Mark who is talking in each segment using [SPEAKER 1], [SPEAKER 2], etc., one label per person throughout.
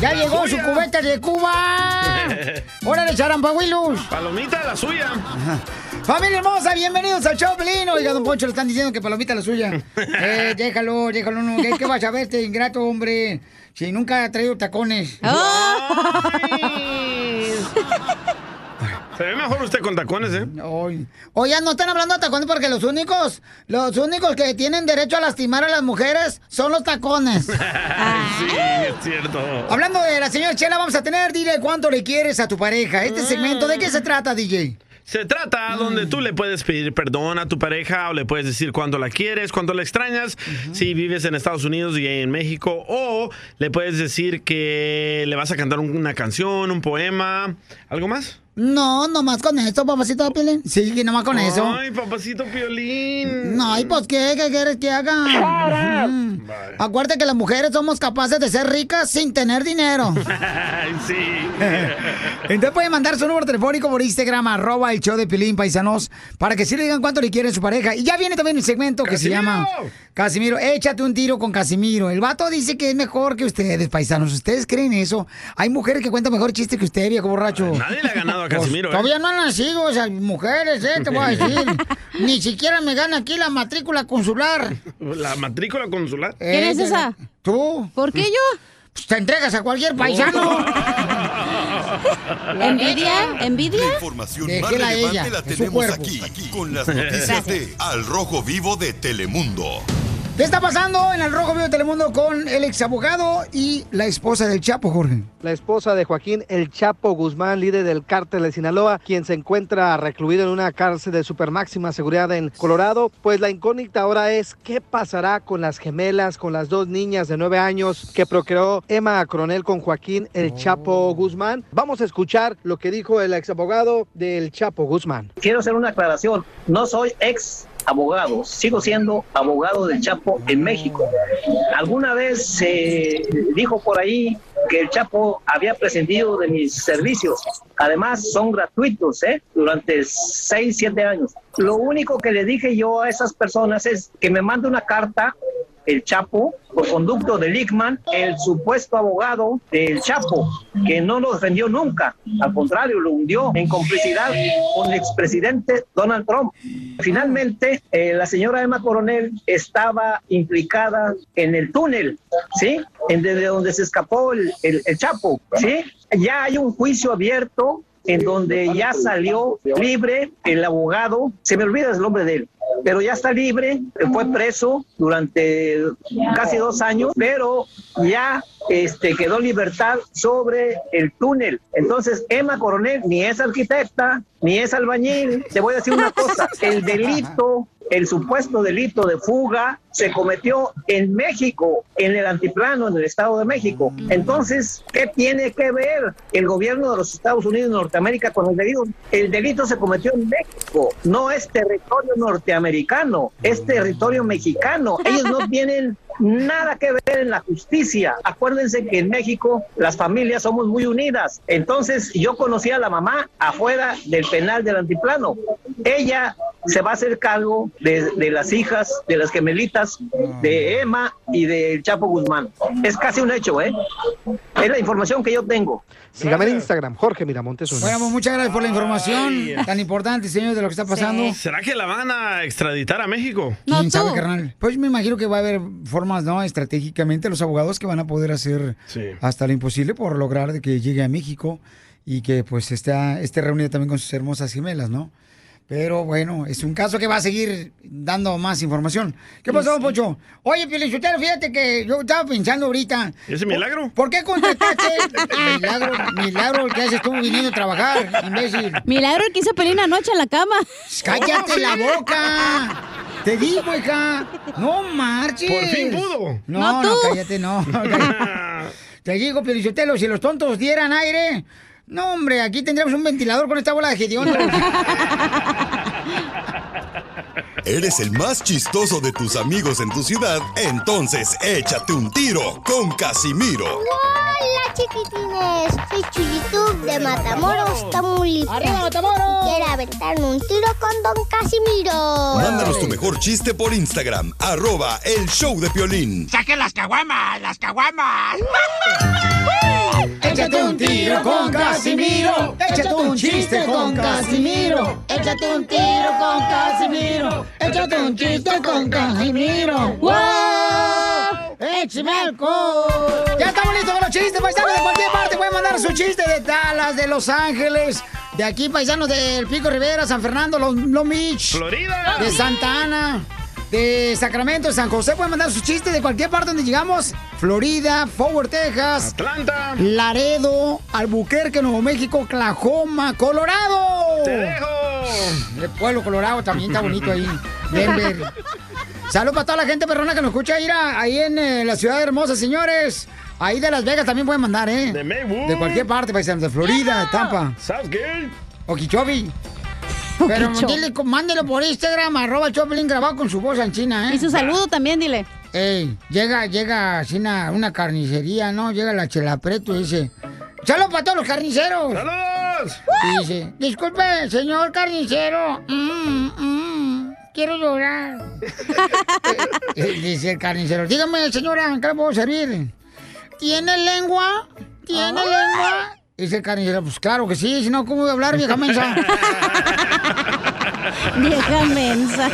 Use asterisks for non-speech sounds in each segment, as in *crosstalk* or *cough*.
[SPEAKER 1] Ya llegó su cubeta de Cuba.
[SPEAKER 2] *laughs*
[SPEAKER 1] Órale, Charampahuilus.
[SPEAKER 2] Palomita la suya.
[SPEAKER 1] Familia hermosa, bienvenidos al show, Pelín. Oiga, don Poncho, le están diciendo que palomita la suya. Eh, déjalo, déjalo, no. ¿Qué, qué vas a verte, ingrato, hombre? Si nunca ha traído tacones.
[SPEAKER 2] Se ve mejor usted con tacones, ¿eh?
[SPEAKER 1] Oye, Oigan, no están hablando de tacones porque los únicos, los únicos que tienen derecho a lastimar a las mujeres son los tacones.
[SPEAKER 2] sí, es cierto.
[SPEAKER 1] Hablando de la señora Chela, vamos a tener, dile cuánto le quieres a tu pareja. Este segmento, ¿de qué se trata, DJ?
[SPEAKER 2] Se
[SPEAKER 1] Mm.
[SPEAKER 2] trata donde tú le puedes pedir perdón a tu pareja o le puedes decir cuándo la quieres, cuándo la extrañas, si vives en Estados Unidos y en México, o le puedes decir que le vas a cantar un- una canción, un poema, algo más.
[SPEAKER 1] No, nomás con eso, papacito Pelín. Sí, nomás con eso.
[SPEAKER 2] Ay, papacito
[SPEAKER 1] *laughs*
[SPEAKER 2] Piolín. *laughs*
[SPEAKER 1] No, y pues, ¿qué, qué quieres que haga? Mm. Acuérdate que las mujeres somos capaces de ser ricas sin tener dinero.
[SPEAKER 2] Ay, sí.
[SPEAKER 1] *laughs* Entonces pueden mandar su número telefónico por Instagram, arroba el show de Pilín Paisanos, para que sí le digan cuánto le quieren su pareja. Y ya viene también el segmento que se
[SPEAKER 2] ¡Casimiro!
[SPEAKER 1] llama Casimiro, échate un tiro con Casimiro. El vato dice que es mejor que ustedes, paisanos. ¿Ustedes creen eso? Hay mujeres que cuentan mejor chiste que usted, viejo borracho.
[SPEAKER 2] Nadie le ha ganado a
[SPEAKER 1] Pues,
[SPEAKER 2] Casimiro, ¿eh?
[SPEAKER 1] Todavía no han nacido esas mujeres, ¿eh? Te voy
[SPEAKER 2] *laughs*
[SPEAKER 1] a decir. Ni siquiera me gana aquí la matrícula consular.
[SPEAKER 2] La matrícula consular.
[SPEAKER 1] Eh,
[SPEAKER 3] ¿Quién es
[SPEAKER 1] de-
[SPEAKER 3] esa?
[SPEAKER 1] Tú.
[SPEAKER 3] ¿Por qué yo?
[SPEAKER 1] Pues te entregas a cualquier paisano.
[SPEAKER 3] ¿Envidia?
[SPEAKER 4] La
[SPEAKER 3] ¿Envidia?
[SPEAKER 4] información más
[SPEAKER 1] Déjela
[SPEAKER 4] relevante
[SPEAKER 1] ella,
[SPEAKER 4] la
[SPEAKER 1] es su
[SPEAKER 4] tenemos
[SPEAKER 1] cuerpo.
[SPEAKER 4] aquí, con
[SPEAKER 1] *laughs*
[SPEAKER 4] las noticias de Al Rojo Vivo de Telemundo.
[SPEAKER 1] ¿Qué está pasando en el Rojo Vivo de Telemundo con el ex abogado y la esposa del Chapo, Jorge?
[SPEAKER 5] La esposa de Joaquín El Chapo Guzmán, líder del cártel de Sinaloa, quien se encuentra recluido en una cárcel de supermáxima seguridad en Colorado, pues la incógnita ahora es qué pasará con las gemelas, con las dos niñas de nueve años que procreó Emma Coronel con Joaquín El Chapo Guzmán. Vamos a escuchar lo que dijo el ex abogado del Chapo Guzmán.
[SPEAKER 6] quiero hacer una aclaración. No soy ex abogado, sigo siendo abogado del Chapo en México. Alguna vez se dijo por ahí que el Chapo había prescindido de mis servicios. Además, son gratuitos, ¿eh? Durante seis, siete años. Lo único que le dije yo a esas personas es que me mande una carta el Chapo, por conducto de Lickman, el supuesto abogado del Chapo, que no lo defendió nunca, al contrario, lo hundió en complicidad con el expresidente Donald Trump. Finalmente, eh, la señora Emma Coronel estaba implicada en el túnel, ¿sí? En desde donde se escapó el, el- el Chapo, ¿sí? Ya hay un juicio abierto en donde ya salió libre el abogado, se me olvida el nombre de él, pero ya está libre, fue preso durante casi dos años, pero ya este, quedó en libertad sobre el túnel. Entonces, Emma Coronel ni es arquitecta, ni es albañil. Te voy a decir una cosa, el delito, el supuesto delito de fuga se cometió en México, en el antiplano, en el Estado de México. Entonces, ¿qué tiene que ver el gobierno de los Estados Unidos de Norteamérica con el delito? El delito se cometió en México, no es territorio norteamericano,
[SPEAKER 5] Mm.
[SPEAKER 6] es territorio mexicano. Ellos no tienen nada que ver en la justicia. Acuérdense que en México las familias somos muy unidas. Entonces yo conocí a la mamá afuera del penal del antiplano. Ella se va a hacer cargo de, de las hijas, de las gemelitas,
[SPEAKER 5] Mm.
[SPEAKER 6] de Emma y del Chapo Guzmán. Es casi un hecho, ¿eh? Es la información que yo tengo.
[SPEAKER 5] Sígame en Instagram, Jorge Miramontes. uno.
[SPEAKER 1] Bueno, pues muchas gracias por la información
[SPEAKER 2] Ay.
[SPEAKER 1] tan importante, señor, de lo que está pasando.
[SPEAKER 7] Sí.
[SPEAKER 2] ¿Será que la van a extraditar a México?
[SPEAKER 1] ¿Quién
[SPEAKER 3] No,
[SPEAKER 1] sabe,
[SPEAKER 3] tú.
[SPEAKER 1] carnal? Pues me imagino que va a haber formas, ¿no? Estratégicamente, los abogados que van a poder hacer
[SPEAKER 2] Sí.
[SPEAKER 1] hasta lo imposible por lograr de que llegue a México y que pues esté, esté reunida también con sus hermosas gemelas, ¿no? Pero bueno, es un caso que va a seguir dando más información. ¿Qué pasó, Pocho? Oye, Pielichotero, fíjate que yo estaba pensando ahorita.
[SPEAKER 2] ¿Ese milagro?
[SPEAKER 1] ¿Por qué
[SPEAKER 2] *laughs*
[SPEAKER 1] contrataste? milagro, milagro que haces tú viniendo a trabajar, imbécil.
[SPEAKER 3] Milagro que hizo pelín anoche en la cama.
[SPEAKER 1] ¡Cállate la
[SPEAKER 3] *laughs*
[SPEAKER 1] boca! Te digo, hija. No marches.
[SPEAKER 2] Por fin pudo.
[SPEAKER 1] No, no,
[SPEAKER 3] No, tú.
[SPEAKER 1] cállate, no.
[SPEAKER 2] *laughs*
[SPEAKER 1] Te digo, Pelichotelo, si los tontos dieran aire. No, hombre, aquí tendríamos un ventilador con esta bola de gediondo.
[SPEAKER 3] *laughs*
[SPEAKER 4] Eres el más chistoso de tus amigos en tu ciudad, entonces échate un tiro con Casimiro.
[SPEAKER 8] Hola chiquitines, soy Chuyitub de Matamoros, Tamaulipas.
[SPEAKER 1] ¡Arriba, Matamoros!
[SPEAKER 8] Quiero aventarme un tiro con Don Casimiro.
[SPEAKER 4] Mándanos tu mejor chiste por Instagram, arroba el show de Piolín.
[SPEAKER 1] Échate un tiro con Casimiro. Échate un chiste con Casimiro.
[SPEAKER 8] Échate un tiro con Casimiro.
[SPEAKER 1] Échate un chiste con Casimiro. ¡Wow! ¡Échame alcohol! Ya estamos listos con los chistes, paisanos. De cualquier parte pueden mandar su chiste de Dallas, de Los Ángeles, de aquí, paisanos del Pico Rivera, San Fernando, Los Long Beach,
[SPEAKER 2] ¡Florida!
[SPEAKER 1] de Santa Ana, de Sacramento, de San José. Pueden mandar su chiste de cualquier parte donde llegamos. Florida, Forward, Texas,
[SPEAKER 2] ¡Atlanta!
[SPEAKER 1] Laredo, Albuquerque, Nuevo México, Oklahoma, Colorado.
[SPEAKER 2] ¡Te dejo!
[SPEAKER 1] El pueblo colorado también está bonito ahí. Denver.
[SPEAKER 2] *laughs*
[SPEAKER 1] Salud para toda la gente perrona que nos escucha ir a- ahí en eh, la ciudad hermosa, señores. Ahí de Las Vegas también pueden mandar, ¿eh?
[SPEAKER 2] De Maywood.
[SPEAKER 1] De cualquier parte, paisanos. De Florida, de Tampa,
[SPEAKER 2] Southgate.
[SPEAKER 1] Okeechobee. Pero
[SPEAKER 3] Okeechobee.
[SPEAKER 1] dile, co- mándelo por Instagram, arroba Choplin grabado con su voz en China, ¿eh?
[SPEAKER 3] Y su saludo también, dile.
[SPEAKER 1] Ey, llega, llega así una, una carnicería, ¿no? Llega la chelapreto y dice, ¡Salud para todos los carniceros!
[SPEAKER 2] ¡Saludos!
[SPEAKER 1] Y dice, disculpe, señor carnicero, mm, mm, quiero llorar. Eh, eh, dice el carnicero, dígame, señora, ¿en ¿qué le puedo servir? ¿Tiene lengua? ¿Tiene lengua? Dice el carnicero, pues claro que sí, si no, ¿cómo voy a hablar, vieja mensa?
[SPEAKER 3] *laughs* Vieja mensa.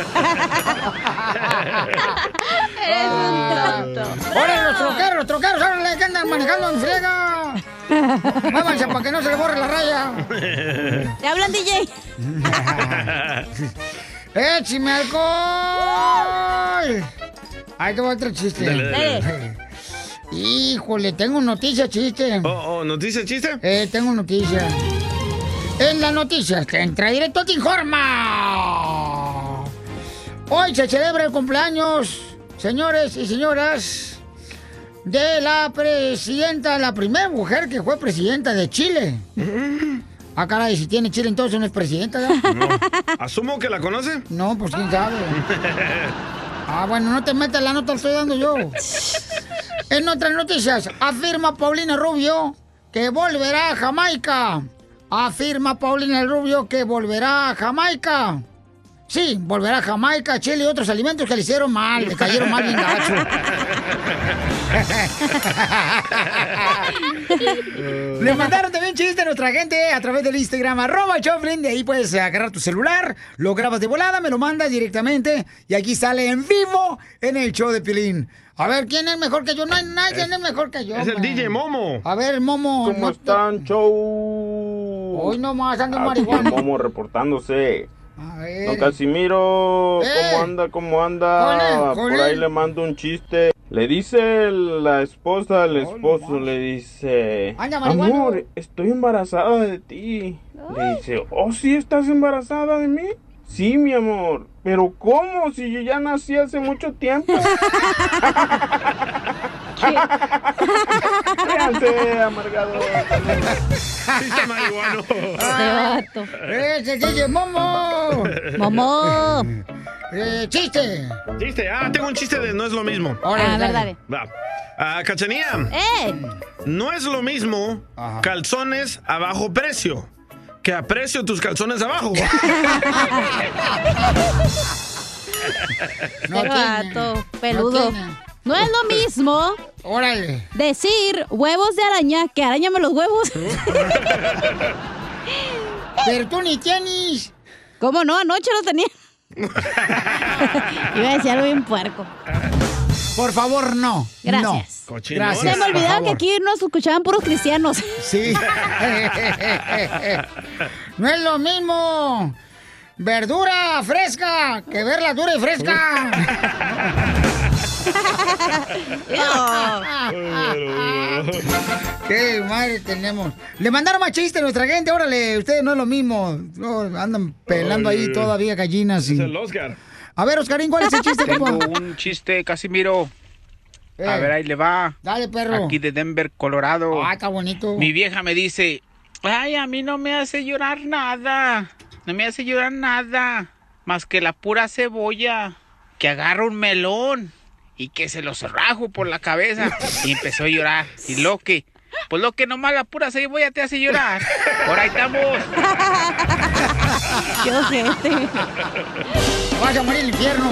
[SPEAKER 3] Eres un tonto.
[SPEAKER 1] ¡Órale, los troqueros, los troqueros, órale, que andan manejando en
[SPEAKER 3] *laughs*
[SPEAKER 1] friega! Muévanse para que no se le borre la raya.
[SPEAKER 2] *laughs*
[SPEAKER 3] ¿Te hablan, DJ?
[SPEAKER 1] ¡Échame alcohol! Ahí te va otro chiste.
[SPEAKER 2] Dale, dale,
[SPEAKER 1] Híjole, tengo noticia, chiste.
[SPEAKER 2] Oh, oh, ¿nos dice chiste?
[SPEAKER 1] Eh, tengo noticia. En las noticias que entra directo te informa. Hoy se celebra el cumpleaños, señores y señoras, de la presidenta, la primera mujer que fue presidenta de Chile. Ah, caray, si tiene Chile entonces no es presidenta, ¿verdad?
[SPEAKER 2] No. Asumo que la conoce.
[SPEAKER 1] No, pues quién
[SPEAKER 2] *laughs*
[SPEAKER 1] sabe. Ah, bueno, no te metas la nota, la estoy dando yo. En otras noticias, afirma Paulina Rubio que volverá a Jamaica. Afirma Paulina Rubio que volverá a Jamaica. Sí, volverá a Jamaica, chile y otros alimentos que le hicieron mal, Ah, le cayeron mal bien *laughs* gacho. Le mandaron también chiste a nuestra gente a través del Instagram, arroba Choplin. De ahí puedes agarrar tu celular, lo grabas de volada, me lo mandas directamente. Y aquí sale en vivo en el show de Pilín. A ver, ¿quién es mejor que yo? No hay nadie, ¿quién es mejor que yo?
[SPEAKER 2] Es el
[SPEAKER 1] hombre?
[SPEAKER 2] DJ Momo.
[SPEAKER 1] A ver, Momo.
[SPEAKER 9] ¿Cómo
[SPEAKER 1] no te-
[SPEAKER 9] están, show?
[SPEAKER 1] Hoy nomás ando
[SPEAKER 9] Ah, pues, *laughs*
[SPEAKER 1] marihuana.
[SPEAKER 9] Momo reportándose.
[SPEAKER 1] A
[SPEAKER 9] Don
[SPEAKER 1] ver.
[SPEAKER 9] Casimiro,
[SPEAKER 1] Eh.
[SPEAKER 9] ¿cómo anda? ¿Cómo anda?
[SPEAKER 1] Con él, con
[SPEAKER 9] Por ahí
[SPEAKER 1] él.
[SPEAKER 9] le mando un chiste. Le dice la esposa al esposo, le dice...
[SPEAKER 1] Anda, marihuana.
[SPEAKER 9] Amor, estoy embarazada de ti. Le dice, oh, ¿sí estás embarazada de mí? Sí, mi amor. Pero ¿cómo? Si yo ya nací hace mucho
[SPEAKER 1] *laughs*
[SPEAKER 9] tiempo. *laughs* Créanse, amargado.
[SPEAKER 2] Sí,
[SPEAKER 1] *laughs*
[SPEAKER 2] está marihuano.
[SPEAKER 3] Este vato.
[SPEAKER 1] Ah, ¡Es el DJ Momo!
[SPEAKER 3] Momo.
[SPEAKER 1] Eh, ¡Chiste!
[SPEAKER 2] Chiste. Ah, tengo un chiste de no es lo mismo.
[SPEAKER 3] A ver, dale.
[SPEAKER 2] Va. Ah, Cachanía,
[SPEAKER 3] ¡Eh!
[SPEAKER 2] no es lo mismo
[SPEAKER 1] Ajá.
[SPEAKER 2] calzones a bajo precio que aprecio tus calzones abajo.
[SPEAKER 3] Pero vato, peludo. No es lo mismo
[SPEAKER 1] Órale.
[SPEAKER 3] decir huevos de araña que arañame los huevos.
[SPEAKER 1] Pero tú ni tienes.
[SPEAKER 3] ¿Cómo no? Anoche lo
[SPEAKER 1] *laughs*
[SPEAKER 3] tenía. Iba a decir algo bien puerco.
[SPEAKER 1] Por favor, *laughs* no.
[SPEAKER 3] Gracias.
[SPEAKER 1] No.
[SPEAKER 3] Gracias. Se me
[SPEAKER 1] por
[SPEAKER 3] olvidaba
[SPEAKER 1] favor.
[SPEAKER 3] que aquí nos escuchaban puros cristianos. *laughs*
[SPEAKER 1] Sí. No es lo mismo verdura fresca que verla dura
[SPEAKER 10] *laughs*
[SPEAKER 1] y fresca. ¡Qué madre tenemos! Le mandaron más chiste a nuestra gente, órale, ustedes no es lo mismo. No, andan pelando
[SPEAKER 11] Ay,
[SPEAKER 1] ahí
[SPEAKER 11] ay,
[SPEAKER 1] todavía gallinas. Y...
[SPEAKER 2] Oscar.
[SPEAKER 1] A ver, Oscarín, ¿cuál es el chiste?
[SPEAKER 11] Tengo
[SPEAKER 1] compa?
[SPEAKER 11] un chiste, Casimiro. A
[SPEAKER 1] Eh.
[SPEAKER 11] ver, ahí le va.
[SPEAKER 1] Dale, perro.
[SPEAKER 11] Aquí de Denver, Colorado.
[SPEAKER 1] Ah, está bonito.
[SPEAKER 11] Mi vieja me dice, ay, a mí no me hace llorar nada. No me hace llorar nada. Más que la pura cebolla. Que agarro un melón y que se lo rajo por la cabeza. Y empezó a llorar. Y lo que... Pues lo que nomás la pura cebolla te hace llorar. Por ahí estamos.
[SPEAKER 1] *laughs* Vas a morir al infierno.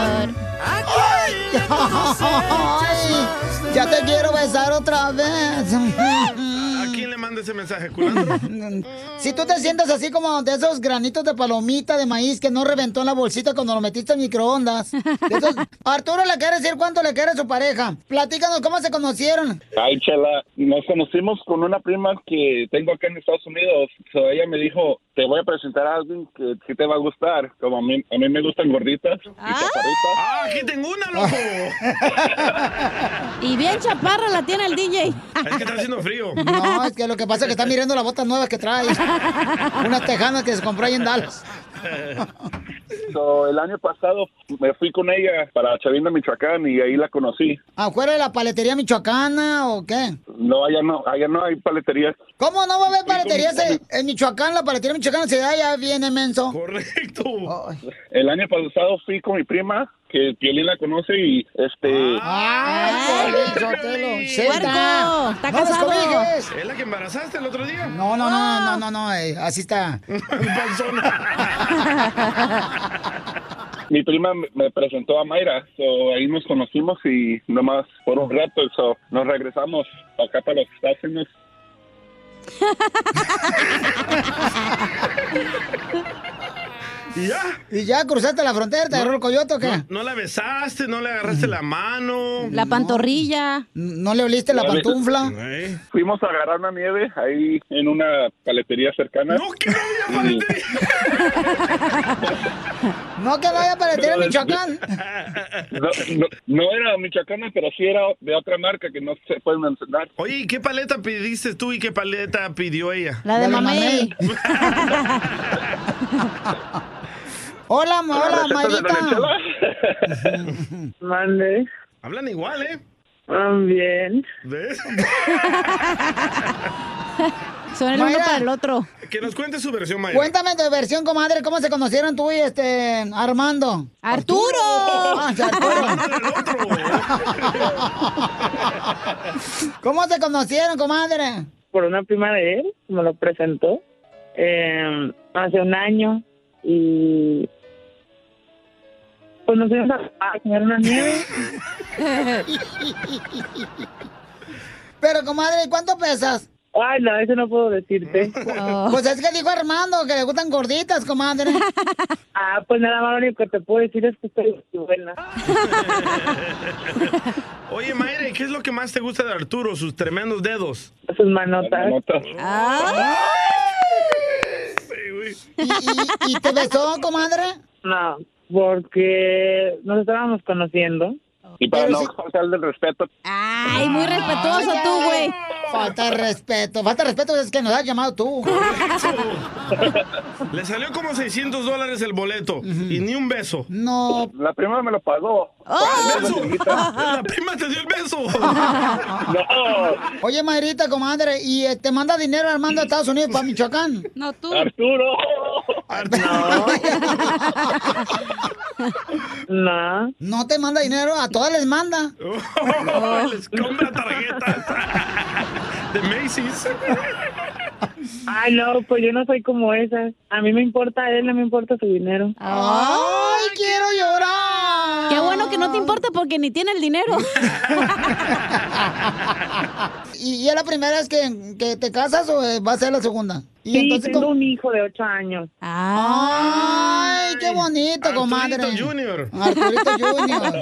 [SPEAKER 1] Ay, ay, ya te quiero besar otra vez. *laughs*
[SPEAKER 2] ¿A quién le manda ese mensaje, culando?
[SPEAKER 1] Si tú te sientes así como de esos granitos de palomita de maíz que no reventó en la bolsita cuando lo metiste en microondas. De esos- Arturo le quiere decir cuánto le quiere a su pareja. Platícanos cómo se conocieron.
[SPEAKER 12] Ay, chela, nos conocimos con una prima que tengo acá en Estados Unidos. So, ella me dijo, te voy a presentar a alguien que, que te va a gustar. Como a mí, a mí me gustan gorditas.
[SPEAKER 2] ¡Ah, aquí tengo una,
[SPEAKER 1] *laughs*
[SPEAKER 2] loco!
[SPEAKER 3] Y bien chaparra la tiene el DJ.
[SPEAKER 2] Es que está haciendo frío.
[SPEAKER 1] *laughs* No, es que lo que pasa es que está mirando las botas nuevas que trae. Unas tejanas que se compró ahí en Dallas.
[SPEAKER 12] *laughs* So, el año pasado me fui con ella para Chavinda, Michoacán, y ahí la conocí.
[SPEAKER 1] ¿Afuera de la paletería michoacana o qué?
[SPEAKER 12] No, allá no, allá no hay paletería.
[SPEAKER 1] ¿Cómo no va a haber paleterías en, en Michoacán? La paletería michoacana se da ya viene menso.
[SPEAKER 2] Correcto.
[SPEAKER 12] El año pasado fui con mi prima, que Piolín la conoce, y este...
[SPEAKER 2] Ah,
[SPEAKER 1] ¡Ay, Piolín! ¡Suelta!
[SPEAKER 3] ¡Está
[SPEAKER 1] ¡No nos
[SPEAKER 3] casado!
[SPEAKER 1] cobijas!
[SPEAKER 2] ¿Es la que embarazaste el otro día?
[SPEAKER 1] No, no, no, no,
[SPEAKER 2] Ah.
[SPEAKER 1] no, no, eh, así está.
[SPEAKER 12] Mi prima me- me presentó a Mayra, so, ahí nos conocimos y nomás por un rato so, nos regresamos acá para los Estados Unidos.
[SPEAKER 2] *laughs* ¿Y ya?
[SPEAKER 1] ¿Y ya cruzaste la frontera? ¿Te agarró el coyote o qué? Mm.
[SPEAKER 2] No, no la besaste, no le agarraste la mano.
[SPEAKER 1] La
[SPEAKER 3] pantorrilla.
[SPEAKER 1] ¿No le oliste la pantufla?
[SPEAKER 12] Fuimos a agarrar una nieve ahí en una paletería cercana. ¡No,
[SPEAKER 2] que
[SPEAKER 1] ¿No que vaya a paletería
[SPEAKER 2] *laughs*
[SPEAKER 1] Michoacán?
[SPEAKER 12] No, no, no era michoacana, pero sí era de otra marca que no se puede mencionar.
[SPEAKER 2] Oye, ¿y qué paleta pediste tú y qué paleta pidió ella?
[SPEAKER 3] La de mamey.
[SPEAKER 2] *laughs*
[SPEAKER 1] Hola,
[SPEAKER 2] Hola,
[SPEAKER 1] hola,
[SPEAKER 2] receta de la
[SPEAKER 1] Mayrita.
[SPEAKER 13] Mande.
[SPEAKER 2] *laughs* Hablan igual, ¿eh?
[SPEAKER 13] Bien.
[SPEAKER 2] ¿Ves?
[SPEAKER 3] Son el uno
[SPEAKER 1] Mayra.
[SPEAKER 3] para el otro.
[SPEAKER 2] Que nos cuente su versión, Mayra.
[SPEAKER 1] Cuéntame tu versión, comadre. ¿Cómo se conocieron tú y este Armando?
[SPEAKER 3] ¡Arturo!
[SPEAKER 1] Ah, sí,
[SPEAKER 2] *laughs*
[SPEAKER 1] Arturo. ¿Cómo se conocieron, comadre?
[SPEAKER 13] *laughs* Por una prima de él, me lo presentó eh, hace un año y pues nos fuimos a, a comer una nieve.
[SPEAKER 1] *laughs* Pero, comadre, ¿y ¿cuánto pesas?
[SPEAKER 13] Ay, no, eso no puedo decirte.
[SPEAKER 1] *laughs* Pues es que dijo Armando que le gustan gorditas, comadre.
[SPEAKER 13] *laughs* Ah, pues nada más lo único que te puedo decir es que estoy buena.
[SPEAKER 2] *laughs* Oye, Mayra, ¿y ¿qué es lo que más te gusta de Arturo? Sus tremendos dedos. Ah.
[SPEAKER 13] Sus manotas. *laughs*
[SPEAKER 1] ¿Y, y, y te besó, comadre?
[SPEAKER 13] No, porque nos estábamos conociendo.
[SPEAKER 12] Y para no faltar del respeto,
[SPEAKER 3] Ay, muy respetuoso tú, güey.
[SPEAKER 1] Falta de respeto. Falta de respeto es que nos has llamado tú.
[SPEAKER 2] Le salió como 600 dólares el boleto y ni un beso.
[SPEAKER 1] No. ¡Oh!
[SPEAKER 12] La prima me lo pagó.
[SPEAKER 2] ¿Cuál beso? *laughs* La prima te dio el beso.
[SPEAKER 1] *laughs* Oye, Mayrita, comadre, ¿y eh, te manda dinero Armando a Estados Unidos para Michoacán?
[SPEAKER 3] No, tú.
[SPEAKER 12] Arturo.
[SPEAKER 1] No. No te manda dinero, a todas les manda.
[SPEAKER 2] Les compra tarjetas de Macy's.
[SPEAKER 13] Ay, no, pues yo no soy como esas. A mí me importa él, no me importa su dinero.
[SPEAKER 1] ¡Ay, quiero llorar!
[SPEAKER 3] Qué bueno que no te importa porque ni tiene el
[SPEAKER 1] *laughs*
[SPEAKER 3] dinero.
[SPEAKER 1] ¿Y, y es la primera vez que, que te casas o eh, va a ser la segunda? Y
[SPEAKER 13] Sí, tengo
[SPEAKER 1] ¿cómo?
[SPEAKER 13] un hijo de ocho años.
[SPEAKER 1] ¡Ay, qué bonito, comadre!
[SPEAKER 2] Junior.
[SPEAKER 1] Arturito Junior.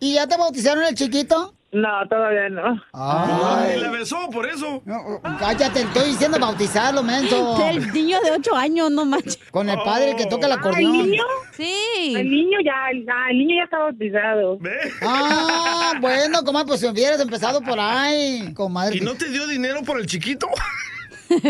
[SPEAKER 1] ¿Y ya te bautizaron el chiquito?
[SPEAKER 13] No, todavía no.
[SPEAKER 2] Ay, la besó por eso.
[SPEAKER 1] Cállate, estoy diciendo
[SPEAKER 3] *laughs*
[SPEAKER 1] bautizarlo, menso.
[SPEAKER 3] El niño de 8 años, no manches.
[SPEAKER 1] Con el padre que toca el
[SPEAKER 13] ¿El
[SPEAKER 1] acordeón.
[SPEAKER 13] niño?
[SPEAKER 3] Sí.
[SPEAKER 13] El niño ya, ya, el niño ya está bautizado.
[SPEAKER 1] Ah,
[SPEAKER 2] *laughs*
[SPEAKER 1] bueno, comadre, pues si hubieras empezado por ahí, comadre.
[SPEAKER 2] ¿Y no te dio dinero por el chiquito?
[SPEAKER 13] *laughs*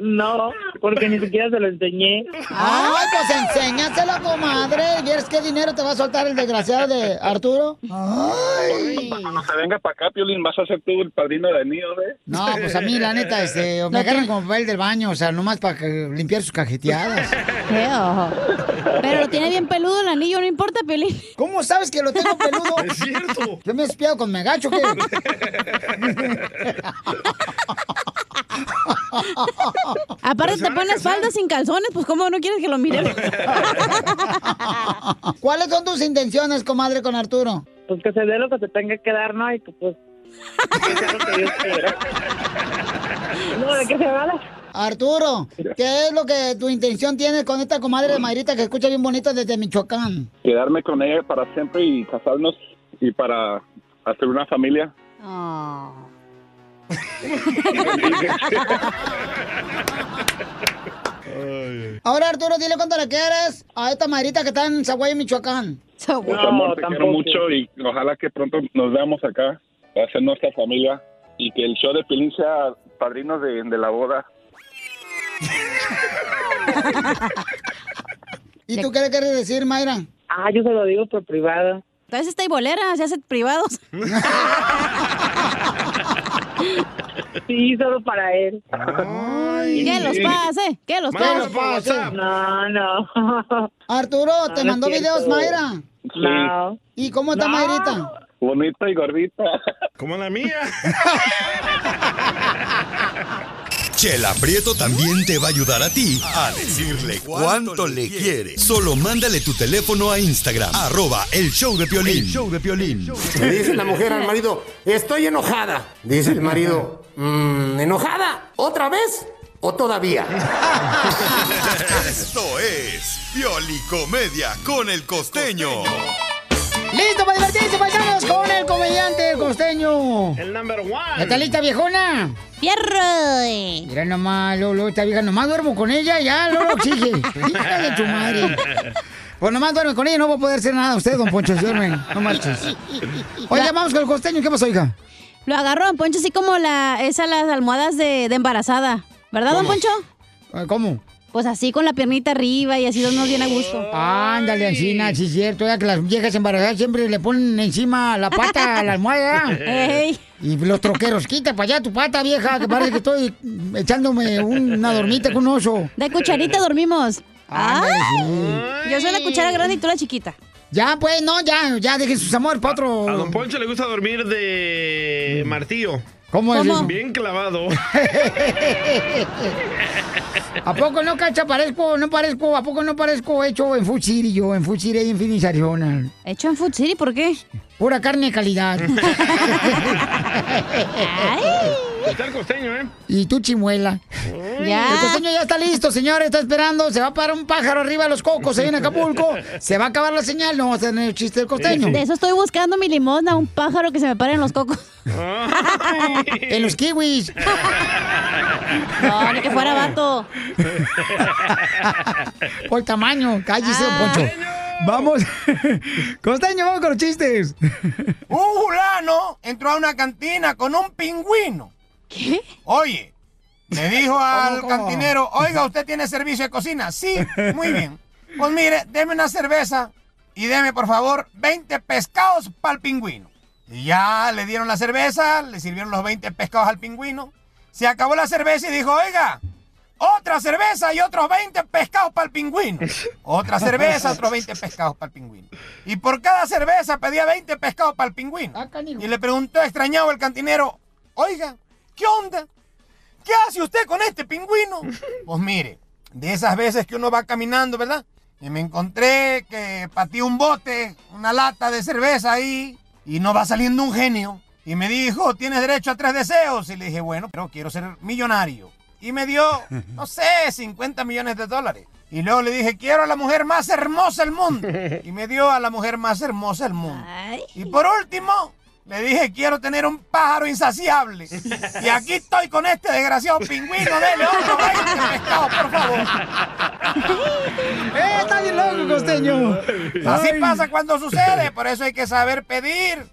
[SPEAKER 13] no, porque ni siquiera se lo enseñé.
[SPEAKER 1] Ay, pues enséñaselo, comadre. ¿Vieres qué dinero te va a soltar el desgraciado de Arturo?
[SPEAKER 3] Ah.
[SPEAKER 1] Ay.
[SPEAKER 12] Cuando se venga para acá, Piolín, vas a ser tú el padrino de niño, ¿ves?
[SPEAKER 1] No, pues a mí, la neta, este, me agarran como papel del baño, o sea, nomás para que- limpiar sus cajeteadas.
[SPEAKER 3] Qué ojo. Pero lo tiene bien peludo el anillo, no importa, Piolín.
[SPEAKER 1] ¿Cómo sabes que
[SPEAKER 3] *laughs*
[SPEAKER 1] lo tengo peludo?
[SPEAKER 3] Es
[SPEAKER 2] cierto.
[SPEAKER 1] Yo me he espiado con
[SPEAKER 3] *laughs*
[SPEAKER 1] Megacho, ¿qué?
[SPEAKER 13] Pues
[SPEAKER 3] Aparte te pones falda sin calzones, pues cómo no quieres que lo mire.
[SPEAKER 1] ¿Cuáles son tus intenciones, comadre, con Arturo?
[SPEAKER 13] Pues que se dé lo que se tenga que dar, ¿no? Y que, pues...
[SPEAKER 1] No, ¿de qué se habla? Arturo, ¿qué es lo que tu intención tienes con esta comadre de Mayrita que escucha bien bonito desde Michoacán?
[SPEAKER 12] Quedarme con ella para siempre y casarnos y para hacer una familia.
[SPEAKER 3] Ah.
[SPEAKER 1] Ahora, Arturo, dile cuánto le quieres a esta Mayrita que está en Zaguay, Michoacán.
[SPEAKER 12] Pues, amor, te quiero mucho y ojalá que pronto nos veamos acá para ser nuestra familia y que el show de Piolín sea padrino de, de la boda.
[SPEAKER 1] ¿Y tú qué le quieres decir, Mayra?
[SPEAKER 13] Ah, yo se lo digo por privado.
[SPEAKER 3] Entonces está y bolera, se hace
[SPEAKER 13] *laughs*
[SPEAKER 3] privados.
[SPEAKER 13] *laughs* Sí, solo para él.
[SPEAKER 3] ¿Qué los pase? ¿Qué los
[SPEAKER 13] Mándalo
[SPEAKER 3] pase?
[SPEAKER 13] por WhatsApp. No, no.
[SPEAKER 1] *laughs* Arturo, Ah, ¿te
[SPEAKER 13] No, no
[SPEAKER 1] mandó
[SPEAKER 13] es cierto.
[SPEAKER 1] videos, Mayra?
[SPEAKER 12] Sí. No.
[SPEAKER 1] ¿Y cómo está
[SPEAKER 12] No.
[SPEAKER 1] Mayrita?
[SPEAKER 12] Bonita y gordita.
[SPEAKER 2] Como la mía.
[SPEAKER 4] Chela Prieto también te va a ayudar a ti a decirle cuánto le quiere. Solo mándale tu teléfono a Instagram, arroba el show de Piolín. show de Piolín.
[SPEAKER 14] Le dice la mujer al marido, estoy enojada. Dice el marido, "Mm, ¿enojada? ¿Otra vez? ¿O todavía?
[SPEAKER 4] *laughs* Esto es Piolicomedia con el costeño.
[SPEAKER 1] ¡Listo para divertirse, paisanos! Con el comediante costeño.
[SPEAKER 2] El number one.
[SPEAKER 1] ¿Está lista, viejona? ¡Fierro! Mira nomás, Lolo, esta vieja nomás duermo con ella, ya, Lolo exige. Hija de tu *laughs* madre. Pues nomás duerme con ella, no va a poder hacer nada usted, don Poncho, duerme, no marches. Oiga, vamos con el costeño, ¿qué pasó, hija?
[SPEAKER 3] Lo agarró Don Poncho así como la, esas las almohadas de, de embarazada. ¿Verdad, Don Poncho?
[SPEAKER 1] Ah, ¿Cómo?
[SPEAKER 3] Pues así con la piernita arriba y así nos viene a gusto.
[SPEAKER 1] Ándale, Ancina, sí es cierto, ya que las viejas embarazadas siempre le ponen encima la pata a la almohada.
[SPEAKER 3] Ey.
[SPEAKER 1] Y los troqueros, quita para allá tu pata, vieja, que parece que estoy echándome una dormita con un oso.
[SPEAKER 3] De cucharita dormimos. Ah.
[SPEAKER 1] Ándale, sí.
[SPEAKER 3] Yo soy la cuchara grande y tú la chiquita.
[SPEAKER 1] Ya, pues, no, ya, ya, dejen sus amores para
[SPEAKER 2] A don
[SPEAKER 1] otro.
[SPEAKER 2] Poncho le gusta dormir de martillo.
[SPEAKER 1] ¿Cómo es ¿Cómo? eso? *laughs*
[SPEAKER 2] Bien clavado.
[SPEAKER 1] ¿A poco no, cacha? Parezco, no parezco, ¿a poco no parezco hecho en Food City yo, en Food City ahí en Phoenix, Arizona?
[SPEAKER 3] ¿Hecho en Food City? ¿Por qué?
[SPEAKER 1] Pura carne de calidad.
[SPEAKER 3] *laughs*
[SPEAKER 2] Está el costeño, ¿eh?
[SPEAKER 1] y tú, chimuela.
[SPEAKER 2] Ya.
[SPEAKER 1] El costeño ya está listo, señores, está esperando. Se va a parar un pájaro arriba de los cocos ahí en Acapulco. Se va a acabar la señal, no vamos a tener el chiste del costeño.
[SPEAKER 3] De eso estoy buscando mi limosna, un pájaro que se me pare en los cocos.
[SPEAKER 1] en los kiwis.
[SPEAKER 3] No, ni que fuera vato.
[SPEAKER 1] Por tamaño, cállese, don Poncho.
[SPEAKER 2] *laughs*
[SPEAKER 1] Vamos. Costeño,
[SPEAKER 15] *laughs*
[SPEAKER 1] vamos con los chistes.
[SPEAKER 14] Un fulano entró a una cantina con un pingüino.
[SPEAKER 3] ¿Qué?
[SPEAKER 15] Oye,
[SPEAKER 3] *laughs*
[SPEAKER 15] le dijo
[SPEAKER 3] ¿Cómo,
[SPEAKER 15] al
[SPEAKER 3] cómo?
[SPEAKER 15] cantinero, oiga, ¿usted tiene servicio de cocina? Sí, muy bien. Pues mire, deme una cerveza y deme, por favor, 20 pescados para el pingüino. Y ya le dieron la cerveza, le sirvieron los 20 pescados al pingüino. Se acabó la cerveza y dijo, oiga, otra cerveza y otros 20 pescados para el
[SPEAKER 3] *laughs*
[SPEAKER 15] pingüino. Otra cerveza, otros 20 pescados para el pingüino. Y por cada cerveza pedía 20 pescados para el pingüino. Y le preguntó extrañado el cantinero, oiga, ¿qué onda? ¿Qué hace usted con este pingüino? Pues mire, de esas veces que uno va caminando, ¿verdad? Y me encontré que patí un bote, una lata de cerveza ahí, y no va saliendo un genio. Y me dijo, tienes derecho a tres deseos. Y le dije, bueno, pero quiero ser millonario. Y me dio, no sé, 50 millones de dólares. Y luego le dije, quiero a la mujer más hermosa del mundo. Y me dio a la mujer más hermosa del mundo. Y por último, le dije, quiero tener un pájaro insaciable. Y aquí estoy con este desgraciado pingüino de león. pescado, por favor.
[SPEAKER 1] ¡Eh, está bien loco, costeño!
[SPEAKER 15] Así
[SPEAKER 1] Ay.
[SPEAKER 15] pasa cuando sucede, por eso hay que saber pedir.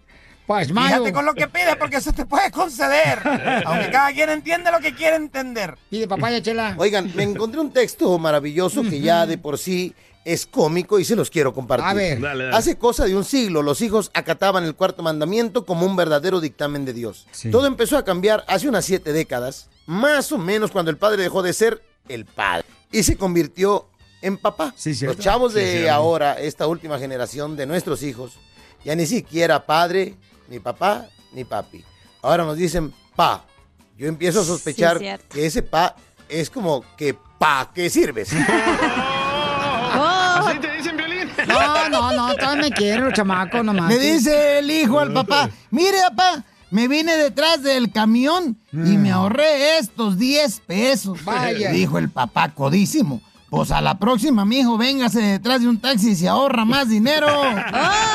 [SPEAKER 1] Pues, Mayo.
[SPEAKER 15] Fíjate con lo que pides porque se te puede conceder. Aunque cada quien entiende lo que quiere entender.
[SPEAKER 1] Pide papaya, chela.
[SPEAKER 16] Oigan, me encontré un texto maravilloso que ya de por sí es cómico y se los quiero compartir.
[SPEAKER 1] A ver. Dale, dale.
[SPEAKER 16] Hace cosa de un siglo, los hijos acataban el cuarto mandamiento como un verdadero dictamen de Dios. Todo empezó a cambiar hace unas siete décadas, más o menos cuando el padre dejó de ser el padre y se convirtió en papá. los chavos
[SPEAKER 17] Sí,
[SPEAKER 16] de
[SPEAKER 17] cierto.
[SPEAKER 16] ahora, esta última generación de nuestros hijos, ya ni siquiera padre, ni papá, ni papi. Ahora nos dicen pa. Yo empiezo a sospechar
[SPEAKER 3] Sí, cierto.
[SPEAKER 16] que ese pa es como que pa qué sirves.
[SPEAKER 3] ¿Así
[SPEAKER 2] te dicen violín?
[SPEAKER 1] *laughs* No, no,
[SPEAKER 16] *laughs*
[SPEAKER 1] no, todavía me quiero,
[SPEAKER 18] *laughs*
[SPEAKER 1] chamaco, nomás.
[SPEAKER 18] Me dice el hijo al papá, mire papá, me vine detrás del camión y me ahorré estos 10 pesos.
[SPEAKER 1] Mm. *laughs* Vaya.
[SPEAKER 18] Dijo el papá codísimo. Pues a la próxima, mijo, véngase detrás de un taxi y se ahorra más dinero. *laughs*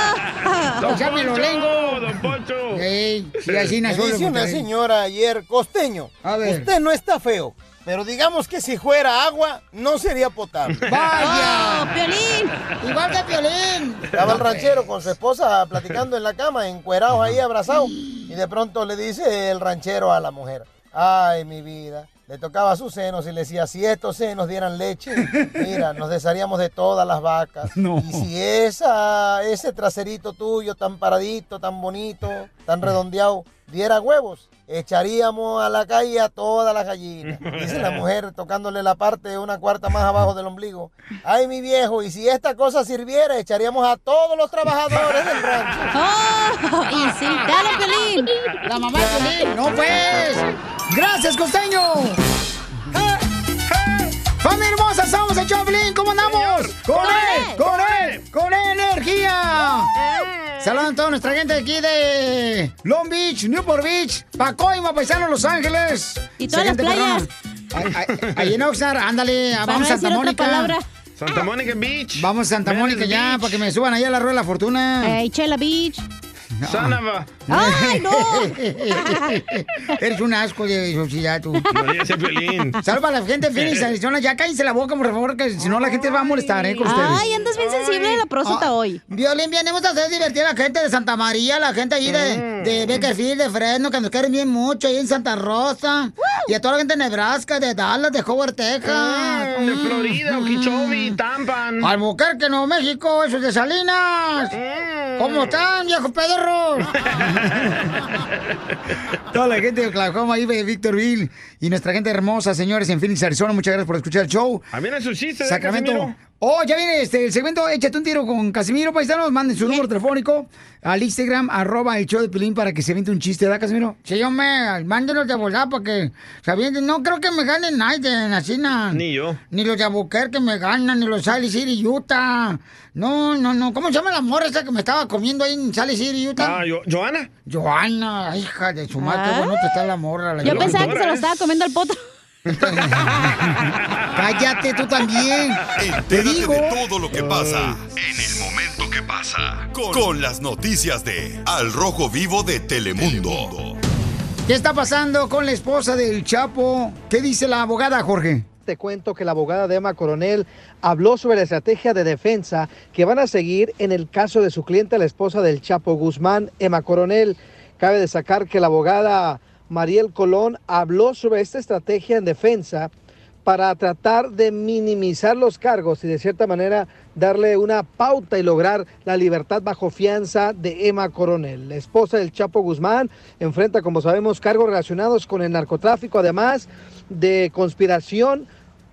[SPEAKER 1] Ya me *laughs* lo lengo.
[SPEAKER 2] Don Poncho.
[SPEAKER 1] Ey, sí,
[SPEAKER 16] Me
[SPEAKER 1] así nació
[SPEAKER 16] dice
[SPEAKER 1] el
[SPEAKER 16] una
[SPEAKER 1] Monterrey.
[SPEAKER 16] señora ayer, costeño,
[SPEAKER 1] ver.
[SPEAKER 16] usted no está feo, pero digamos que si fuera agua, no sería potable.
[SPEAKER 1] ¡Vaya!
[SPEAKER 16] ¡Oh,
[SPEAKER 1] Piolín! ¡Igual que Piolín!
[SPEAKER 16] Estaba el ranchero con su esposa platicando en la cama, encuerados ahí, abrazados, y de pronto le dice el ranchero a la mujer, ay, mi vida. Le tocaba sus senos y le decía, si estos senos dieran leche, mira, nos desharíamos de todas las vacas. Y si esa, ese traserito tuyo, tan paradito, tan bonito, tan redondeado, diera huevos, echaríamos a la calle a todas las gallinas. Dice la mujer tocándole la parte de una cuarta más abajo del ombligo. Ay, mi viejo, y si esta cosa sirviera, echaríamos a todos los trabajadores del rancho.
[SPEAKER 3] *laughs* Oh, y sí, dale, Pelín.
[SPEAKER 1] La mamá de Piolín, no pues. Gracias, costeño. ¡Eh, eh! Familia hermosa, somos el Choplin, ¿cómo andamos? Con
[SPEAKER 3] E,
[SPEAKER 1] él, con él, con él, energía.
[SPEAKER 3] E.
[SPEAKER 1] Saludos a toda nuestra gente de aquí de Long Beach, Newport Beach, Pacoima, Paisano, Los Ángeles.
[SPEAKER 3] Y todas las
[SPEAKER 1] Excelente
[SPEAKER 3] playas.
[SPEAKER 1] programa. Ay, ay, Ahí en Oxnard, ándale,
[SPEAKER 3] Para
[SPEAKER 1] vamos
[SPEAKER 3] no
[SPEAKER 1] a
[SPEAKER 3] decir
[SPEAKER 1] Santa
[SPEAKER 3] otra
[SPEAKER 1] Mónica.
[SPEAKER 3] palabra.
[SPEAKER 2] Santa Mónica *laughs* Beach.
[SPEAKER 1] Vamos a Santa Mónica
[SPEAKER 2] Venice
[SPEAKER 1] ya,
[SPEAKER 2] Beach.
[SPEAKER 1] para que me suban allá a la rueda de la fortuna.
[SPEAKER 3] Ey, Chela Beach.
[SPEAKER 2] Sánaba.
[SPEAKER 3] ¡Ay, no!
[SPEAKER 1] *laughs* Eres un asco de sociedad,
[SPEAKER 3] *laughs*
[SPEAKER 1] tú.
[SPEAKER 2] María ese Piolín.
[SPEAKER 1] Salva a la gente de Phoenix, Arizona. Ya cállense la boca, por favor, que si no la gente va a molestar, ¿eh? Con ustedes.
[SPEAKER 3] Ay, andas bien sensible de la próstata hoy.
[SPEAKER 1] Violín, venimos a hacer divertir a la gente de Santa María, la gente allí de,
[SPEAKER 2] Mm.
[SPEAKER 1] de Beckerfield, de Fresno, que nos quieren bien mucho, ahí en Santa Rosa. Y a toda la gente de Nebraska, de Dallas, de Howard, Texas.
[SPEAKER 2] Mm. De Florida, Okeechobee, Tampa.
[SPEAKER 1] Albuquerque, Nuevo México, esos de Salinas.
[SPEAKER 2] Mm.
[SPEAKER 1] ¿Cómo están, viejos
[SPEAKER 2] *laughs*
[SPEAKER 1] pedorros? Toda la gente de Oklahoma, ahí de Victorville. Y nuestra gente hermosa, señores, en Phoenix, Arizona. Muchas gracias por escuchar el show.
[SPEAKER 2] A mí no es su chiste, ¿eh,
[SPEAKER 1] Sacramento.
[SPEAKER 2] Casimiro?
[SPEAKER 1] Oh, ya viene este, el segmento Échate un tiro con Casimiro Paisanos. Manden su número telefónico al Instagram, arroba el show de Pilín para que se aviente un chiste, ¿verdad, Casimiro? Sí, yo me mándenlos de volada para que se avienten. No creo que me ganen nadie en la China.
[SPEAKER 2] Ni yo.
[SPEAKER 1] Ni los de Albuquerque me ganan, ni los Sally City, Utah. No, no, no. ¿Cómo se llama la morra esa que me estaba comiendo ahí en Sally City, Utah?
[SPEAKER 2] Ah, yo, Joana.
[SPEAKER 1] Joana, hija de su madre,
[SPEAKER 2] Ah.
[SPEAKER 1] qué bonita está la morra. La
[SPEAKER 3] Yo
[SPEAKER 1] Joana.
[SPEAKER 3] pensaba que
[SPEAKER 2] ¿eh?
[SPEAKER 3] se lo estaba comiendo al potro.
[SPEAKER 1] *laughs* Cállate tú también.
[SPEAKER 4] Te digo. de todo lo que pasa en el momento que pasa. Con, con las noticias de Al Rojo Vivo de Telemundo.
[SPEAKER 1] ¿Qué está pasando con la esposa del Chapo? ¿Qué dice la abogada, Jorge?
[SPEAKER 5] Te cuento que la abogada de Emma Coronel habló sobre la estrategia de defensa que van a seguir en el caso de su cliente, la esposa del Chapo Guzmán, Emma Coronel. Cabe destacar que la abogada Mariel Colón, habló sobre esta estrategia en defensa para tratar de minimizar los cargos y de cierta manera darle una pauta y lograr la libertad bajo fianza de Emma Coronel. La esposa del Chapo Guzmán enfrenta, como sabemos, cargos relacionados con el narcotráfico, además de conspiración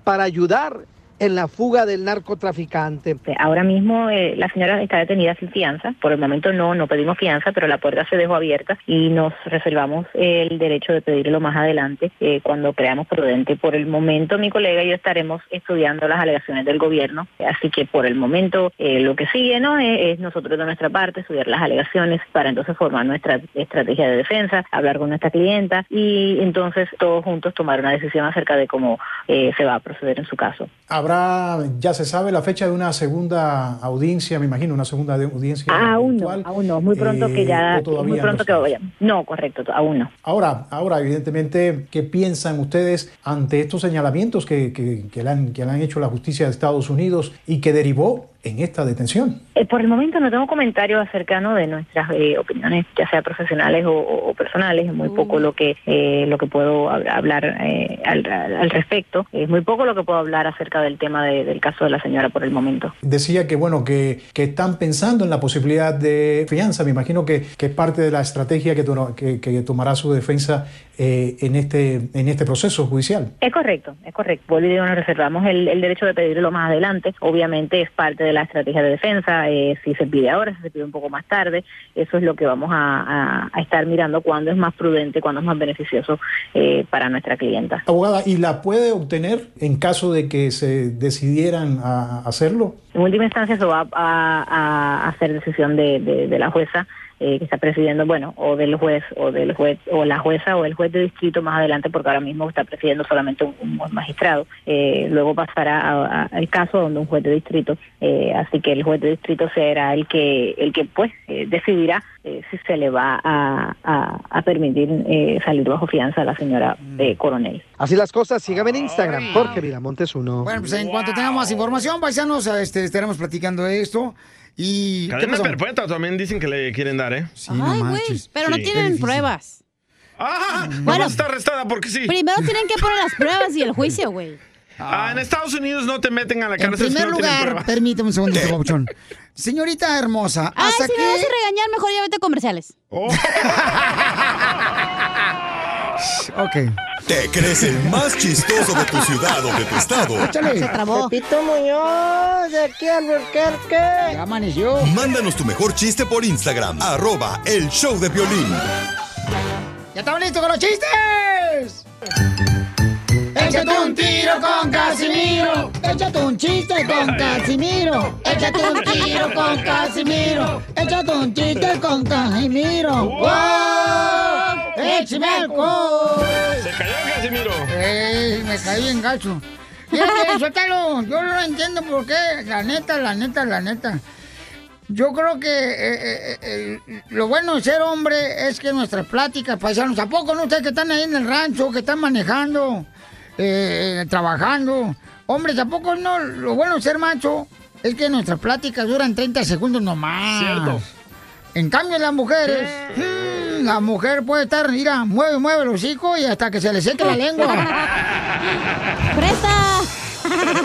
[SPEAKER 5] para ayudar en la fuga del narcotraficante.
[SPEAKER 19] Ahora mismo eh, la señora está detenida sin fianza. Por el momento no, no pedimos fianza, pero la puerta se dejó abierta y nos reservamos el derecho de pedirlo más adelante eh, cuando creamos prudente. Por el momento mi colega y yo estaremos estudiando las alegaciones del gobierno, así que por el momento eh, lo que sigue no Eh, es, es nosotros de nuestra parte estudiar las alegaciones para entonces formar nuestra estrategia de defensa, hablar con nuestra clienta y entonces todos juntos tomar una decisión acerca de cómo eh, se va a proceder en su caso.
[SPEAKER 20] Habrá, ya se sabe, la fecha de una segunda audiencia, me imagino, una segunda de- audiencia.
[SPEAKER 19] Ah, aún no,
[SPEAKER 20] virtual,
[SPEAKER 19] aún no, muy pronto que
[SPEAKER 20] eh,
[SPEAKER 19] ya,
[SPEAKER 20] o todavía
[SPEAKER 19] muy pronto
[SPEAKER 20] no
[SPEAKER 19] que vaya. No, correcto, to- aún no.
[SPEAKER 20] Ahora, ahora, evidentemente, ¿qué piensan ustedes ante estos señalamientos que, que- que le han, que le han hecho la justicia de Estados Unidos y que derivó en esta detención?
[SPEAKER 19] Eh, por el momento no tengo comentarios acercanos de nuestras eh, opiniones, ya sea profesionales o, o- o personales. Es muy poco lo que eh, lo que puedo hab- hablar eh, al, al- al respecto. Es muy poco lo que puedo hablar acerca del tema de- del caso de la señora por el momento.
[SPEAKER 20] Decía que, bueno, que, que están pensando en la posibilidad de fianza. Me imagino que, que es parte de la estrategia que, to- que- que tomará su defensa eh, en, este, en este proceso judicial.
[SPEAKER 19] Es correcto, es correcto. Vuelvo y digo, nos reservamos el, el derecho de pedirlo más adelante. Obviamente es parte de la estrategia de defensa. eh, si se pide ahora, si se pide un poco más tarde, eso es lo que vamos a, a- a estar mirando cuándo es más prudente, cuándo es más beneficioso eh, para nuestra clienta.
[SPEAKER 20] Abogada, ¿y la puede obtener en caso de que se decidieran a a hacerlo?
[SPEAKER 19] En última instancia, eso va a, a- a ser decisión de, de- de la jueza eh, que está presidiendo, bueno, o del juez, o del juez, o la jueza, o el juez de distrito más adelante, porque ahora mismo está presidiendo solamente un, un juez magistrado. Eh, luego pasará a- a- al caso donde un juez de distrito, eh, así que el juez de distrito será el que, el que pues, eh, decidirá eh, si se le va a, a- a permitir eh, salir bajo fianza a la señora eh, coronel.
[SPEAKER 5] Así las cosas, síganme en Instagram, Jorge Miramontes uno.
[SPEAKER 1] Bueno, pues en cuanto tengamos más información, paisanos, este, estaremos platicando de esto. Y. ¿qué
[SPEAKER 2] Cadena
[SPEAKER 1] pasó?
[SPEAKER 2] perpetua también dicen que le quieren dar, ¿eh? Sí,
[SPEAKER 3] Ay, güey, pero no tienen pruebas.
[SPEAKER 2] Ah,
[SPEAKER 3] Bueno.
[SPEAKER 2] bueno, está arrestada porque sí.
[SPEAKER 3] Primero tienen que poner las pruebas y el juicio,
[SPEAKER 2] *laughs*
[SPEAKER 3] güey.
[SPEAKER 2] Ah, en Estados Unidos no te meten a la
[SPEAKER 1] En
[SPEAKER 2] cárcel. si
[SPEAKER 1] primer
[SPEAKER 2] no tienen
[SPEAKER 1] lugar,
[SPEAKER 2] pruebas.
[SPEAKER 1] permíteme un segundito, Papuchón. Señorita hermosa,
[SPEAKER 3] Ay,
[SPEAKER 1] ¿hasta
[SPEAKER 3] Ah, si me vas
[SPEAKER 1] qué?
[SPEAKER 3] a regañar, mejor ya vete a comerciales.
[SPEAKER 4] ¿Te crees el más chistoso de tu ciudad o de tu estado?
[SPEAKER 8] Pepito Muñoz, de aquí al Burquerque.
[SPEAKER 4] Mándanos tu mejor chiste por Instagram, arroba el show de violín.
[SPEAKER 1] ¡Ya estamos listos con los chistes! Échate un tiro con Casimiro. Échate un chiste con Casimiro. Échate un tiro con Casimiro. Échate un chiste con Casimiro. ¡Wow! ¡Échame alcohol!
[SPEAKER 2] Se cayó Casimiro.
[SPEAKER 1] ¡Ey! Eh, Me caí en gacho. Fíjate, suéltalo. Yo no entiendo por qué. La neta, la neta, la neta. Yo creo que eh, eh, eh, lo bueno de ser hombre es que nuestras pláticas, paisanos, ¿a poco no ustedes que están ahí en el rancho, que están manejando, eh, eh, trabajando? Hombres, ¿a poco no? Lo bueno de ser macho es que nuestras pláticas duran 30 segundos nomás.
[SPEAKER 8] Cierto.
[SPEAKER 1] En cambio, las mujeres, mm, la mujer puede estar, mira, mueve, mueve el hocico y hasta que se le seque
[SPEAKER 10] *laughs*
[SPEAKER 1] la
[SPEAKER 2] *laughs*
[SPEAKER 1] lengua. ¡Presa!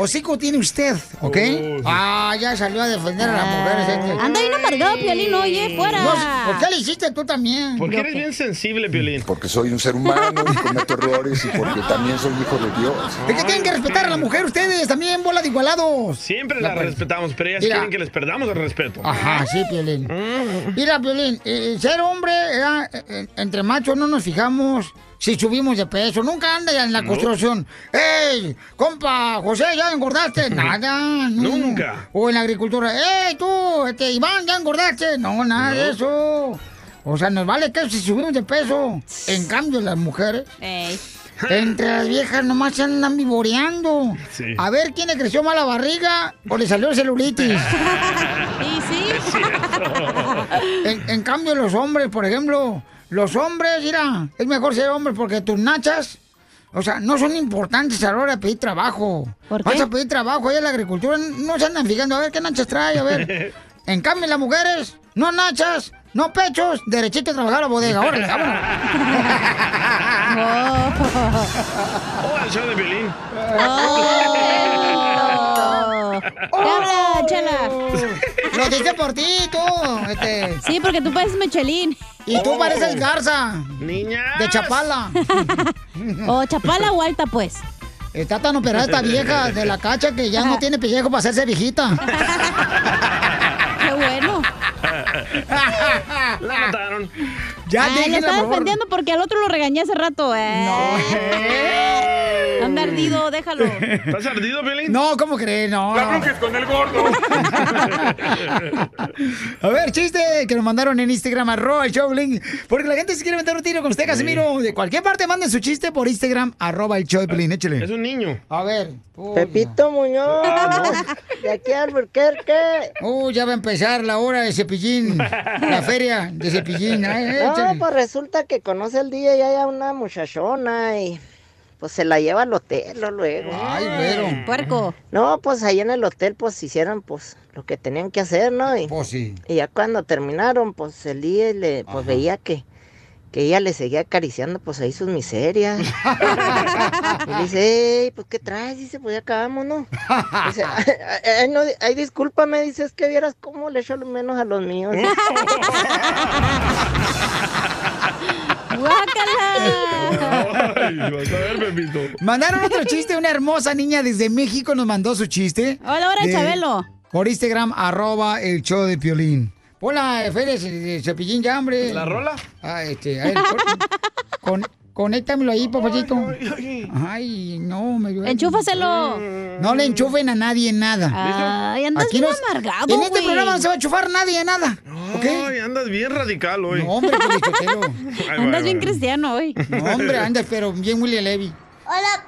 [SPEAKER 1] Hocico tiene usted,
[SPEAKER 2] Oh,
[SPEAKER 1] ¿ok? Ah, ya salió a defender a las mujeres. Este.
[SPEAKER 3] Ah. Anda bien amargado, Piolín, oye, fuera.
[SPEAKER 1] No, ¿Por qué le hiciste tú también?
[SPEAKER 2] Porque eres bien sensible, Piolín.
[SPEAKER 21] Porque soy un ser humano y cometo errores y porque también soy hijo de Dios.
[SPEAKER 1] Es que tienen que respetar a la mujer ustedes también, bola de igualados. pues,
[SPEAKER 2] Siempre la, respetamos, pero ellas
[SPEAKER 1] Mira.
[SPEAKER 2] quieren que les perdamos el respeto.
[SPEAKER 1] Ajá, sí, Piolín. Mira, Piolín, eh, ser hombre, eh, eh, entre machos no nos fijamos si subimos de peso. Nunca anda en la
[SPEAKER 2] No.
[SPEAKER 1] construcción. ¡Ey, compa, José, ya engordaste! Nada. no.
[SPEAKER 2] Nunca.
[SPEAKER 1] O en la agricultura. ¡Ey, tú, este, Iván, ya engordaste! No, nada de eso. O sea, nos vale que si subimos de peso. En cambio, las mujeres... Entre las viejas nomás se andan vivoreando.
[SPEAKER 8] Sí.
[SPEAKER 1] A ver quién le creció más la barriga o le salió
[SPEAKER 10] *laughs*
[SPEAKER 1] celulitis.
[SPEAKER 8] ¿Y sí?
[SPEAKER 1] En, en cambio, los hombres, por ejemplo, los hombres, mira, es mejor ser hombre porque tus nachas, o sea, no son importantes a la hora de pedir trabajo. Vas a pedir trabajo ahí en
[SPEAKER 3] *laughs*
[SPEAKER 1] la agricultura, no se andan fijando a ver qué nachas trae, a ver. En cambio, las mujeres, no nachas, No pechos, derechito a trabajar a la bodega.
[SPEAKER 3] *laughs*
[SPEAKER 1] Órale, vámonos.
[SPEAKER 2] Oh, el show de violín.
[SPEAKER 1] Oh.
[SPEAKER 3] *laughs*
[SPEAKER 2] Oh.
[SPEAKER 3] ¡Habla, chela!
[SPEAKER 1] Oh. Lo dice por ti, tú. Este.
[SPEAKER 3] Sí, porque tú pareces Mechelín.
[SPEAKER 1] Y
[SPEAKER 2] Oh.
[SPEAKER 1] tú pareces Garza.
[SPEAKER 2] Niña.
[SPEAKER 1] De Chapala.
[SPEAKER 3] O Oh, Chapala o Alta, pues.
[SPEAKER 1] Está tan operada esta vieja de la cacha que ya
[SPEAKER 3] *laughs*
[SPEAKER 1] no tiene pellejo para hacerse viejita.
[SPEAKER 3] Qué
[SPEAKER 1] *laughs*
[SPEAKER 3] bueno.
[SPEAKER 2] La mataron.
[SPEAKER 3] Ya
[SPEAKER 1] Ya
[SPEAKER 3] Ay, Ah, lo
[SPEAKER 1] déjenla,
[SPEAKER 3] está
[SPEAKER 1] por favor.
[SPEAKER 3] defendiendo porque al otro lo regañé hace rato.
[SPEAKER 2] eh.
[SPEAKER 3] No. *laughs* Anda ardido, déjalo.
[SPEAKER 2] ¿Estás ardido, Piolín?
[SPEAKER 1] No, ¿cómo crees? No.
[SPEAKER 2] con el gordo.
[SPEAKER 1] A ver, chiste que nos mandaron en Instagram, arroba el show de Piolín. Porque la gente se quiere meter un tiro con usted, Casimiro. De cualquier parte, manden su chiste por Instagram, arroba el show de Piolín. Échale. Es
[SPEAKER 2] un niño.
[SPEAKER 1] A ver.
[SPEAKER 8] Pepito
[SPEAKER 1] *laughs*
[SPEAKER 8] Muñoz, de aquí a Alburquerque.
[SPEAKER 1] Uh, ya va a empezar la hora de Cepillín. La feria de Cepillín. Ay, échale.
[SPEAKER 8] No, pues resulta que conoce el día y hay a una muchachona y pues se la lleva al hotel lo- luego.
[SPEAKER 1] Ay, güero.
[SPEAKER 3] Puerco.
[SPEAKER 8] No, pues ahí en el hotel pues hicieron pues lo que tenían que hacer, ¿no? Y,
[SPEAKER 1] pues sí.
[SPEAKER 8] Y ya cuando terminaron, pues el día le, pues veía que, que ella le seguía acariciando pues ahí sus
[SPEAKER 1] *laughs*
[SPEAKER 8] miserias. y le dice, "Ey, pues ¿qué traes? Dice, pues ya acabamos, ¿no? Dice, ay, ay, no, ay, discúlpame, dice, es que vieras cómo le echo menos a los míos.
[SPEAKER 2] Ay, vas a ver, Pepito.
[SPEAKER 1] Mandaron otro chiste, una hermosa niña desde México nos mandó su chiste.
[SPEAKER 3] Hola, hola,
[SPEAKER 1] De-
[SPEAKER 3] Chabelo.
[SPEAKER 1] Por Instagram, arroba el show de Piolín. Hola, eh, Fede, ce- ce- Cepillín, ya, hombre.
[SPEAKER 2] ¿La rola?
[SPEAKER 1] Ah, este, a ver, con, con- conéctamelo ahí, papacito. Ay, no, me duele.
[SPEAKER 3] Enchúfaselo.
[SPEAKER 1] No le enchufen a nadie nada.
[SPEAKER 3] Ay, andas
[SPEAKER 1] Aquí
[SPEAKER 3] bien
[SPEAKER 1] nos-
[SPEAKER 3] amargado,
[SPEAKER 1] En este
[SPEAKER 3] güey.
[SPEAKER 1] programa no se va a enchufar nadie nada.
[SPEAKER 2] Ay, andas bien radical hoy. No,
[SPEAKER 1] hombre,
[SPEAKER 2] *laughs*
[SPEAKER 1] Pelichotero.
[SPEAKER 3] Andas bien cristiano hoy.
[SPEAKER 1] No, hombre, andas, pero bien William Levy.
[SPEAKER 22] Hola,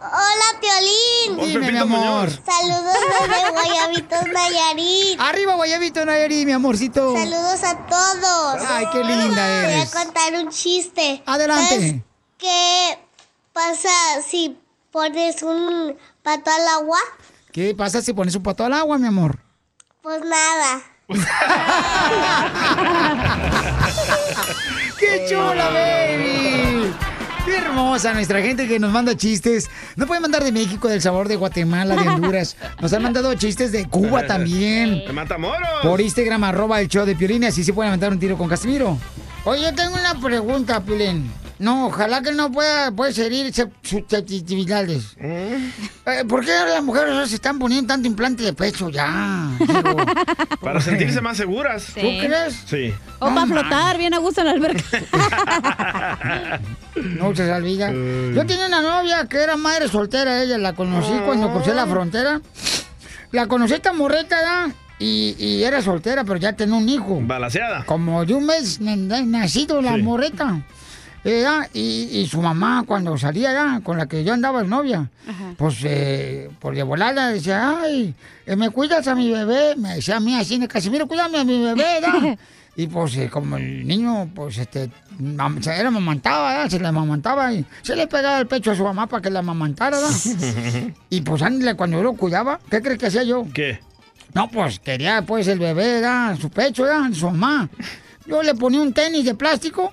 [SPEAKER 22] hola, Piolín.
[SPEAKER 1] Dime, mi amor.
[SPEAKER 22] Saludos
[SPEAKER 1] *laughs*
[SPEAKER 22] desde Guayabitos, Nayarit.
[SPEAKER 1] Arriba, Guayabito Nayari, mi amorcito.
[SPEAKER 22] Saludos a todos.
[SPEAKER 1] Ay, qué linda
[SPEAKER 22] Voy a
[SPEAKER 1] eres.
[SPEAKER 22] contar un chiste.
[SPEAKER 1] Adelante.
[SPEAKER 22] ¿Sabes ¿Qué pasa si pones un pato al agua?
[SPEAKER 1] ¿Qué pasa si pones un pato al agua, mi amor?
[SPEAKER 22] Pues nada.
[SPEAKER 1] *laughs*
[SPEAKER 22] *laughs*
[SPEAKER 1] ¡Qué chula, baby! ¡Qué hermosa nuestra gente que nos manda chistes! No puede mandar de México, del sabor de Guatemala, de Honduras. Nos han mandado chistes de Cuba también.
[SPEAKER 2] ¡Te mata moro!
[SPEAKER 1] Por Instagram, arroba el show de Piolín, y así se puede aventar un tiro con Casimiro. Oye, yo tengo una pregunta, Piolín. No, ojalá que no pueda, puedes herir se- susceptibilidades. Eh, ¿Por qué las mujeres ahora se están poniendo tanto implante de pecho ya? Digo,
[SPEAKER 2] Para sentirse más seguras.
[SPEAKER 3] Sí. ¿Tú crees?
[SPEAKER 2] Sí.
[SPEAKER 3] *laughs* O para flotar, bien a gusto en la alberca.
[SPEAKER 1] No se salvilla. Yo tenía una novia que era madre soltera, ella la conocí cuando crucé la frontera. La conocí tan morreta, ¿verdad? Y, y era soltera, pero ya tenía un hijo.
[SPEAKER 2] Balaseada.
[SPEAKER 1] Como de un mes na- na- nacido la morreta. ¿verdad? Y, y su mamá cuando salía ¿verdad? con la que yo andaba de novia, pues eh, por de volada decía, ay, eh, me cuidas a mi bebé, me decía a mí así, Casimiro, cuídame a mi bebé, ¿verdad? Y pues eh, como el niño, pues este, mam- se era mamantaba, ¿verdad? se le mamantaba y se le pegaba el pecho a su mamá para que la mamantara, ¿verdad? y pues ándale, cuando yo lo cuidaba, ¿qué crees que hacía yo?
[SPEAKER 2] ¿Qué?
[SPEAKER 1] No, pues quería pues el bebé, era su pecho, era su mamá. Yo le ponía un tenis de plástico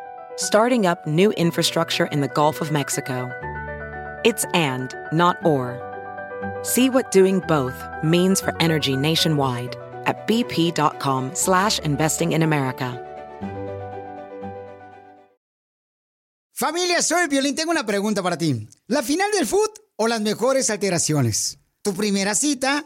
[SPEAKER 23] starting up new infrastructure in the Gulf of Mexico. It's and, not or. See what doing both means for energy nationwide at bp.com slash investing in America.
[SPEAKER 1] Familia, soy Violín. Tengo una pregunta para ti. ¿La final del foot o las mejores alteraciones? ¿Tu primera cita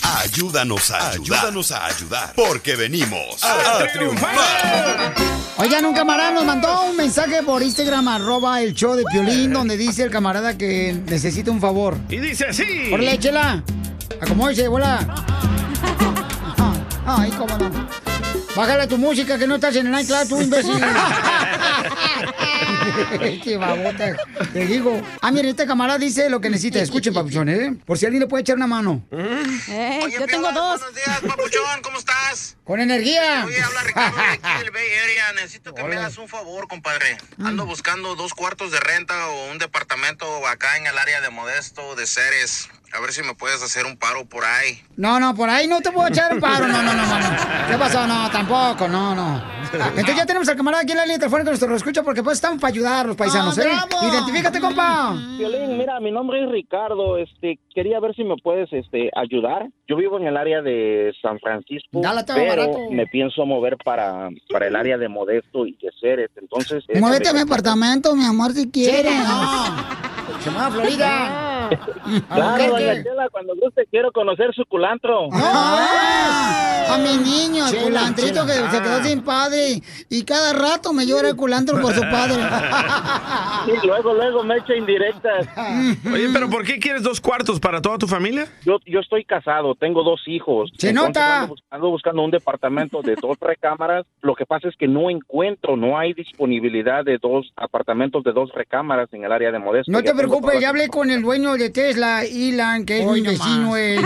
[SPEAKER 4] Ayúdanos a ayudar. Ayúdanos a ayudar. Porque venimos a, a triunfar.
[SPEAKER 1] Oigan, un camarada nos mandó un mensaje por Instagram, arroba el show de Piolín, donde dice el camarada que necesita un favor.
[SPEAKER 2] Y dice así.
[SPEAKER 1] Órale, chela. Acomódese, bola. Ay,
[SPEAKER 2] *laughs*
[SPEAKER 1] cómo no. Bájale tu música que no estás en el nightclub, tú imbécil. Qué babota. Te digo. Ah, miren, este camarada dice lo que necesita. Escuchen, papuchón, ¿eh? Por si alguien le puede echar una mano.
[SPEAKER 3] Oye, Eh, yo tengo dos.
[SPEAKER 10] Buenos días, papuchón, ¿cómo estás?
[SPEAKER 1] Con energía.
[SPEAKER 10] Oye, habla Ricardo de aquí del Bay Area. Necesito que me hagas un favor, compadre.
[SPEAKER 1] Mm.
[SPEAKER 10] Ando buscando dos cuartos de renta o un departamento acá en el área de Modesto, de Ceres. A ver si me puedes hacer un paro por ahí.
[SPEAKER 1] No, no, por ahí no te puedo echar el paro. No, no, no, no. no. ¿Qué pasó? No, tampoco, no, no. Entonces ya tenemos al camarada aquí en la línea telefónica que nos escucha porque pues estamos para ayudar los paisanos,
[SPEAKER 10] Ah,
[SPEAKER 1] ¿eh?
[SPEAKER 10] bravo.
[SPEAKER 1] Identifícate, compa.
[SPEAKER 11] Mm.
[SPEAKER 10] Violín, mira, mi nombre es Ricardo. Este, quería ver si me puedes este, ayudar.
[SPEAKER 11] Yo vivo en el área de San Francisco,
[SPEAKER 10] Dale, todo
[SPEAKER 11] pero
[SPEAKER 10] barato.
[SPEAKER 11] me pienso mover para, para el área de Modesto y de Ceres. Entonces, eh,
[SPEAKER 1] Muévete a mi apartamento, mi amor, si quieres.
[SPEAKER 10] Se
[SPEAKER 1] llama Florida. Ah,
[SPEAKER 10] Claro, doña
[SPEAKER 11] Chela, cuando guste quiero conocer su culantro.
[SPEAKER 1] Ah. A mi niño, el
[SPEAKER 11] Chela,
[SPEAKER 1] culantrito
[SPEAKER 11] chela.
[SPEAKER 1] que se quedó
[SPEAKER 11] Ah.
[SPEAKER 1] sin padre. Y cada rato me llora el culantro por su padre.
[SPEAKER 11] Y luego, luego me echa indirectas.
[SPEAKER 2] Oye, pero ¿por qué quieres dos cuartos para toda tu familia?
[SPEAKER 11] Yo, yo estoy casado, tengo dos hijos.
[SPEAKER 2] Se
[SPEAKER 11] Entonces,
[SPEAKER 2] nota.
[SPEAKER 11] Ando, bus- ando buscando un departamento de dos recámaras. Lo que pasa es que no encuentro, no hay disponibilidad de dos apartamentos de dos recámaras en el área de Modesto.
[SPEAKER 1] No
[SPEAKER 11] Ya
[SPEAKER 1] te
[SPEAKER 11] tengo
[SPEAKER 1] preocupes,
[SPEAKER 11] todas-
[SPEAKER 1] ya hablé con el dueño de Tesla, Elon, que es mi vecino.
[SPEAKER 24] *laughs*
[SPEAKER 1] Él.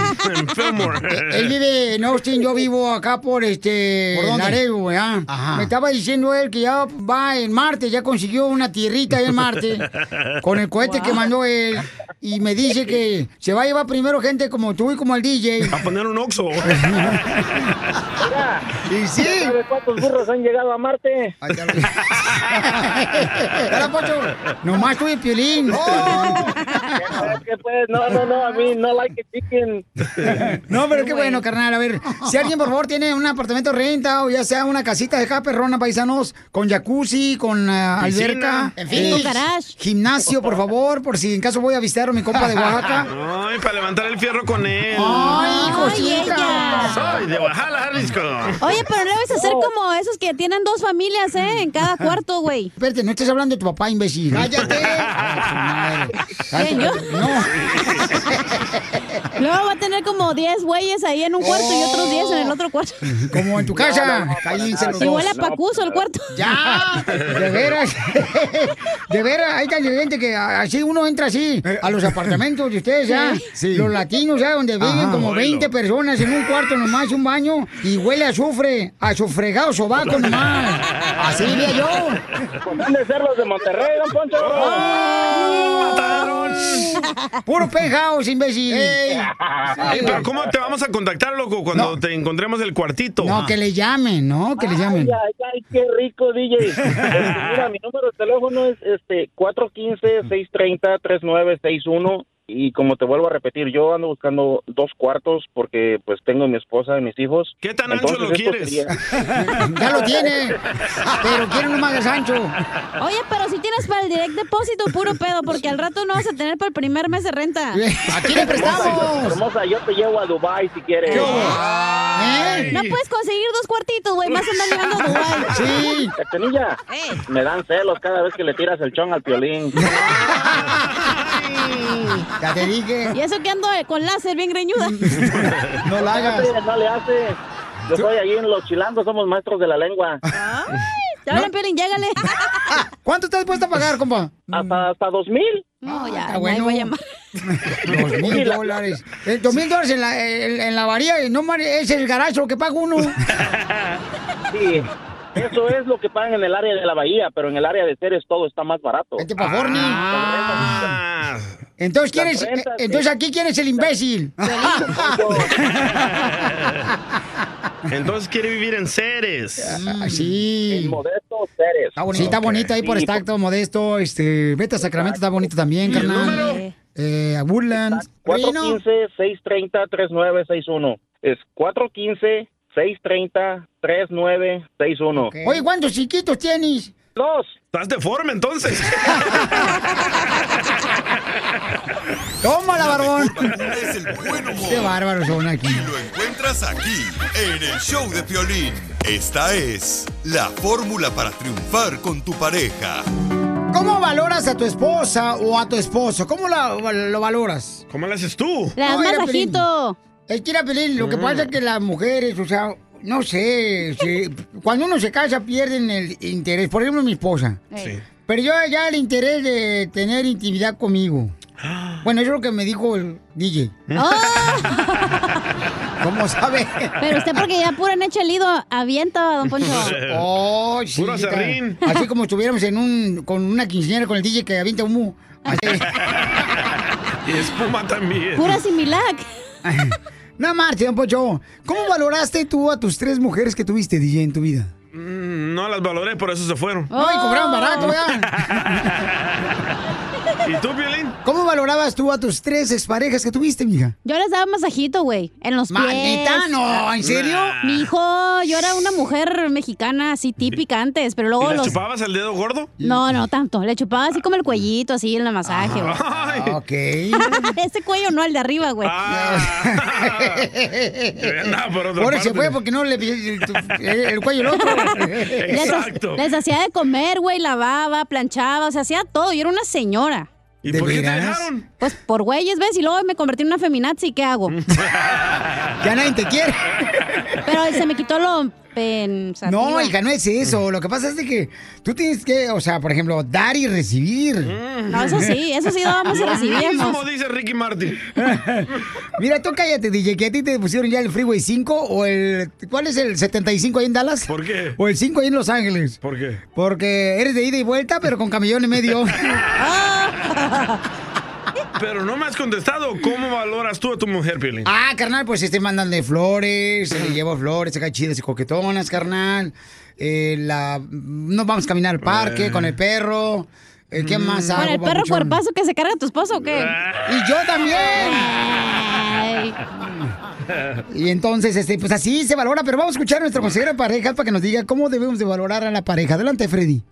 [SPEAKER 1] él vive en Austin, yo vivo acá por este
[SPEAKER 24] ¿Por dónde?
[SPEAKER 1] Laredo, ¿verdad?
[SPEAKER 24] Ajá.
[SPEAKER 1] Me estaba diciendo él que ya va en Marte, ya consiguió una tierrita en *laughs* Marte con el cohete que mandó él y me dice que se va a llevar primero gente como tú y como el DJ.
[SPEAKER 2] A poner un
[SPEAKER 1] *laughs*
[SPEAKER 2] oxo.
[SPEAKER 1] y sí.
[SPEAKER 11] ¿Sabes cuántos burros han llegado a Marte?
[SPEAKER 1] *laughs* Ahora, Pocho, nomás tú y Piolín.
[SPEAKER 11] ¿Sabes qué, pues? No, no, no, a mí no like it chicken.
[SPEAKER 1] No, pero qué bueno, carnal. A ver, si alguien, por favor, tiene un apartamento de renta o ya sea una casita de acá, perrona, paisanos, con jacuzzi, con ah,
[SPEAKER 24] Piscina.
[SPEAKER 1] alberca. eh,
[SPEAKER 24] En fin. Con garage.
[SPEAKER 1] Gimnasio, por favor, por si en caso voy a visitar a mi compa de
[SPEAKER 24] *laughs*
[SPEAKER 1] Oaxaca.
[SPEAKER 2] *laughs* Ay, para levantar el fierro con él.
[SPEAKER 1] Ay,
[SPEAKER 3] ella.
[SPEAKER 2] Soy de Oaxaca, Jalisco.
[SPEAKER 3] Oye, pero no debes hacer como esos que tienen dos familias, ¿eh? En cada cuarto, güey.
[SPEAKER 1] Espérate, no estés hablando de tu papá, imbécil. Cállate.
[SPEAKER 3] Señor.
[SPEAKER 1] No.
[SPEAKER 3] Luego va a tener como 10 güeyes ahí en un cuarto y otros 10 en el otro cuarto.
[SPEAKER 1] Como en tu casa. Cállense los
[SPEAKER 3] Y huele a
[SPEAKER 1] dos.
[SPEAKER 3] pacuso el cuarto.
[SPEAKER 1] Ya, de veras, *laughs* de veras, hay tan gente que a- así uno entra así a los apartamentos de ustedes, ¿ya?
[SPEAKER 24] Sí.
[SPEAKER 1] Los latinos, ¿ya? Donde viven
[SPEAKER 24] Ajá.
[SPEAKER 1] como 20 personas en un cuarto nomás, un baño, y huele a azufre, a su fregado sobaco nomás. Así vivía yo.
[SPEAKER 11] ¿Van de ser los de Monterrey, don Poncho?
[SPEAKER 1] *laughs* Puro penthouse, imbécil.
[SPEAKER 2] Ey, pero ¿cómo te vamos a contactar, loco, cuando te encontremos el cuartito?
[SPEAKER 1] No, que le llamen, ¿no? Que le llamen.
[SPEAKER 11] Ay, ay, qué rico, DJ. Este, mira, mi número de teléfono es este 415-630-3961. Y como te vuelvo a repetir, yo ando buscando dos cuartos porque pues tengo mi esposa y mis hijos.
[SPEAKER 2] ¿Qué tan
[SPEAKER 11] Entonces,
[SPEAKER 2] ancho lo
[SPEAKER 11] esto
[SPEAKER 2] quieres?
[SPEAKER 11] sería-
[SPEAKER 1] Ya lo tiene, pero quiere uno más de Sancho.
[SPEAKER 3] Oye, pero si tienes para el direct depósito, puro pedo, porque al rato no vas a tener para el primer mes de renta.
[SPEAKER 1] *laughs* Aquí le
[SPEAKER 11] Hermosa, hermosa, yo te llevo a Dubai si quieres.
[SPEAKER 3] No puedes conseguir dos cuartitos, güey. Más andar llegando a Dubái.
[SPEAKER 1] Sí.
[SPEAKER 11] Cachanilla, me dan celos cada vez que le tiras el chón al piolín.
[SPEAKER 1] Ya te dije.
[SPEAKER 3] Y eso que ando eh, con láser bien greñuda.
[SPEAKER 1] *laughs* No la hagas.
[SPEAKER 11] No le haces. Yo soy ahí en los chilangos, somos maestros de la lengua.
[SPEAKER 3] Te hablan, Piolín,
[SPEAKER 1] *laughs*
[SPEAKER 3] llégale.
[SPEAKER 1] ¿Cuánto estás dispuesto a pagar, compa?
[SPEAKER 11] Hasta, hasta dos mil.
[SPEAKER 3] No,
[SPEAKER 1] está
[SPEAKER 3] ya, no
[SPEAKER 1] Ah, bueno.
[SPEAKER 3] voy
[SPEAKER 1] *laughs*
[SPEAKER 3] a llamar.
[SPEAKER 1] Dos *laughs* mil dólares. Eh, Dos mil dólares en la, en, en la varilla, y no mar- es el garaje lo que paga uno.
[SPEAKER 11] Sí. Eso es lo que pagan en el área de la bahía, pero en el área de Ceres todo está más barato.
[SPEAKER 1] Ah. Entonces,
[SPEAKER 11] La
[SPEAKER 1] ¿quién es-
[SPEAKER 11] renta,
[SPEAKER 1] eh, entonces aquí quién es el *laughs* imbécil.
[SPEAKER 2] Entonces quiere vivir en Ceres.
[SPEAKER 1] Sí.
[SPEAKER 11] Modesto Ceres.
[SPEAKER 1] Sí, está bonito ahí por Estacto, modesto. Este, vete a Sacramento, está bonito también, carnal. Eh, a Woodlands. Reno.
[SPEAKER 11] 415-630-3961. Es 415-630-3961.
[SPEAKER 1] Oye, ¿cuántos chiquitos tienes?
[SPEAKER 11] Dos.
[SPEAKER 2] Estás deforme entonces.
[SPEAKER 1] Tómala, varón.
[SPEAKER 4] Es el buen humor.
[SPEAKER 1] Qué bárbaros son aquí.
[SPEAKER 4] Lo encuentras aquí, en el show de Piolín. Esta es la fórmula para triunfar con tu pareja.
[SPEAKER 1] ¿Cómo valoras a tu esposa o a tu esposo? ¿Cómo la- lo valoras?
[SPEAKER 2] ¿Cómo lo haces tú?
[SPEAKER 3] Le das masajito.
[SPEAKER 1] Es que era Pelín, lo que
[SPEAKER 2] Mm.
[SPEAKER 1] pasa es que las mujeres, o sea, no sé, se- cuando uno se casa pierden el interés. Por ejemplo, mi esposa.
[SPEAKER 3] Sí.
[SPEAKER 1] Pero yo ya el interés de tener intimidad
[SPEAKER 2] *gasps*
[SPEAKER 1] conmigo. Bueno, eso es lo que me dijo el DJ.
[SPEAKER 3] Oh,
[SPEAKER 1] ¿Cómo sabe?
[SPEAKER 3] Pero usted porque ya pura necha el ido, avienta, don Poncho.
[SPEAKER 1] Oh, sí,
[SPEAKER 3] Puro
[SPEAKER 1] está.
[SPEAKER 3] aserrín.
[SPEAKER 1] Así como estuviéramos en un, con una quinceañera con el DJ que avienta humo. Así.
[SPEAKER 2] *laughs* Y espuma
[SPEAKER 1] *laughs*
[SPEAKER 2] también.
[SPEAKER 1] Pura similac. No marche, don Pocho. ¿Cómo valoraste tú a tus tres mujeres que tuviste, DJ, en tu vida?
[SPEAKER 2] Mm, No las valoré, por eso se fueron.
[SPEAKER 1] No, y cobraban
[SPEAKER 2] Ah.
[SPEAKER 1] barato, vean.
[SPEAKER 2] *laughs* ¿Y tú, Violín?
[SPEAKER 1] ¿Cómo valorabas tú a tus tres exparejas que tuviste, mija?
[SPEAKER 3] Yo les daba masajito, güey, en los pies.
[SPEAKER 1] Manita, no, ¿en serio? Nah.
[SPEAKER 3] Mi hijo, yo era una mujer mexicana así
[SPEAKER 2] *laughs*
[SPEAKER 3] típica antes, pero luego
[SPEAKER 2] ¿Y le
[SPEAKER 3] los...
[SPEAKER 2] chupabas el dedo gordo?
[SPEAKER 3] No, no tanto. Le chupaba así como el cuellito, así en la masaje,
[SPEAKER 2] *laughs*
[SPEAKER 3] güey. *laughs* Ah,
[SPEAKER 1] ok.
[SPEAKER 3] Ese cuello no, el de arriba, güey.
[SPEAKER 2] Ah.
[SPEAKER 1] *laughs*
[SPEAKER 3] Eh,
[SPEAKER 2] andaba por otra
[SPEAKER 1] Ahora se
[SPEAKER 2] parte.
[SPEAKER 1] fue porque no le pillé el, eh, el cuello el otro.
[SPEAKER 3] Les,
[SPEAKER 1] *laughs*
[SPEAKER 3] les hacía de comer, güey, lavaba, planchaba, o sea, hacía todo. Yo era una señora.
[SPEAKER 2] ¿Y
[SPEAKER 1] ¿De
[SPEAKER 2] por qué te
[SPEAKER 1] veras?
[SPEAKER 2] dejaron? Mm.
[SPEAKER 3] Pues por güeyes, ¿ves? Y luego me convertí en una feminazi, ¿qué hago?
[SPEAKER 2] ya
[SPEAKER 1] nadie te quiere.
[SPEAKER 3] Pero se me quitó lo pensativo.
[SPEAKER 1] No, hija, no es eso. Lo que pasa es de que tú tienes que, o sea, por ejemplo, dar y recibir.
[SPEAKER 2] Mm.
[SPEAKER 3] No, eso sí, eso sí dábamos y
[SPEAKER 1] *laughs*
[SPEAKER 2] Lo
[SPEAKER 3] recibíamos.
[SPEAKER 2] mismo dice Ricky Martin.
[SPEAKER 1] Mira, tú cállate, DJ, que a ti te pusieron ya el Freeway 5 o el... ¿Cuál es el 75 ahí en Dallas? ¿Por
[SPEAKER 2] qué?
[SPEAKER 1] O el 5 ahí en Los Ángeles.
[SPEAKER 2] ¿Por qué?
[SPEAKER 1] Porque eres de ida y vuelta, pero con camellón y medio.
[SPEAKER 2] *laughs* Pero no me has contestado cómo valoras tú a tu mujer, Piolín.
[SPEAKER 1] ah, carnal, pues este mandándole flores, le llevo flores acá chidas y coquetonas, carnal. Eh, la... Nos vamos a caminar al parque
[SPEAKER 3] Eh.
[SPEAKER 1] con el perro. Eh, ¿Qué más hago,
[SPEAKER 3] Con el perro
[SPEAKER 1] papuchón?
[SPEAKER 3] cuerpazo que se carga tu esposo, ¿o
[SPEAKER 1] *laughs*
[SPEAKER 3] qué?
[SPEAKER 1] Y yo
[SPEAKER 3] también.
[SPEAKER 1] Y entonces, este, pues así se valora, pero vamos a escuchar a nuestra consejera de pareja para que nos diga cómo debemos de valorar a la pareja. Adelante, Freddy.
[SPEAKER 4] Eh,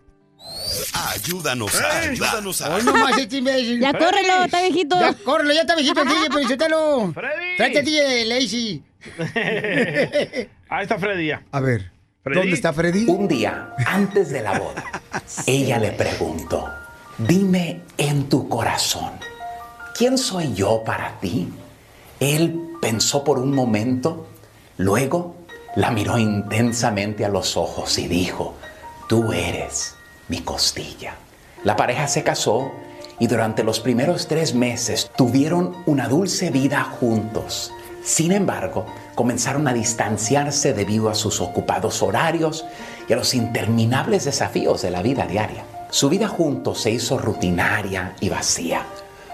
[SPEAKER 4] Ayúdanos a
[SPEAKER 1] Ey.
[SPEAKER 4] ayudar.
[SPEAKER 1] Hoy
[SPEAKER 4] *laughs*
[SPEAKER 1] no más este imbécil.
[SPEAKER 4] Ya córrelo, está
[SPEAKER 3] viejito.
[SPEAKER 1] Ya córrelo, ya está viejito el DJ, Pelichotelo.
[SPEAKER 2] Freddy.
[SPEAKER 1] Tráete al DJ de Lacey.
[SPEAKER 2] Ahí está Freddy ya.
[SPEAKER 1] A ver,
[SPEAKER 2] ¿Freddy? ¿dónde está
[SPEAKER 1] Freddy?
[SPEAKER 25] Un día, antes de la
[SPEAKER 1] *laughs*
[SPEAKER 25] boda, ella le preguntó, dime en tu corazón, ¿quién soy yo para ti? Él pensó por un momento, luego la miró intensamente a los ojos y dijo, tú eres mi costilla. La pareja se casó y durante los primeros tres meses tuvieron una dulce vida juntos. Sin embargo, comenzaron a distanciarse debido a sus ocupados horarios y a los interminables desafíos de la vida diaria. Su vida juntos se hizo rutinaria y vacía.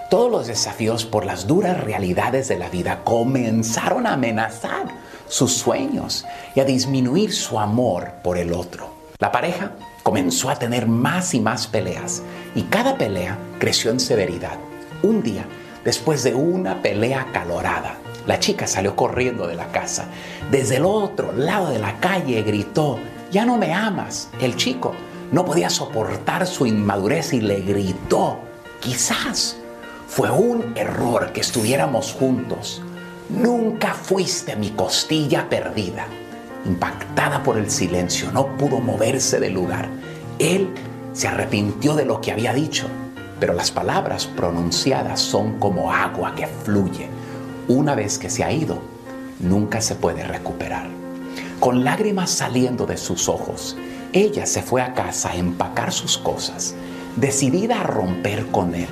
[SPEAKER 25] Todos los desafíos por las duras realidades de la vida comenzaron a amenazar sus sueños y a disminuir su amor por el otro. La pareja comenzó a tener más y más peleas y cada pelea creció en severidad. Un día, después de una pelea acalorada, la chica salió corriendo de la casa. Desde el otro lado de la calle gritó, ya no me amas. El chico no podía soportar su inmadurez y le gritó, quizás fue un error que estuviéramos juntos. Nunca fuiste mi costilla perdida. Impactada por el silencio, no pudo moverse del lugar. Él se arrepintió de lo que había dicho, pero las palabras pronunciadas son como agua que fluye. Una vez que se ha ido, nunca se puede recuperar. Con lágrimas saliendo de sus ojos, Ella se fue a casa a empacar sus cosas, decidida a romper con él.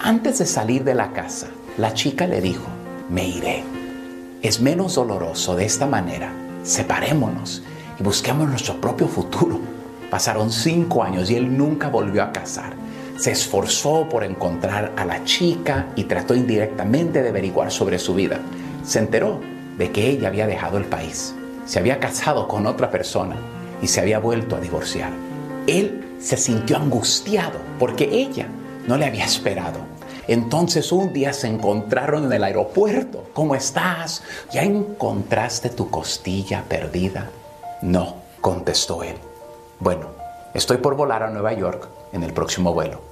[SPEAKER 25] Antes de salir de la casa, la chica le dijo, me iré. Es menos doloroso de esta manera. Separémonos y busquemos nuestro propio futuro. Pasaron cinco años y él nunca volvió a casar. Se esforzó por encontrar a la chica y trató indirectamente de averiguar sobre su vida. Se enteró de que ella había dejado el país, se había casado con otra persona y se había vuelto a divorciar. Él se sintió angustiado porque ella no le había esperado. Entonces un día se encontraron en el aeropuerto. ¿Cómo estás? ¿Ya encontraste tu costilla perdida? No, contestó él. Bueno, estoy por volar a Nueva York en el próximo vuelo,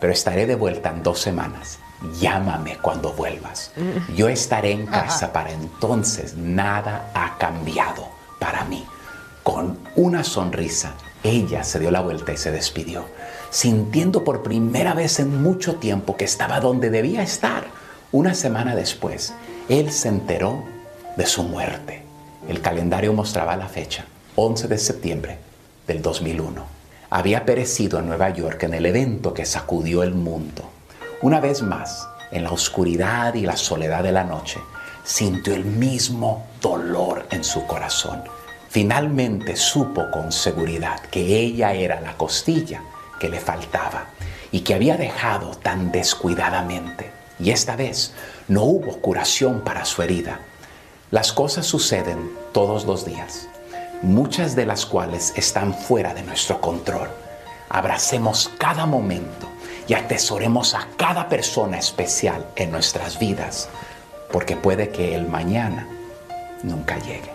[SPEAKER 25] pero estaré de vuelta en dos semanas. Llámame cuando vuelvas. Yo estaré en casa para entonces. Nada ha cambiado para mí. Con una sonrisa, ella se dio la vuelta y se despidió, sintiendo por primera vez en mucho tiempo que estaba donde debía estar. Una semana después, él se enteró de su muerte. El calendario mostraba la fecha, 11 de septiembre del 2001. Había perecido en Nueva York en el evento que sacudió el mundo. Una vez más, en la oscuridad y la soledad de la noche, sintió el mismo dolor en su corazón. Finalmente supo con seguridad que ella era la costilla que le faltaba y que había dejado tan descuidadamente. Y esta vez no hubo curación para su herida. Las cosas suceden todos los días, muchas de las cuales están fuera de nuestro control. Abracemos cada momento y atesoremos a cada persona especial en nuestras vidas, porque puede que el mañana nunca llegue.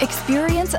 [SPEAKER 13] Experience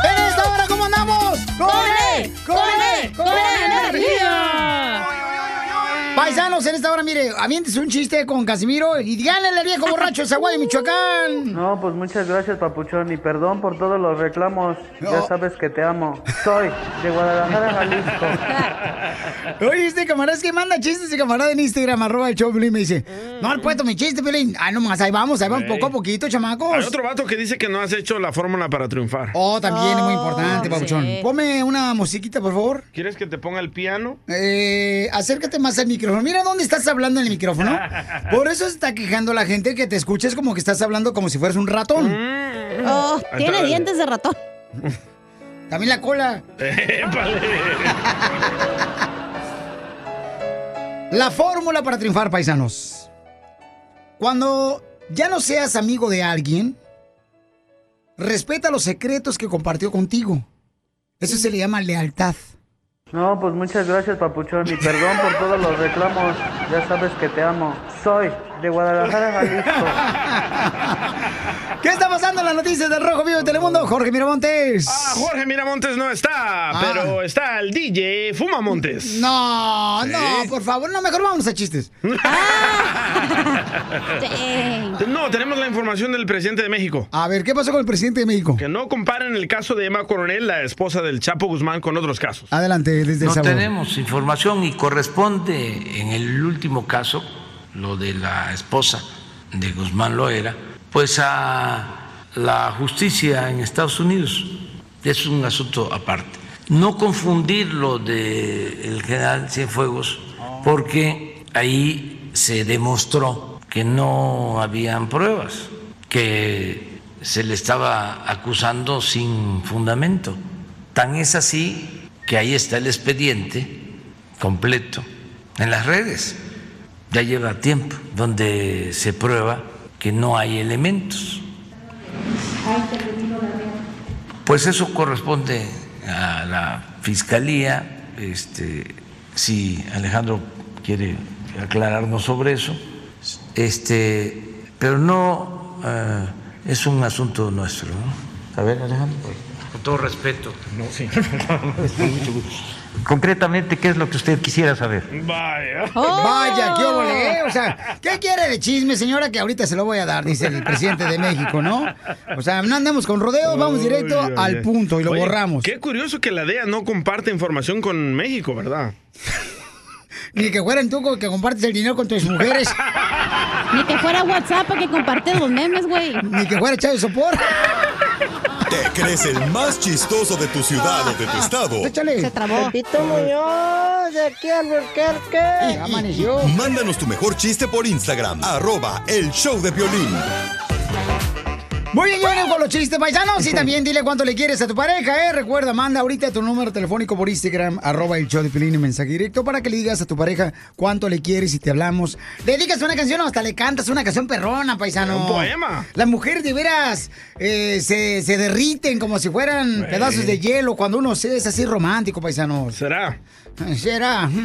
[SPEAKER 1] ¡En esta hora cómo andamos! ¡Con él! ¡Con
[SPEAKER 10] E,
[SPEAKER 1] él! ¡Con E. energía! Paisanos, en esta hora, mire, aviéntese un chiste con Casimiro y díganle al viejo borracho de Zaguay, Michoacán.
[SPEAKER 26] *laughs* No, pues muchas gracias, Papuchón, y perdón por todos los reclamos. Ya sabes que te amo. Soy de Guadalajara, Jalisco.
[SPEAKER 1] Oye, este camarada es que manda chistes, y camarada en Instagram, arroba el show, Piolín, me dice, no, al puesto mi chiste, Pelín. Ah, nomás, ahí vamos, ahí vamos,
[SPEAKER 2] Ok.
[SPEAKER 1] poco a poquito, chamacos.
[SPEAKER 2] Hay otro vato que dice que no has hecho la fórmula para triunfar.
[SPEAKER 1] Oh, también es muy importante,
[SPEAKER 2] Ah, sí.
[SPEAKER 1] Pabuchón. Ponme una musiquita, por favor.
[SPEAKER 2] ¿Quieres que te ponga el piano? *laughs*
[SPEAKER 1] Eh, acércate más al micrófono. Mira dónde estás hablando en el
[SPEAKER 2] *laughs*
[SPEAKER 1] micrófono. Por eso se está quejando la gente que te escuches como que estás hablando como si fueras un ratón.
[SPEAKER 3] Oh, Ahí tiene está, dale. dientes
[SPEAKER 1] de ratón. También la cola. La fórmula para triunfar, paisanos. Cuando ya no seas amigo de alguien, respeta los secretos que compartió contigo. Eso se le llama
[SPEAKER 2] *laughs*
[SPEAKER 1] lealtad.
[SPEAKER 26] No, pues muchas gracias, Papuchón, y perdón por todos los reclamos. Ya sabes que te amo. Soy de Guadalajara, Jalisco.
[SPEAKER 1] ¿Qué está pasando en las noticias del Rojo Vivo de Telemundo? Jorge Miramontes. Ah.
[SPEAKER 2] Ah, Jorge Miramontes no está, pero está el DJ Fuma Montes.
[SPEAKER 1] No,
[SPEAKER 2] Sí.
[SPEAKER 1] no, por favor, no, mejor vamos a
[SPEAKER 2] *laughs*
[SPEAKER 1] chistes.
[SPEAKER 2] Ah. No, tenemos la información del presidente de México.
[SPEAKER 1] A ver, ¿qué pasó con el presidente de México?
[SPEAKER 2] Que no comparen el caso de Emma Coronel, la esposa del Chapo Guzmán, con otros casos.
[SPEAKER 1] Adelante, desde el
[SPEAKER 17] No
[SPEAKER 1] sabor.
[SPEAKER 17] tenemos información y corresponde en el último caso, lo de la esposa de Guzmán Loera, pues a la justicia en Estados Unidos. Es un asunto aparte. No confundir lo del general Cienfuegos porque ahí se demostró que no habían pruebas, que se le estaba acusando sin fundamento. Tan es así que ahí está el expediente completo en las redes. Ya lleva tiempo donde se prueba que no hay elementos. Pues eso corresponde a la fiscalía. Este, si Alejandro quiere aclararnos sobre eso, este, pero no eh, es un asunto nuestro. ¿no? A ver, Alejandro.
[SPEAKER 16] Con todo respeto. No, señor. Concretamente, ¿qué es lo que usted quisiera saber?
[SPEAKER 2] Vaya.
[SPEAKER 1] Vaya, qué ole, ¿eh? O sea, ¿qué quiere de chisme, señora? Que ahorita se lo voy a dar, dice el presidente Ah, de México, ¿no? O sea, no andemos con rodeos, vamos directo
[SPEAKER 2] Uy, oye.
[SPEAKER 1] al punto y lo
[SPEAKER 2] Oye,
[SPEAKER 1] borramos.
[SPEAKER 2] Qué curioso que la DEA no comparte información con México, ¿verdad?
[SPEAKER 1] *laughs* Ni que fueran tú que compartes el dinero con tus mujeres. *laughs* Ni que fuera WhatsApp que compartes los memes, güey. Ni que fuera Chávez Sopor.
[SPEAKER 4] ¿Te crees el más chistoso de tu ciudad o de tu estado?
[SPEAKER 1] Se
[SPEAKER 8] trabó. Pepito Muñoz, de aquí al Burquerque.
[SPEAKER 1] Amaneció.
[SPEAKER 4] Mándanos tu mejor chiste por Instagram, arroba el show de violín.
[SPEAKER 1] Muy bien, Johnny, con los chistes paisanos y también dile cuánto le quieres a tu pareja, ¿eh? Recuerda, manda ahorita tu número telefónico por Instagram, arroba el show de Piolín, un mensaje directo para que le digas a tu pareja cuánto le quieres y te hablamos. Le dedicas una canción o hasta le cantas una canción perrona, paisano.
[SPEAKER 2] Un poema.
[SPEAKER 1] Las mujeres de veras eh, se, se derriten como si fueran
[SPEAKER 2] Güey.
[SPEAKER 1] pedazos de hielo cuando uno se- es así romántico, paisano.
[SPEAKER 2] ¿Será?
[SPEAKER 1] Será.
[SPEAKER 2] *laughs*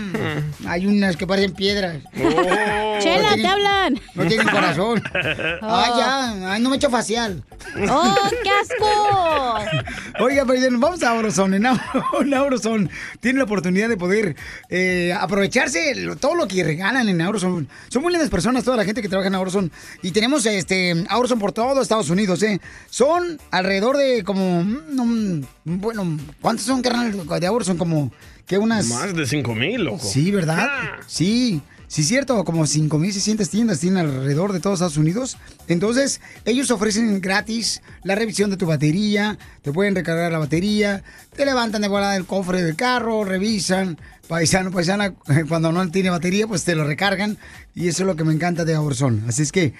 [SPEAKER 1] Hmm. Hay unas que parecen piedras.
[SPEAKER 2] Oh. Chela,
[SPEAKER 1] No
[SPEAKER 2] te
[SPEAKER 1] tienen-
[SPEAKER 3] hablan.
[SPEAKER 1] No tienen corazón. Ay,
[SPEAKER 3] Oh.
[SPEAKER 1] Ah, ya. Ay, no me echo facial.
[SPEAKER 3] ¡Oh, qué asco!
[SPEAKER 1] *laughs* Oiga, pero vamos a Auroson. *laughs* En Au- en Auroson tiene la oportunidad de poder eh, aprovecharse lo- todo lo que regalan en Auroson. Son muy lindas personas toda la gente que trabaja en Auroson. Y tenemos este Auroson por todo Estados Unidos, ¿eh? Son alrededor de como... mm, mm, Bueno, ¿cuántos son, carnal, de Auroson? Como que unas...
[SPEAKER 2] Más de 5 mil, loco.
[SPEAKER 1] Sí, ¿verdad? Sí, sí, cierto. Como 5.600 tiendas tienen alrededor de todos Estados Unidos. Entonces, ellos ofrecen gratis la revisión de tu batería, te pueden recargar la batería, te levantan de volada el cofre del carro, revisan. Paisano, paisana, *laughs* cuando no tiene batería, pues te lo recargan. Y eso es lo que me encanta de Aurzón. Así es que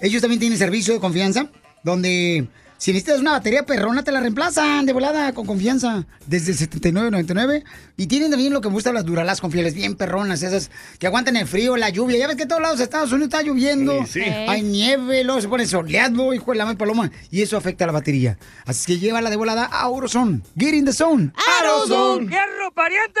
[SPEAKER 1] ellos también tienen servicio de confianza, donde si necesitas una batería perrona, te la reemplazan de volada con confianza desde 79.99. Y tienen también lo que me gusta las duralas confiables, bien perronas, esas que aguantan el frío, la lluvia. Ya ves que en todos lados de Estados Unidos está lloviendo,
[SPEAKER 10] Sí, sí.
[SPEAKER 1] hay nieve, luego se pone soleado, hijo de la madre paloma. Y eso afecta a la batería. Así que llévala de volada a Auroson. Get in the zone.
[SPEAKER 10] ¡Arozón!
[SPEAKER 1] ¡Hierro, pariente!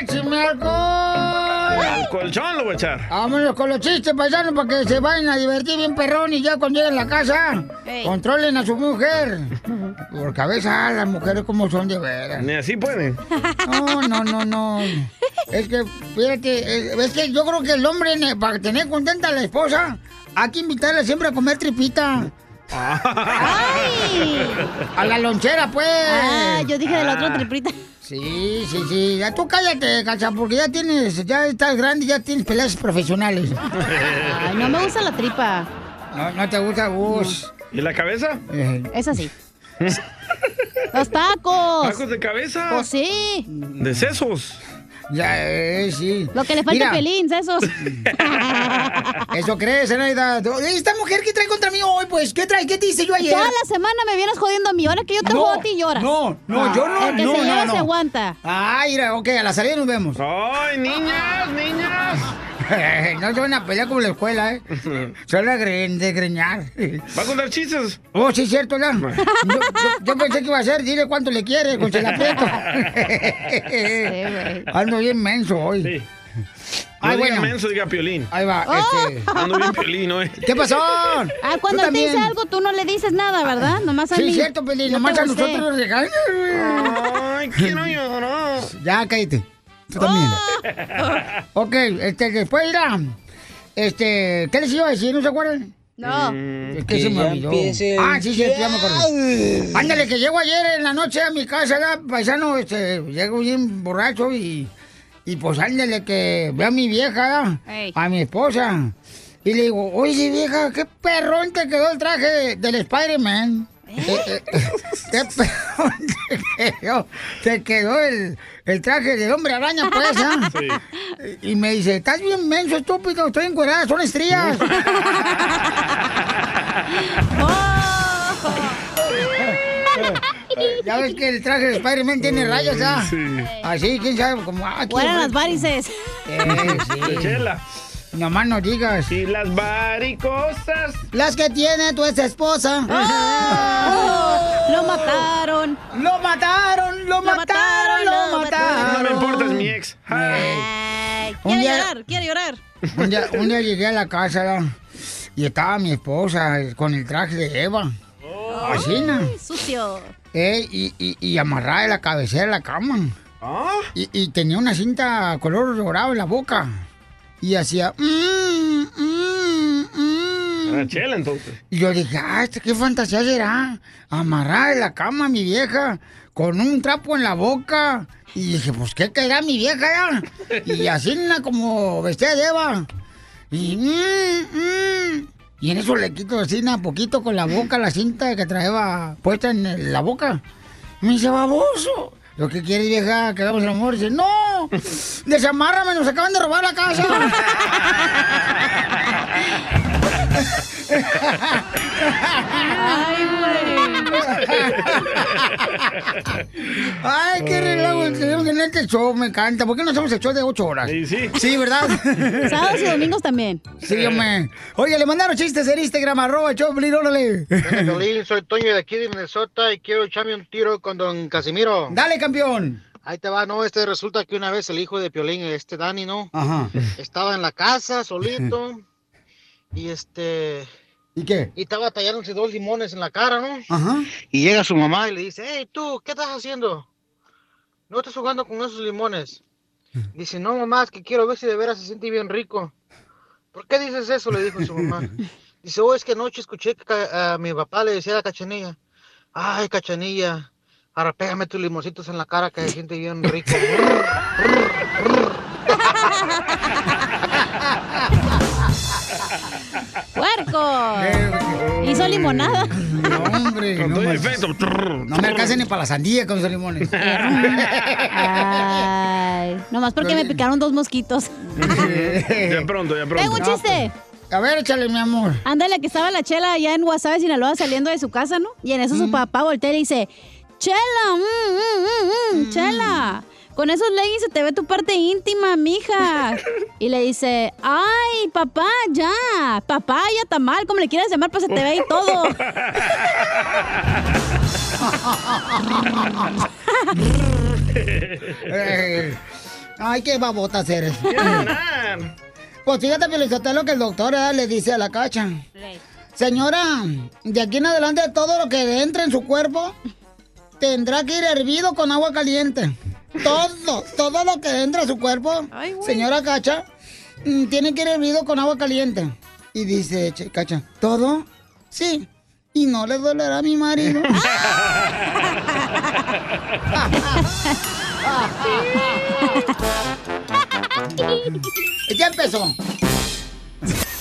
[SPEAKER 1] ¡Échame alcohol!
[SPEAKER 2] Al colchón lo voy a echar.
[SPEAKER 1] Vámonos con los chistes paisanos para que se vayan a divertir bien perrón y ya cuando lleguen a la casa
[SPEAKER 2] Ey.
[SPEAKER 1] controlen a su mujer. Por cabeza, ah, las mujeres como son de veras.
[SPEAKER 2] Ni así pueden.
[SPEAKER 1] No, no, no, no. Es que, fíjate, eh, es- es que yo creo que el hombre, ne- para tener contenta a la esposa, hay que invitarla siempre a comer tripita. ¡Ay! A la lonchera, pues.
[SPEAKER 3] Ah, yo dije de la otra
[SPEAKER 1] tripita. Sí, sí, sí. Ya tú cállate, cacha, porque ya tienes, ya estás grande y ya tienes peleas profesionales.
[SPEAKER 3] Ay, no me gusta la tripa.
[SPEAKER 1] No, no te gusta Eh, vos.
[SPEAKER 2] ¿Y la cabeza?
[SPEAKER 3] Es así. ¡Los tacos!
[SPEAKER 2] ¿Tacos de cabeza?
[SPEAKER 3] Pues sí.
[SPEAKER 2] ¿De sesos?
[SPEAKER 1] Ya, eh, sí.
[SPEAKER 3] Lo que le falta
[SPEAKER 1] Mira.
[SPEAKER 3] a Pelín, esos.
[SPEAKER 1] *laughs* ¿Eso crees, Zenaida? Esta mujer que trae contra mí hoy, pues, ¿qué trae? ¿Qué te hice yo ayer?
[SPEAKER 3] Toda la semana me vienes jodiendo a mí. Ahora que yo te
[SPEAKER 1] No,
[SPEAKER 3] jodo a ti lloras. Ah,
[SPEAKER 1] no, no, yo no,
[SPEAKER 3] El que
[SPEAKER 1] no,
[SPEAKER 3] se
[SPEAKER 1] no,
[SPEAKER 3] lleva
[SPEAKER 1] no.
[SPEAKER 3] se aguanta.
[SPEAKER 1] Ay, mira, ok, a la salida nos vemos.
[SPEAKER 2] ¡Ay, niñas, niñas!
[SPEAKER 1] *laughs* no se van a pelear como en la escuela,
[SPEAKER 2] *laughs*
[SPEAKER 1] ¿eh? Se van a gre- desgreñar.
[SPEAKER 2] ¿Va a contar chistes?
[SPEAKER 1] Oh, sí, cierto, ya. Yo, yo- yo pensé que iba a ser, dile cuánto le quieres, con Chela
[SPEAKER 2] *laughs*
[SPEAKER 1] Eh,
[SPEAKER 10] Sí,
[SPEAKER 1] Prieto. Ando bien menso hoy.
[SPEAKER 2] No
[SPEAKER 1] Ay,
[SPEAKER 2] diga
[SPEAKER 1] bueno.
[SPEAKER 2] menso, diga piolín.
[SPEAKER 1] Ahí va, Oh. este.
[SPEAKER 2] Ando bien piolín, ¿eh?
[SPEAKER 1] ¿Qué pasó?
[SPEAKER 3] Ah, cuando
[SPEAKER 1] Tú
[SPEAKER 3] él te dice
[SPEAKER 1] también. Ah,
[SPEAKER 3] algo, tú no le dices nada, ¿verdad? Nomás a
[SPEAKER 1] Sí,
[SPEAKER 3] mí.
[SPEAKER 1] cierto, Pelín,
[SPEAKER 3] Yo
[SPEAKER 1] nomás
[SPEAKER 3] te
[SPEAKER 1] a
[SPEAKER 3] gusté.
[SPEAKER 1] nosotros nos regañas.
[SPEAKER 2] Ay, quiero llorar.
[SPEAKER 1] Ya, cállate. Tú también.
[SPEAKER 3] Oh.
[SPEAKER 1] *laughs* Ok, este, después irá. Este, ¿qué les iba a decir? ¿No se acuerdan?
[SPEAKER 3] No.
[SPEAKER 1] Es que
[SPEAKER 10] Mm, que
[SPEAKER 1] se me
[SPEAKER 10] ya
[SPEAKER 1] olvidó.
[SPEAKER 10] empiece el
[SPEAKER 1] Ah, sí, sí, ya me
[SPEAKER 10] dial.
[SPEAKER 1] acordé. Ándale, que llego ayer en la noche a mi casa, ya, paisano, este, llego bien borracho y, Y pues ándale que ve a mi vieja, ¿eh?
[SPEAKER 3] Ey.
[SPEAKER 1] a mi esposa. Y le digo, oye vieja, qué perrón te quedó el traje del Spider-Man. Eh, eh, *laughs* ¿Qué perrón te quedó? Te quedó el, el traje del hombre araña, pues, ¿ah? Y me dice, estás bien menso, estúpido, estoy encuerada, son
[SPEAKER 2] *laughs*
[SPEAKER 1] estrías. Ya ves que el traje de Spider-Man tiene rayas, ¿ah? Así, quién sabe, como... Ah,
[SPEAKER 3] Fueran las
[SPEAKER 1] varices. Eh,
[SPEAKER 2] De
[SPEAKER 1] sí.
[SPEAKER 2] *laughs* chela.
[SPEAKER 1] Nomás no digas.
[SPEAKER 2] Y las varicosas.
[SPEAKER 1] Las que tiene tu ex esposa.
[SPEAKER 3] Lo mataron.
[SPEAKER 1] Lo mataron, lo, mataron, lo mataron.
[SPEAKER 2] No me importa, es mi ex.
[SPEAKER 1] Un
[SPEAKER 3] Quiere
[SPEAKER 1] día-
[SPEAKER 3] llorar, quiere llorar.
[SPEAKER 1] Un día, un día llegué a la casa ¿verdad? y estaba mi esposa eh, con el traje de Eva.
[SPEAKER 2] Oh.
[SPEAKER 1] Así, ¿no?
[SPEAKER 3] Ay, Sucio.
[SPEAKER 1] Eh, y, y, y amarrada de la cabecera de la cama.
[SPEAKER 2] ¿Ah?
[SPEAKER 1] Y, y tenía una cinta color dorado en la boca. Y hacía... "Mm, mm, mm".
[SPEAKER 2] Era chela, entonces.
[SPEAKER 1] Y yo dije, ah, ¿esta ¿qué fantasía será? Amarrar en la cama a mi vieja con un trapo en la boca. Y dije, pues, ¿qué querrá mi vieja ya? Y así una como vestida de Eva. Y, mm, mm. y en eso le quito así a poquito con la boca la cinta que traía puesta en el- la boca. Me dice, baboso. Lo que quiere vieja, que hagamos el amor. Dice, no, desamárrame, nos acaban de robar la casa.
[SPEAKER 2] *laughs*
[SPEAKER 1] Ay, qué relajo que tenemos en este show, me encanta. ¿Por qué no hacemos el show de 8 horas? Sí,
[SPEAKER 2] sí.
[SPEAKER 1] Sí, ¿verdad?
[SPEAKER 3] *laughs* Sábados y domingos también.
[SPEAKER 1] Sí, hombre. Oye, le mandaron chistes en Instagram, arroba el show, de Piolín, órale. *laughs*
[SPEAKER 14] Piolín, soy Toño de aquí de Minnesota y quiero echarme un tiro con don Casimiro.
[SPEAKER 1] Dale, campeón.
[SPEAKER 14] Ahí te va, no, este resulta que una vez el hijo de Piolín, este Dani, ¿no?
[SPEAKER 1] Ajá.
[SPEAKER 14] Estaba en la casa solito y este...
[SPEAKER 1] ¿Y qué?
[SPEAKER 14] Y estaba tallándose dos limones en la cara, ¿no?
[SPEAKER 1] Ajá.
[SPEAKER 14] Y llega su mamá y le dice, hey, tú, ¿qué estás haciendo? ¿No estás jugando con esos limones? Dice, no, mamá, es que quiero ver si de veras se siente bien rico. ¿Por qué dices eso? Le dijo su mamá. Dice, oh, es que anoche escuché que ca- a mi papá le decía a Cachanilla, ay, Cachanilla, ahora pégame tus limoncitos en la cara que se siente bien rico.
[SPEAKER 3] ¡Puerco! Hizo
[SPEAKER 1] *laughs*
[SPEAKER 3] limonada.
[SPEAKER 1] No, hombre.
[SPEAKER 2] Con
[SPEAKER 1] no
[SPEAKER 2] todo
[SPEAKER 1] manches.
[SPEAKER 2] efecto.
[SPEAKER 1] No me alcancen ni para la sandía con esos
[SPEAKER 2] *laughs*
[SPEAKER 1] limones.
[SPEAKER 3] Ay, nomás porque me picaron dos mosquitos.
[SPEAKER 1] Eh.
[SPEAKER 2] Ya pronto, ya pronto.
[SPEAKER 3] Tengo un chiste.
[SPEAKER 1] pues, A ver, échale, mi amor.
[SPEAKER 3] Ándale, que estaba la chela allá en Guasave, Sinaloa, saliendo de su casa, ¿no? Y en eso
[SPEAKER 1] Mm.
[SPEAKER 3] su papá voltea y le dice: Chela, mm, mm, mm, mm, chela. Con esos leggings se te ve tu parte íntima,
[SPEAKER 1] *laughs*
[SPEAKER 3] mija. Y le dice, ay, papá, ya, papá, ya está mal, como le quieras llamar, pues se te ve ahí
[SPEAKER 1] *laughs*
[SPEAKER 3] todo.
[SPEAKER 1] Eh, Ay, qué babotas eres. *laughs* Pues fíjate, Felizotelo, que el doctor eh, le dice a la cacha. Señora, de aquí en adelante todo lo que entre en su cuerpo tendrá que ir hervido con agua caliente. Todo, todo lo que entra a su cuerpo, señora Cacha, mm, tiene que ir hervido con agua caliente. Y dice Che- Cacha, ¿todo? Sí. Y no le dolerá a mi marido. ya empezó.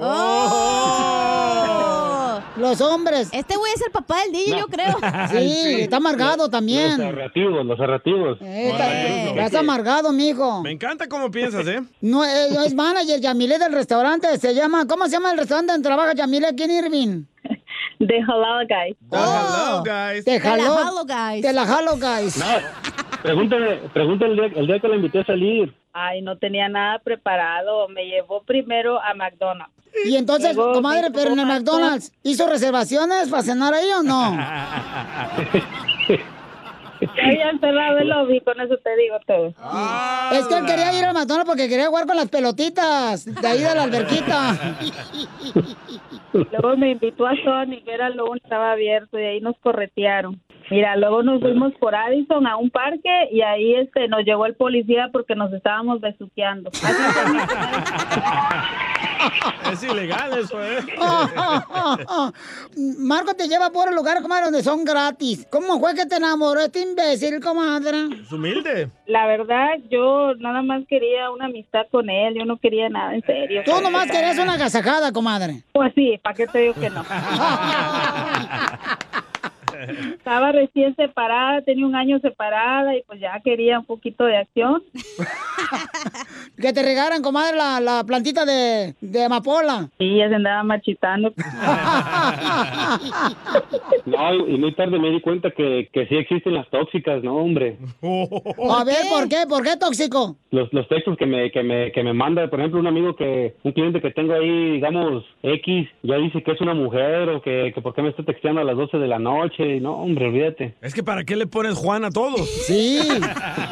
[SPEAKER 1] Los hombres.
[SPEAKER 3] Este güey es el papá del DJ, yo creo.
[SPEAKER 1] *laughs* Sí, está amargado
[SPEAKER 27] Los
[SPEAKER 1] también.
[SPEAKER 27] narrativos, los narrativos.
[SPEAKER 1] Eh, está- Estás amargado, mijo.
[SPEAKER 2] Me encanta cómo piensas, ¿eh?
[SPEAKER 1] No, eh, no es manager Yamile del restaurante. Se llama, ¿cómo se llama el restaurante donde trabaja Yamile aquí en Irving?
[SPEAKER 28] *laughs* The Halal Guy.
[SPEAKER 2] The Halal Guys.
[SPEAKER 1] Te
[SPEAKER 2] The
[SPEAKER 1] jaló.
[SPEAKER 2] La
[SPEAKER 1] jalo, guys. Te la jalo, guys.
[SPEAKER 27] No, pregúntale, pregúntale el día, el día que la invité a salir.
[SPEAKER 28] Ay, no tenía nada preparado. Me llevó primero a McDonald's.
[SPEAKER 1] Y entonces,
[SPEAKER 28] Llegó,
[SPEAKER 1] comadre,
[SPEAKER 28] dijo,
[SPEAKER 1] pero en el
[SPEAKER 28] "Oh, my God".
[SPEAKER 1] McDonald's, ¿hizo reservaciones para cenar ahí o no?
[SPEAKER 28] Había cerrado el lobby, con eso te digo todo.
[SPEAKER 1] Es que él quería ir al McDonald's porque quería jugar con las pelotitas de *laughs* ahí de
[SPEAKER 10] *laughs*
[SPEAKER 1] la alberquita.
[SPEAKER 28] Luego me invitó a Sony, que era lo único que estaba abierto, y ahí nos corretearon. Mira, luego nos fuimos por Addison a un parque y ahí este nos llegó el policía porque nos estábamos besuqueando.
[SPEAKER 2] *laughs* Es ilegal eso, ¿eh?
[SPEAKER 1] Marco te lleva por el lugar, comadre, donde son gratis. ¿Cómo fue que te enamoró este imbécil, comadre?
[SPEAKER 2] Es humilde.
[SPEAKER 28] La verdad, yo nada más quería una amistad con él, yo no quería nada, en serio.
[SPEAKER 1] Tú nomás
[SPEAKER 28] *laughs*
[SPEAKER 1] querías una agasajada, comadre.
[SPEAKER 28] Pues sí, ¿para qué te digo que no? Estaba recién separada, tenía un año separada y pues ya quería un poquito de acción.
[SPEAKER 1] *laughs* Que te regaran, comadre, la, la plantita de, de amapola.
[SPEAKER 28] Sí, ya se andaba machitando.
[SPEAKER 27] No, y muy tarde me di cuenta que, que sí existen las tóxicas, ¿no, hombre?
[SPEAKER 1] A ver, ¿por qué? ¿Por qué tóxico?
[SPEAKER 27] los, los textos que me, que, me, que me manda, por ejemplo, un amigo que, un cliente que tengo ahí, digamos, X, ya dice que es una mujer o que, que por qué me está texteando a las 12 de la noche. No, hombre, olvídate.
[SPEAKER 2] Es que ¿para qué le pones Juan a todos? *laughs*
[SPEAKER 1] Sí.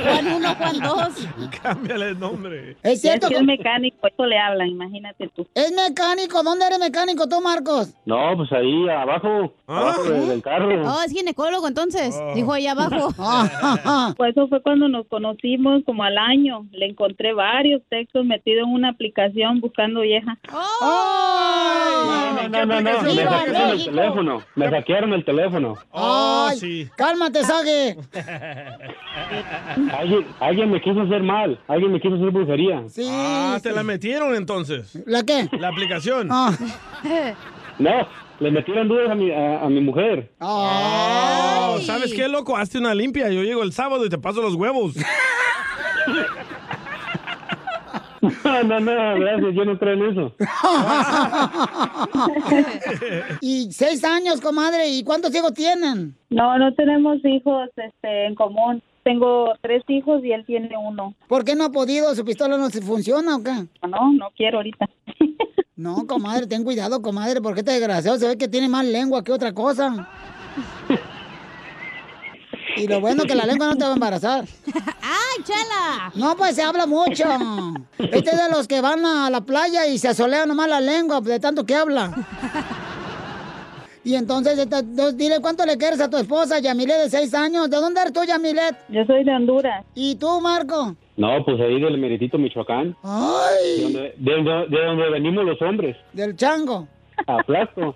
[SPEAKER 2] Juan
[SPEAKER 3] 1, Juan 2.
[SPEAKER 2] Cámbiale el nombre.
[SPEAKER 1] Es cierto.
[SPEAKER 28] que es mecánico, eso le hablan, imagínate tú.
[SPEAKER 1] Es mecánico. ¿Dónde eres mecánico tú, Marcos?
[SPEAKER 27] No, pues ahí abajo,
[SPEAKER 2] ¿Ah?
[SPEAKER 27] abajo de- del carro.
[SPEAKER 3] Oh, es ginecólogo entonces. Dijo ahí
[SPEAKER 1] *laughs*
[SPEAKER 3] abajo.
[SPEAKER 1] Ah.
[SPEAKER 28] Pues eso fue cuando nos conocimos, como al año. Le encontré varios textos metidos en una aplicación buscando vieja.
[SPEAKER 3] ¡Oh!
[SPEAKER 27] No, no, no, no, me
[SPEAKER 1] ¡Viva
[SPEAKER 27] hackearon el
[SPEAKER 1] México!
[SPEAKER 27] teléfono, me hackearon el teléfono. Oh,
[SPEAKER 2] Oh,
[SPEAKER 1] Ay, cálmate, Sage.
[SPEAKER 27] Alguien, alguien me quiso hacer mal, alguien me quiso hacer brujería.
[SPEAKER 2] Ah, te la metieron entonces.
[SPEAKER 1] ¿La qué?
[SPEAKER 2] La aplicación.
[SPEAKER 1] Eh.
[SPEAKER 10] *laughs*
[SPEAKER 27] No, le metieron dudas a mi, a, a mi mujer.
[SPEAKER 1] Ah.
[SPEAKER 2] Oh, ¿Sabes qué, loco? Hazte una limpia. Yo llego el sábado y te paso los huevos.
[SPEAKER 27] *laughs* No, no, no, gracias, yo no creo en eso.
[SPEAKER 1] *laughs* y seis años, comadre. ¿Y cuántos hijos tienen?
[SPEAKER 28] No, no tenemos hijos este, en común. Tengo tres hijos y él tiene uno.
[SPEAKER 1] ¿Por qué no ha podido? ¿Su pistola no se funciona o qué?
[SPEAKER 28] No, no quiero ahorita. *laughs*
[SPEAKER 1] No, comadre, ten cuidado, comadre, porque este desgraciado se ve que tiene más lengua que otra cosa. Y lo bueno que la lengua no te va a embarazar.
[SPEAKER 3] ¡Ay, chala!
[SPEAKER 1] No, pues se habla mucho. Este es de los que van a la playa y se asolea nomás la lengua de tanto que habla. Y entonces, esta- dos- dile cuánto le quieres a tu esposa, Yamilet, de seis años. ¿De dónde eres tú, Yamilet?
[SPEAKER 28] Yo soy de Honduras.
[SPEAKER 1] ¿Y tú, Marco?
[SPEAKER 27] No, pues ahí del meritito Michoacán.
[SPEAKER 1] ¡Ay!
[SPEAKER 27] De donde, de donde- de donde venimos los hombres.
[SPEAKER 1] Del chango.
[SPEAKER 27] Aplasto.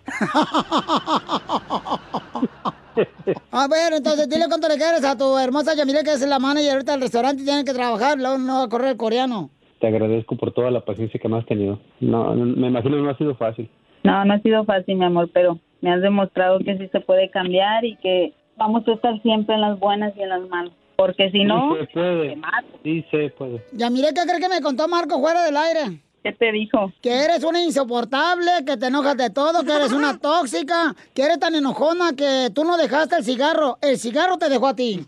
[SPEAKER 1] A ver, entonces dile cuánto le quieres a tu hermosa Yamilet, que es la manager ahorita del restaurante y tiene que trabajar, luego no va a correr el coreano.
[SPEAKER 27] Te agradezco por toda la paciencia que me has tenido. No, no, me imagino que no ha sido fácil.
[SPEAKER 28] No, no ha sido fácil, mi amor, pero me has demostrado que sí se puede cambiar y que vamos a estar siempre en las buenas y en las malas. Porque si no,
[SPEAKER 27] Sí se puede. Sí se puede.
[SPEAKER 1] Ya miré que cree que me contó Marco fuera del aire.
[SPEAKER 28] ¿Qué te dijo?
[SPEAKER 1] Que eres una insoportable, que te enojas de todo, que eres
[SPEAKER 28] *laughs*
[SPEAKER 1] una tóxica, que eres tan enojona que tú no dejaste el cigarro, el cigarro te dejó a ti.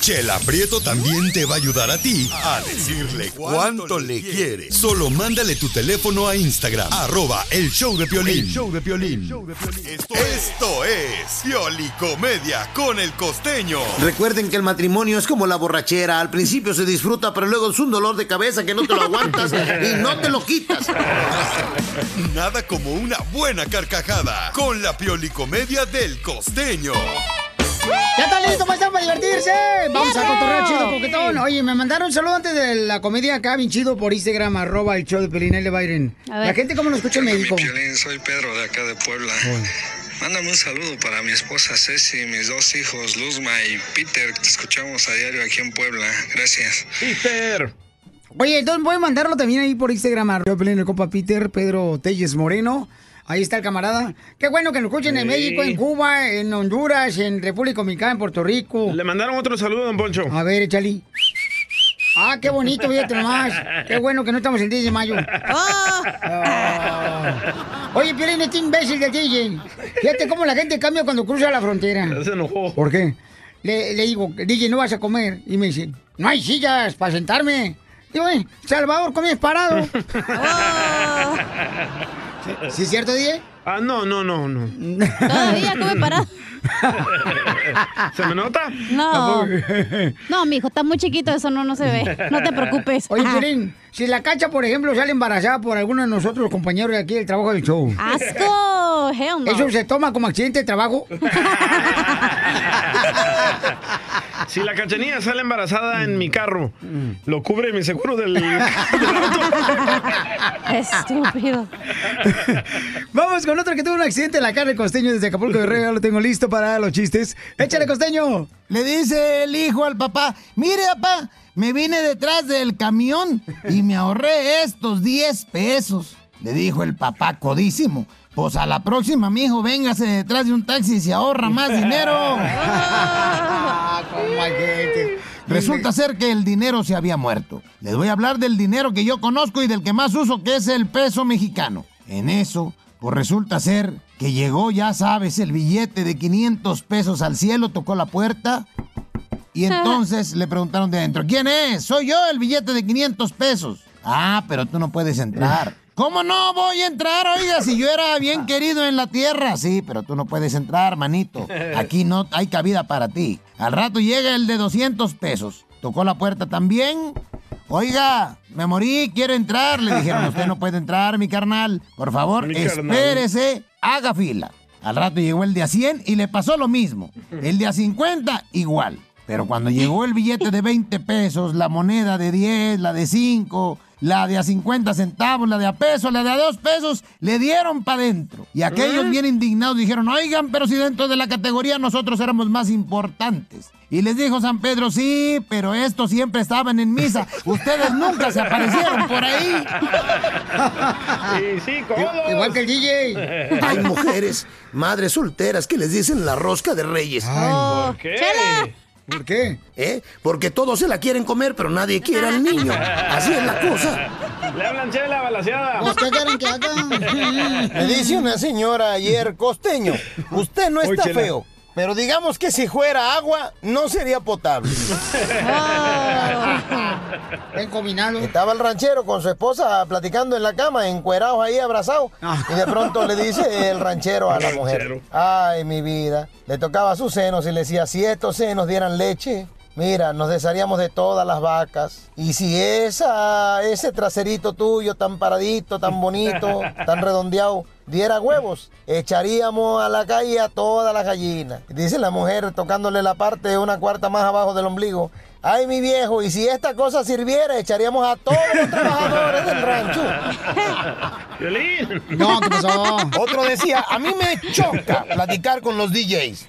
[SPEAKER 4] Chela Prieto también te va a ayudar a ti a decirle cuánto le quiere. Solo mándale tu teléfono a Instagram, arroba el show de Piolín.
[SPEAKER 15] El
[SPEAKER 4] show de Esto es Piolicomedia con el costeño.
[SPEAKER 29] *laughs* Recuerden que el matrimonio es como la borrachera. Al principio se disfruta, pero luego es un dolor de cabeza que no te lo aguantas y no te lo quitas.
[SPEAKER 4] Nada como una buena carcajada con la Piolicomedia del costeño.
[SPEAKER 1] ¿Ya está listo, paisano, para divertirse? Vamos a
[SPEAKER 30] ¡Fierro!
[SPEAKER 1] cotorrear chido, coquetón. Oye, me mandaron un saludo antes de la comedia acá, bien chido, por Instagram, arroba el show de Pelín, ahí le va Irene.
[SPEAKER 5] ver.
[SPEAKER 1] La gente como lo escucha me dijo.
[SPEAKER 5] Piolín, soy Pedro de acá de Puebla. Mándame un saludo para mi esposa Ceci, mis dos hijos Luzma y Peter. que Te escuchamos a diario aquí en Puebla. Gracias.
[SPEAKER 2] Peter.
[SPEAKER 1] Oye, entonces voy a mandarlo también ahí por Instagram, arroba el Pelín, el compa Peter, Pedro Telles Moreno. Ahí está el camarada. Qué bueno que lo escuchen en
[SPEAKER 2] Sí.
[SPEAKER 1] México, en Cuba, en Honduras, en República Dominicana, en Puerto Rico.
[SPEAKER 2] Le mandaron otro saludo, don Poncho.
[SPEAKER 1] A ver, échale. Ah, qué bonito, fíjate nomás. Qué bueno que no estamos el 10 de mayo. Ah. Oye, Piolín, este imbécil de DJ. Fíjate cómo la gente cambia cuando cruza la frontera.
[SPEAKER 2] Se enojó.
[SPEAKER 1] ¿Por qué? Le, le digo, DJ, no vas a comer. Y me dice, no hay sillas para sentarme. Digo, eh, Salvador, comes parado. *laughs* ¿Sí es cierto, DJ?
[SPEAKER 2] Ah, no, no, no, no.
[SPEAKER 3] Todavía come parado.
[SPEAKER 2] ¿Se me nota?
[SPEAKER 3] No. No, mijo, está muy chiquito, eso no, no se ve. *laughs* No te preocupes.
[SPEAKER 1] Oye,
[SPEAKER 3] Ajá.
[SPEAKER 1] Piolín, si la cacha, por ejemplo, sale embarazada por alguno de nosotros, los compañeros de aquí del trabajo del show.
[SPEAKER 3] Ah, ¡Asco! Hell no.
[SPEAKER 1] ¿Eso se toma como accidente de trabajo?
[SPEAKER 2] Si la cachanilla sale embarazada en mi carro, lo cubre mi seguro
[SPEAKER 29] *laughs*
[SPEAKER 2] del.
[SPEAKER 10] *laughs*
[SPEAKER 3] Estúpido.
[SPEAKER 1] *laughs* Vamos con otro que tuvo un accidente en la carne costeño desde Acapulco de Rey. Ya lo tengo listo para los chistes. Échale, costeño.
[SPEAKER 16] Le
[SPEAKER 1] *laughs*
[SPEAKER 16] dice el hijo al papá, mire papá, me vine detrás del camión y me ahorré estos 10 pesos. Le dijo el papá codísimo. Pues a la próxima, mijo, véngase detrás de un taxi y se ahorra más dinero. Resulta ser que el dinero se había muerto. Les voy a hablar del dinero que yo conozco y del que más uso, que es el peso mexicano. En eso, pues resulta ser que llegó, ya sabes, el billete de 500 pesos al cielo, tocó la puerta. Y entonces le preguntaron de adentro, ¿quién es? Soy yo, el billete de 500 pesos. Ah, pero tú no puedes entrar. ¿Cómo no voy a entrar? Oiga, si yo era bien querido en la tierra. Sí, pero tú no puedes entrar, manito. Aquí no hay cabida para ti. Al rato llega el de 200 pesos. Tocó la puerta también. Oiga, me morí, quiero entrar. Le dijeron, usted no puede entrar, mi carnal. Por favor,
[SPEAKER 5] Mi carnal.
[SPEAKER 16] espérese, haga fila. Al rato llegó el de a 100 y le pasó lo mismo. El de a 50, igual. Pero cuando llegó el billete de 20 pesos, la moneda de 10, la de 5, la de a 50 centavos, la de a peso, la de a 2 pesos, le dieron para adentro. Y aquellos
[SPEAKER 5] ¿Eh?
[SPEAKER 16] bien indignados dijeron, oigan, pero si dentro de la categoría nosotros éramos más importantes. Y les dijo San Pedro, sí, pero estos siempre estaban en misa. Ustedes nunca se aparecieron por
[SPEAKER 5] *laughs*
[SPEAKER 16] ahí.
[SPEAKER 2] Y sí, codos.
[SPEAKER 16] Igual que el
[SPEAKER 2] DJ.
[SPEAKER 29] *laughs* Hay mujeres, madres solteras, que les dicen la rosca de reyes.
[SPEAKER 2] ¿Por qué?
[SPEAKER 29] ¿Por qué? ¿Eh? Porque todos se la quieren comer, pero nadie quiere al niño. Así es la cosa.
[SPEAKER 2] Le hablan chela, balaseada.
[SPEAKER 29] Pues, ¿qué quieren
[SPEAKER 1] que
[SPEAKER 29] haga?
[SPEAKER 10] Le dice una señora ayer, costeño, usted no Oy, está chela. feo, pero digamos que si fuera agua, no sería potable. Estaba el ranchero con su esposa platicando en la cama, encuerados ahí, abrazados, y de pronto le dice el ranchero a la mujer,
[SPEAKER 31] Ranchero.
[SPEAKER 10] ay, mi vida, le tocaba sus senos y le decía, si estos senos dieran leche... Mira, nos desharíamos de todas las vacas. Y si esa, ese traserito tuyo, tan paradito, tan bonito, tan redondeado, diera huevos, echaríamos a la calle a todas las gallinas. Dice la mujer tocándole la parte una cuarta más abajo del ombligo. Ay, mi viejo, y si esta cosa sirviera, echaríamos a todos los trabajadores del rancho.
[SPEAKER 1] *laughs* No, ¿qué pasó?
[SPEAKER 10] Otro decía, a mí me choca platicar con los DJs. ¿Y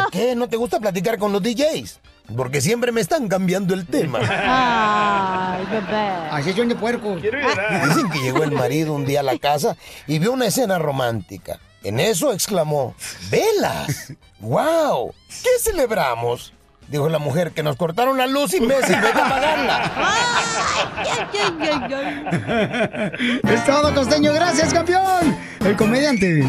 [SPEAKER 10] ¿Por qué no te gusta platicar con los DJs?
[SPEAKER 16] Porque siempre me están cambiando el
[SPEAKER 10] Ah.
[SPEAKER 16] tema.
[SPEAKER 1] Así
[SPEAKER 16] son de puerco. Dicen que llegó el marido un día a la casa y vio una escena romántica. En eso exclamó, ¡velas! ¡Wow! ¿Qué celebramos? Dijo la mujer, que nos cortaron la luz y Messi, vete a apagarla.
[SPEAKER 10] Es todo, costeño. Gracias, campeón. El comediante.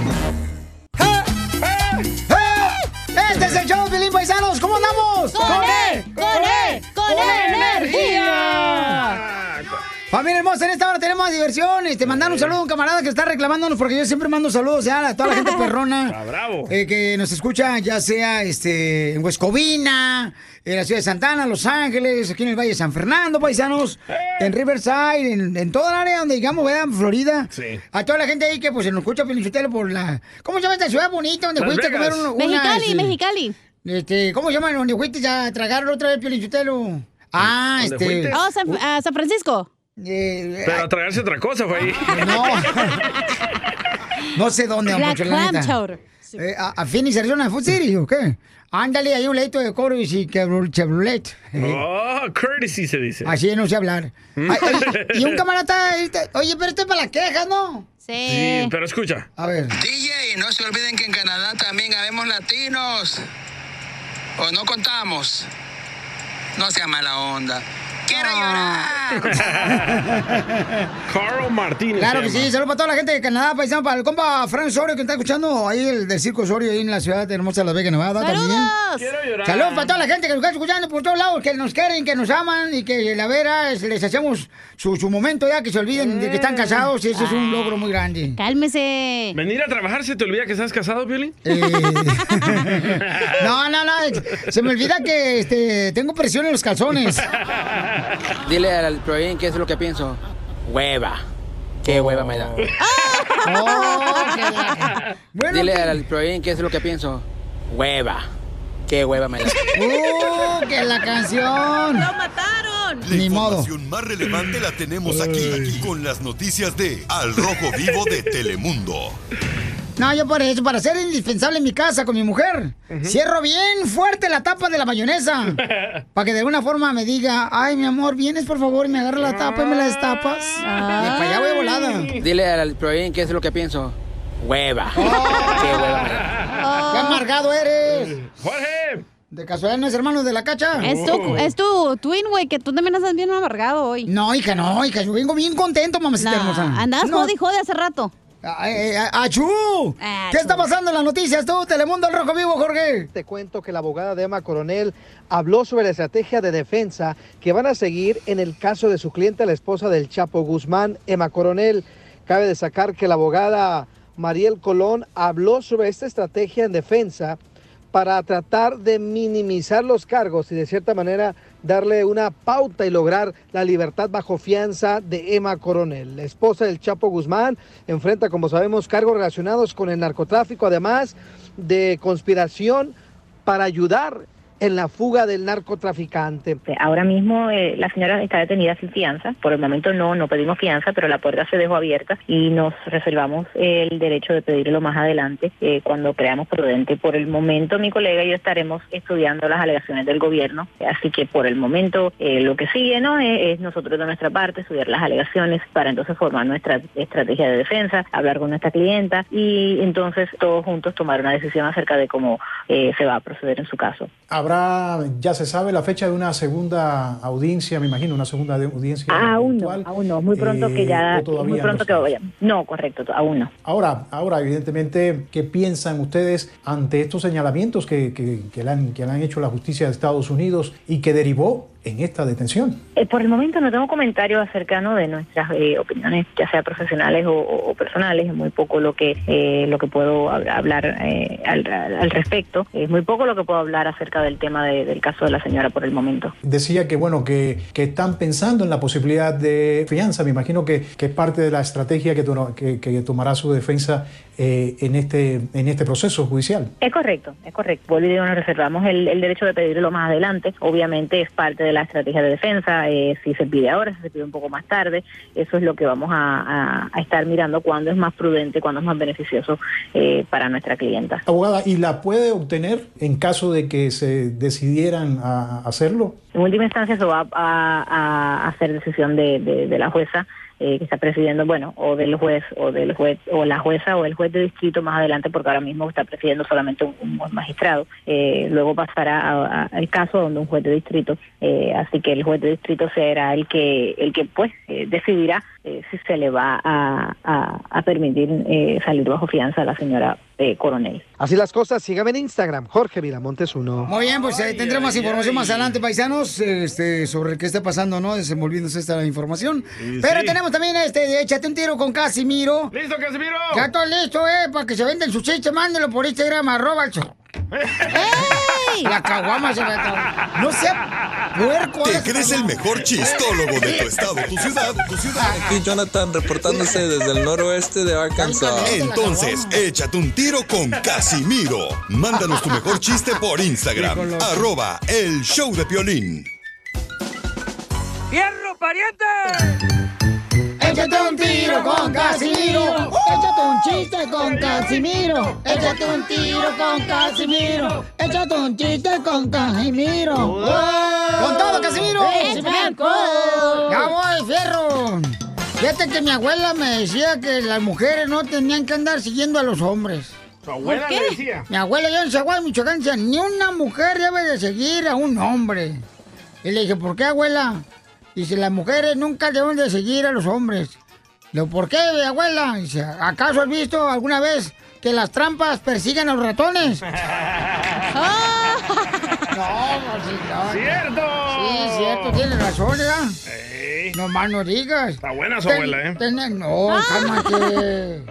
[SPEAKER 1] Este es el show, Pilín Paisanos. ¿Cómo andamos? E,
[SPEAKER 10] ¡Con él! ¡Con él! ¡Con él!
[SPEAKER 1] energía! Familia hermosa, en esta hora tenemos más diversiones. Te mandaron un saludo a un camarada que está reclamándonos porque yo siempre mando saludos ya, a toda la gente perrona.
[SPEAKER 2] bravo.
[SPEAKER 1] eh, que nos escucha, ya sea este, en Huescovina, en la ciudad de Santana, Los Ángeles, aquí en el Valle de San Fernando, paisanos,
[SPEAKER 2] Eh.
[SPEAKER 1] en Riverside, en, en toda la área donde digamos, vean, Florida.
[SPEAKER 2] Sí.
[SPEAKER 1] A toda la gente ahí que pues se nos escucha Felicitelo por la. ¿Cómo se llama esta ciudad bonita donde
[SPEAKER 3] Las
[SPEAKER 1] fuiste a comer
[SPEAKER 3] Vegas.
[SPEAKER 1] un- una,
[SPEAKER 3] Mexicali,
[SPEAKER 1] este,
[SPEAKER 3] Mexicali.
[SPEAKER 1] Este, ¿cómo se llama donde fuiste a tragar otra vez Felicitelo? Ah,
[SPEAKER 2] ¿Dónde
[SPEAKER 1] este. eh,
[SPEAKER 2] fuiste? Oh, San-
[SPEAKER 1] a San Francisco.
[SPEAKER 2] Pero a tragarse otra cosa fue ahí.
[SPEAKER 1] No. No sé dónde, don
[SPEAKER 2] La
[SPEAKER 1] Poncho, la
[SPEAKER 2] clam
[SPEAKER 1] neta.
[SPEAKER 2] chowder.
[SPEAKER 1] Eh, a, a Phoenix, Arizona, Food City, ¿o qué? Ándale, hay un leito de coro y si que Chevrolet. Eh,
[SPEAKER 2] Oh, courtesy se dice.
[SPEAKER 1] Así no sé hablar.
[SPEAKER 2] Mm.
[SPEAKER 1] Ay,
[SPEAKER 2] *laughs*
[SPEAKER 1] oye, y un camarada, este, oye, pero esto es para las quejas, ¿no? Eh.
[SPEAKER 2] Sí, pero escucha.
[SPEAKER 1] A ver.
[SPEAKER 32] DJ, no se olviden que en Canadá también habemos latinos. O no contamos. No sea mala onda. Quiero
[SPEAKER 1] *laughs*
[SPEAKER 32] llorar.
[SPEAKER 2] *laughs* Carl Martínez.
[SPEAKER 1] Claro
[SPEAKER 2] se
[SPEAKER 1] que
[SPEAKER 2] llama.
[SPEAKER 1] sí, saludos para toda la gente de Canadá, paisano, para el compa Fran Sorio que está escuchando ahí el del Circo Sorio ahí en la ciudad de hermosa Las Vegas, Nevada también.
[SPEAKER 10] Quiero llorar.
[SPEAKER 1] Saludos para toda la gente que nos está escuchando por todos lados, que nos quieren, que nos aman y que la vera es- les hacemos su, su momento ya, que se olviden de que están casados y eso es un logro muy grande. Cálmese.
[SPEAKER 2] Venir a trabajar se te olvida que estás casado, Piolín.
[SPEAKER 1] Eh, No, no, no, se me olvida que este, tengo presión en los calzones.
[SPEAKER 33] Dile al Proin qué es lo que pienso. Hueva. Qué hueva me da. Dile al Proin qué es lo que pienso. Hueva. Qué hueva me da.
[SPEAKER 1] *laughs* ¡Uh, que la canción!
[SPEAKER 3] ¡Lo mataron!
[SPEAKER 4] La información más relevante la tenemos aquí, aquí, con las noticias de Al Rojo Vivo de Telemundo.
[SPEAKER 1] No, yo por eso, para ser indispensable en mi casa con mi mujer, cierro bien fuerte la tapa de la mayonesa. para que de alguna forma me diga, ay, mi amor, vienes por favor y me agarra la tapa y me la destapas. Y para allá voy volada.
[SPEAKER 33] Dile al Proin qué es lo que pienso. Hueva.
[SPEAKER 1] Oh,
[SPEAKER 33] Qué hueva me da.
[SPEAKER 1] ¡Qué amargado eres!
[SPEAKER 2] ¡Jorge!
[SPEAKER 1] ¿De casualidad no es hermano de la cacha?
[SPEAKER 3] Es tu, es tu twin, güey, que tú también andas bien amargado hoy.
[SPEAKER 1] No, hija, no, hija, yo vengo bien contento, mamacita hermosa.
[SPEAKER 3] Andabas
[SPEAKER 1] No.
[SPEAKER 3] jode y jode hace rato.
[SPEAKER 1] Eh, eh, Ah, ¡Achú! ¿Qué está pasando en las noticias tú, Telemundo al Rojo Vivo, Jorge?
[SPEAKER 5] Te cuento que la abogada de Emma Coronel habló sobre la estrategia de defensa que van a seguir en el caso de su cliente, la esposa del Chapo Guzmán, Emma Coronel. Cabe destacar que la abogada Mariel Colón habló sobre esta estrategia en defensa para tratar de minimizar los cargos y de cierta manera darle una pauta y lograr la libertad bajo fianza de Emma Coronel. La esposa del Chapo Guzmán enfrenta, como sabemos, cargos relacionados con el narcotráfico, además de conspiración para ayudar en la fuga del narcotraficante.
[SPEAKER 19] Ahora mismo eh, la señora está detenida sin fianza. Por el momento no, no pedimos fianza, pero la puerta se dejó abierta y nos reservamos el derecho de pedirlo más adelante eh, cuando creamos prudente. Por el momento mi colega y yo estaremos estudiando las alegaciones del gobierno, así que por el momento eh, lo que sigue no Eh, es, es nosotros de nuestra parte estudiar las alegaciones para entonces formar nuestra estrategia de defensa, hablar con nuestra clienta y entonces todos juntos tomar una decisión acerca de cómo eh, se va a proceder en su caso.
[SPEAKER 34] Habrá, ya se sabe, la fecha de una segunda audiencia, me imagino, una segunda de- audiencia.
[SPEAKER 19] aún no, aún no, muy pronto que ya,
[SPEAKER 34] o eh, todavía
[SPEAKER 19] muy pronto
[SPEAKER 34] no
[SPEAKER 19] que vaya. No, correcto, aún no.
[SPEAKER 34] Ahora, ahora, evidentemente, ¿qué piensan ustedes ante estos señalamientos que, que- que le han, que le han hecho la justicia de Estados Unidos y que derivó en esta detención?
[SPEAKER 19] Eh, por el momento no tengo comentarios acerca ¿no? de nuestras eh, opiniones, ya sea profesionales o, o- o personales. Es muy poco lo que eh, lo que puedo hab- hablar eh, al, al- al respecto. Es muy poco lo que puedo hablar acerca del tema de- del caso de la señora por el momento.
[SPEAKER 34] Decía que, bueno, que, que están pensando en la posibilidad de fianza. Me imagino que, que es parte de la estrategia que, to- que- que tomará su defensa eh, en, este, en este proceso judicial.
[SPEAKER 19] Es correcto, es correcto. Bolivia nos reservamos el, el derecho de pedirlo más adelante. Obviamente es parte de de la estrategia de defensa, eh, si se pide ahora, si se pide un poco más tarde, eso es lo que vamos a, a- a estar mirando cuándo es más prudente, cuándo es más beneficioso eh, para nuestra clienta.
[SPEAKER 34] Abogada, ¿y la puede obtener en caso de que se decidieran a a hacerlo?
[SPEAKER 19] En última instancia, eso va a, a- a ser decisión de, de- de la jueza eh, que está presidiendo, bueno, o del juez, o del juez, o la jueza, o el juez de distrito más adelante, porque ahora mismo está presidiendo solamente un, un juez magistrado. Eh, luego pasará a- a- al caso donde un juez de distrito, eh, así que el juez de distrito será el que, el que pues, eh, decidirá eh, si se le va a, a- a permitir eh, salir bajo fianza a la señora eh, Coronel.
[SPEAKER 5] Así las cosas, sígame en Instagram, Jorge Vilamontes 1.
[SPEAKER 16] Muy bien, pues eh, tendremos más información más adelante, paisanos, este, sobre qué está pasando, ¿no? Desenvolviéndose esta información. Pero
[SPEAKER 1] sí.
[SPEAKER 16] tenemos también este, de échate un tiro con Casimiro.
[SPEAKER 2] ¡Listo, Casimiro!
[SPEAKER 1] Ya todo listo, eh, para que se venden sus chistes, mándelo por Instagram, arroba el show. ¡Ey! La caguama se me acabó. No sea puerco.
[SPEAKER 4] ¿Te crees el mejor chistólogo de tu estado, tu ciudad, tu ciudad?
[SPEAKER 35] Aquí Jonathan reportándose desde el noroeste de Arkansas.
[SPEAKER 4] Entonces, échate un tiro con Casimiro. Mándanos tu mejor chiste por Instagram, arroba el show de Piolín.
[SPEAKER 36] ¡Fierro, pariente!
[SPEAKER 10] Échate un tiro con Casimiro. Échate un chiste con Casimiro. Échate un tiro con Casimiro. Échate un chiste con Casimiro.
[SPEAKER 1] ¡Con todo, Casimiro!
[SPEAKER 10] ¡Échame alcohol!
[SPEAKER 1] ¡Ya voy, fierro! Fíjate que mi abuela me decía que las mujeres no tenían que andar siguiendo a los hombres. ¿Tu
[SPEAKER 36] abuela ¿Por qué? le decía?
[SPEAKER 1] Mi abuela yo en Chihuahua, Michoacán, decía, ni una mujer debe de seguir a un hombre. Y le dije, ¿por qué, abuela? Dice, las mujeres nunca deben de seguir a los hombres. Le digo, ¿por qué, abuela? Dice, ¿acaso has visto alguna vez que las trampas persiguen a
[SPEAKER 36] *laughs*
[SPEAKER 1] los ratones?
[SPEAKER 36] ¡Cierto!
[SPEAKER 1] ¡Ah! Sí, cierto, tiene razón, ¿verdad? No más no digas. Está
[SPEAKER 2] buena su abuela, ¿eh?
[SPEAKER 1] no, cálmate.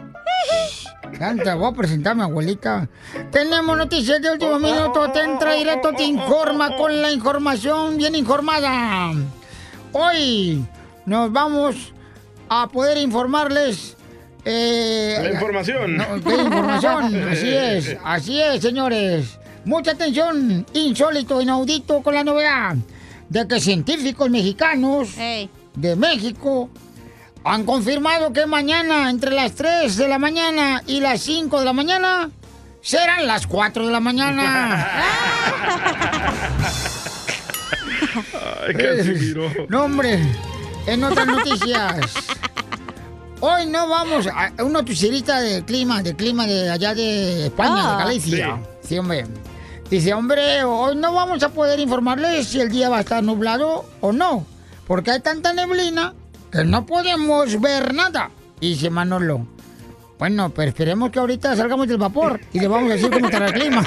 [SPEAKER 1] Canta, voy a presentar a mi abuelita. Tenemos noticias de
[SPEAKER 2] Oh,
[SPEAKER 1] último minuto. Te entra directo, te informa con la información bien informada. Hoy nos vamos a poder informarles. eh,
[SPEAKER 2] La información.
[SPEAKER 1] no, de información,
[SPEAKER 2] *laughs*
[SPEAKER 1] así es, así es, señores. Mucha atención, insólito, inaudito con la novedad de que científicos mexicanos de México han confirmado que mañana, entre las 3 de la mañana y las 5 de la mañana, serán las 4 de la
[SPEAKER 2] *laughs*
[SPEAKER 1] mañana.
[SPEAKER 2] Ay,
[SPEAKER 1] Eh. *laughs*
[SPEAKER 2] Casimiro.
[SPEAKER 1] No, hombre, en otras noticias. Hoy no vamos a a una noticierista de clima, de clima de allá de España,
[SPEAKER 10] Ah.
[SPEAKER 1] de Galicia. Sí. hombre. Dice, hombre, hoy no vamos a poder informarles si el día va a estar nublado o no, porque hay tanta neblina que no podemos ver nada. Dice Manolo. Bueno, pero esperemos que ahorita salgamos del vapor y le vamos a decir cómo estará el clima.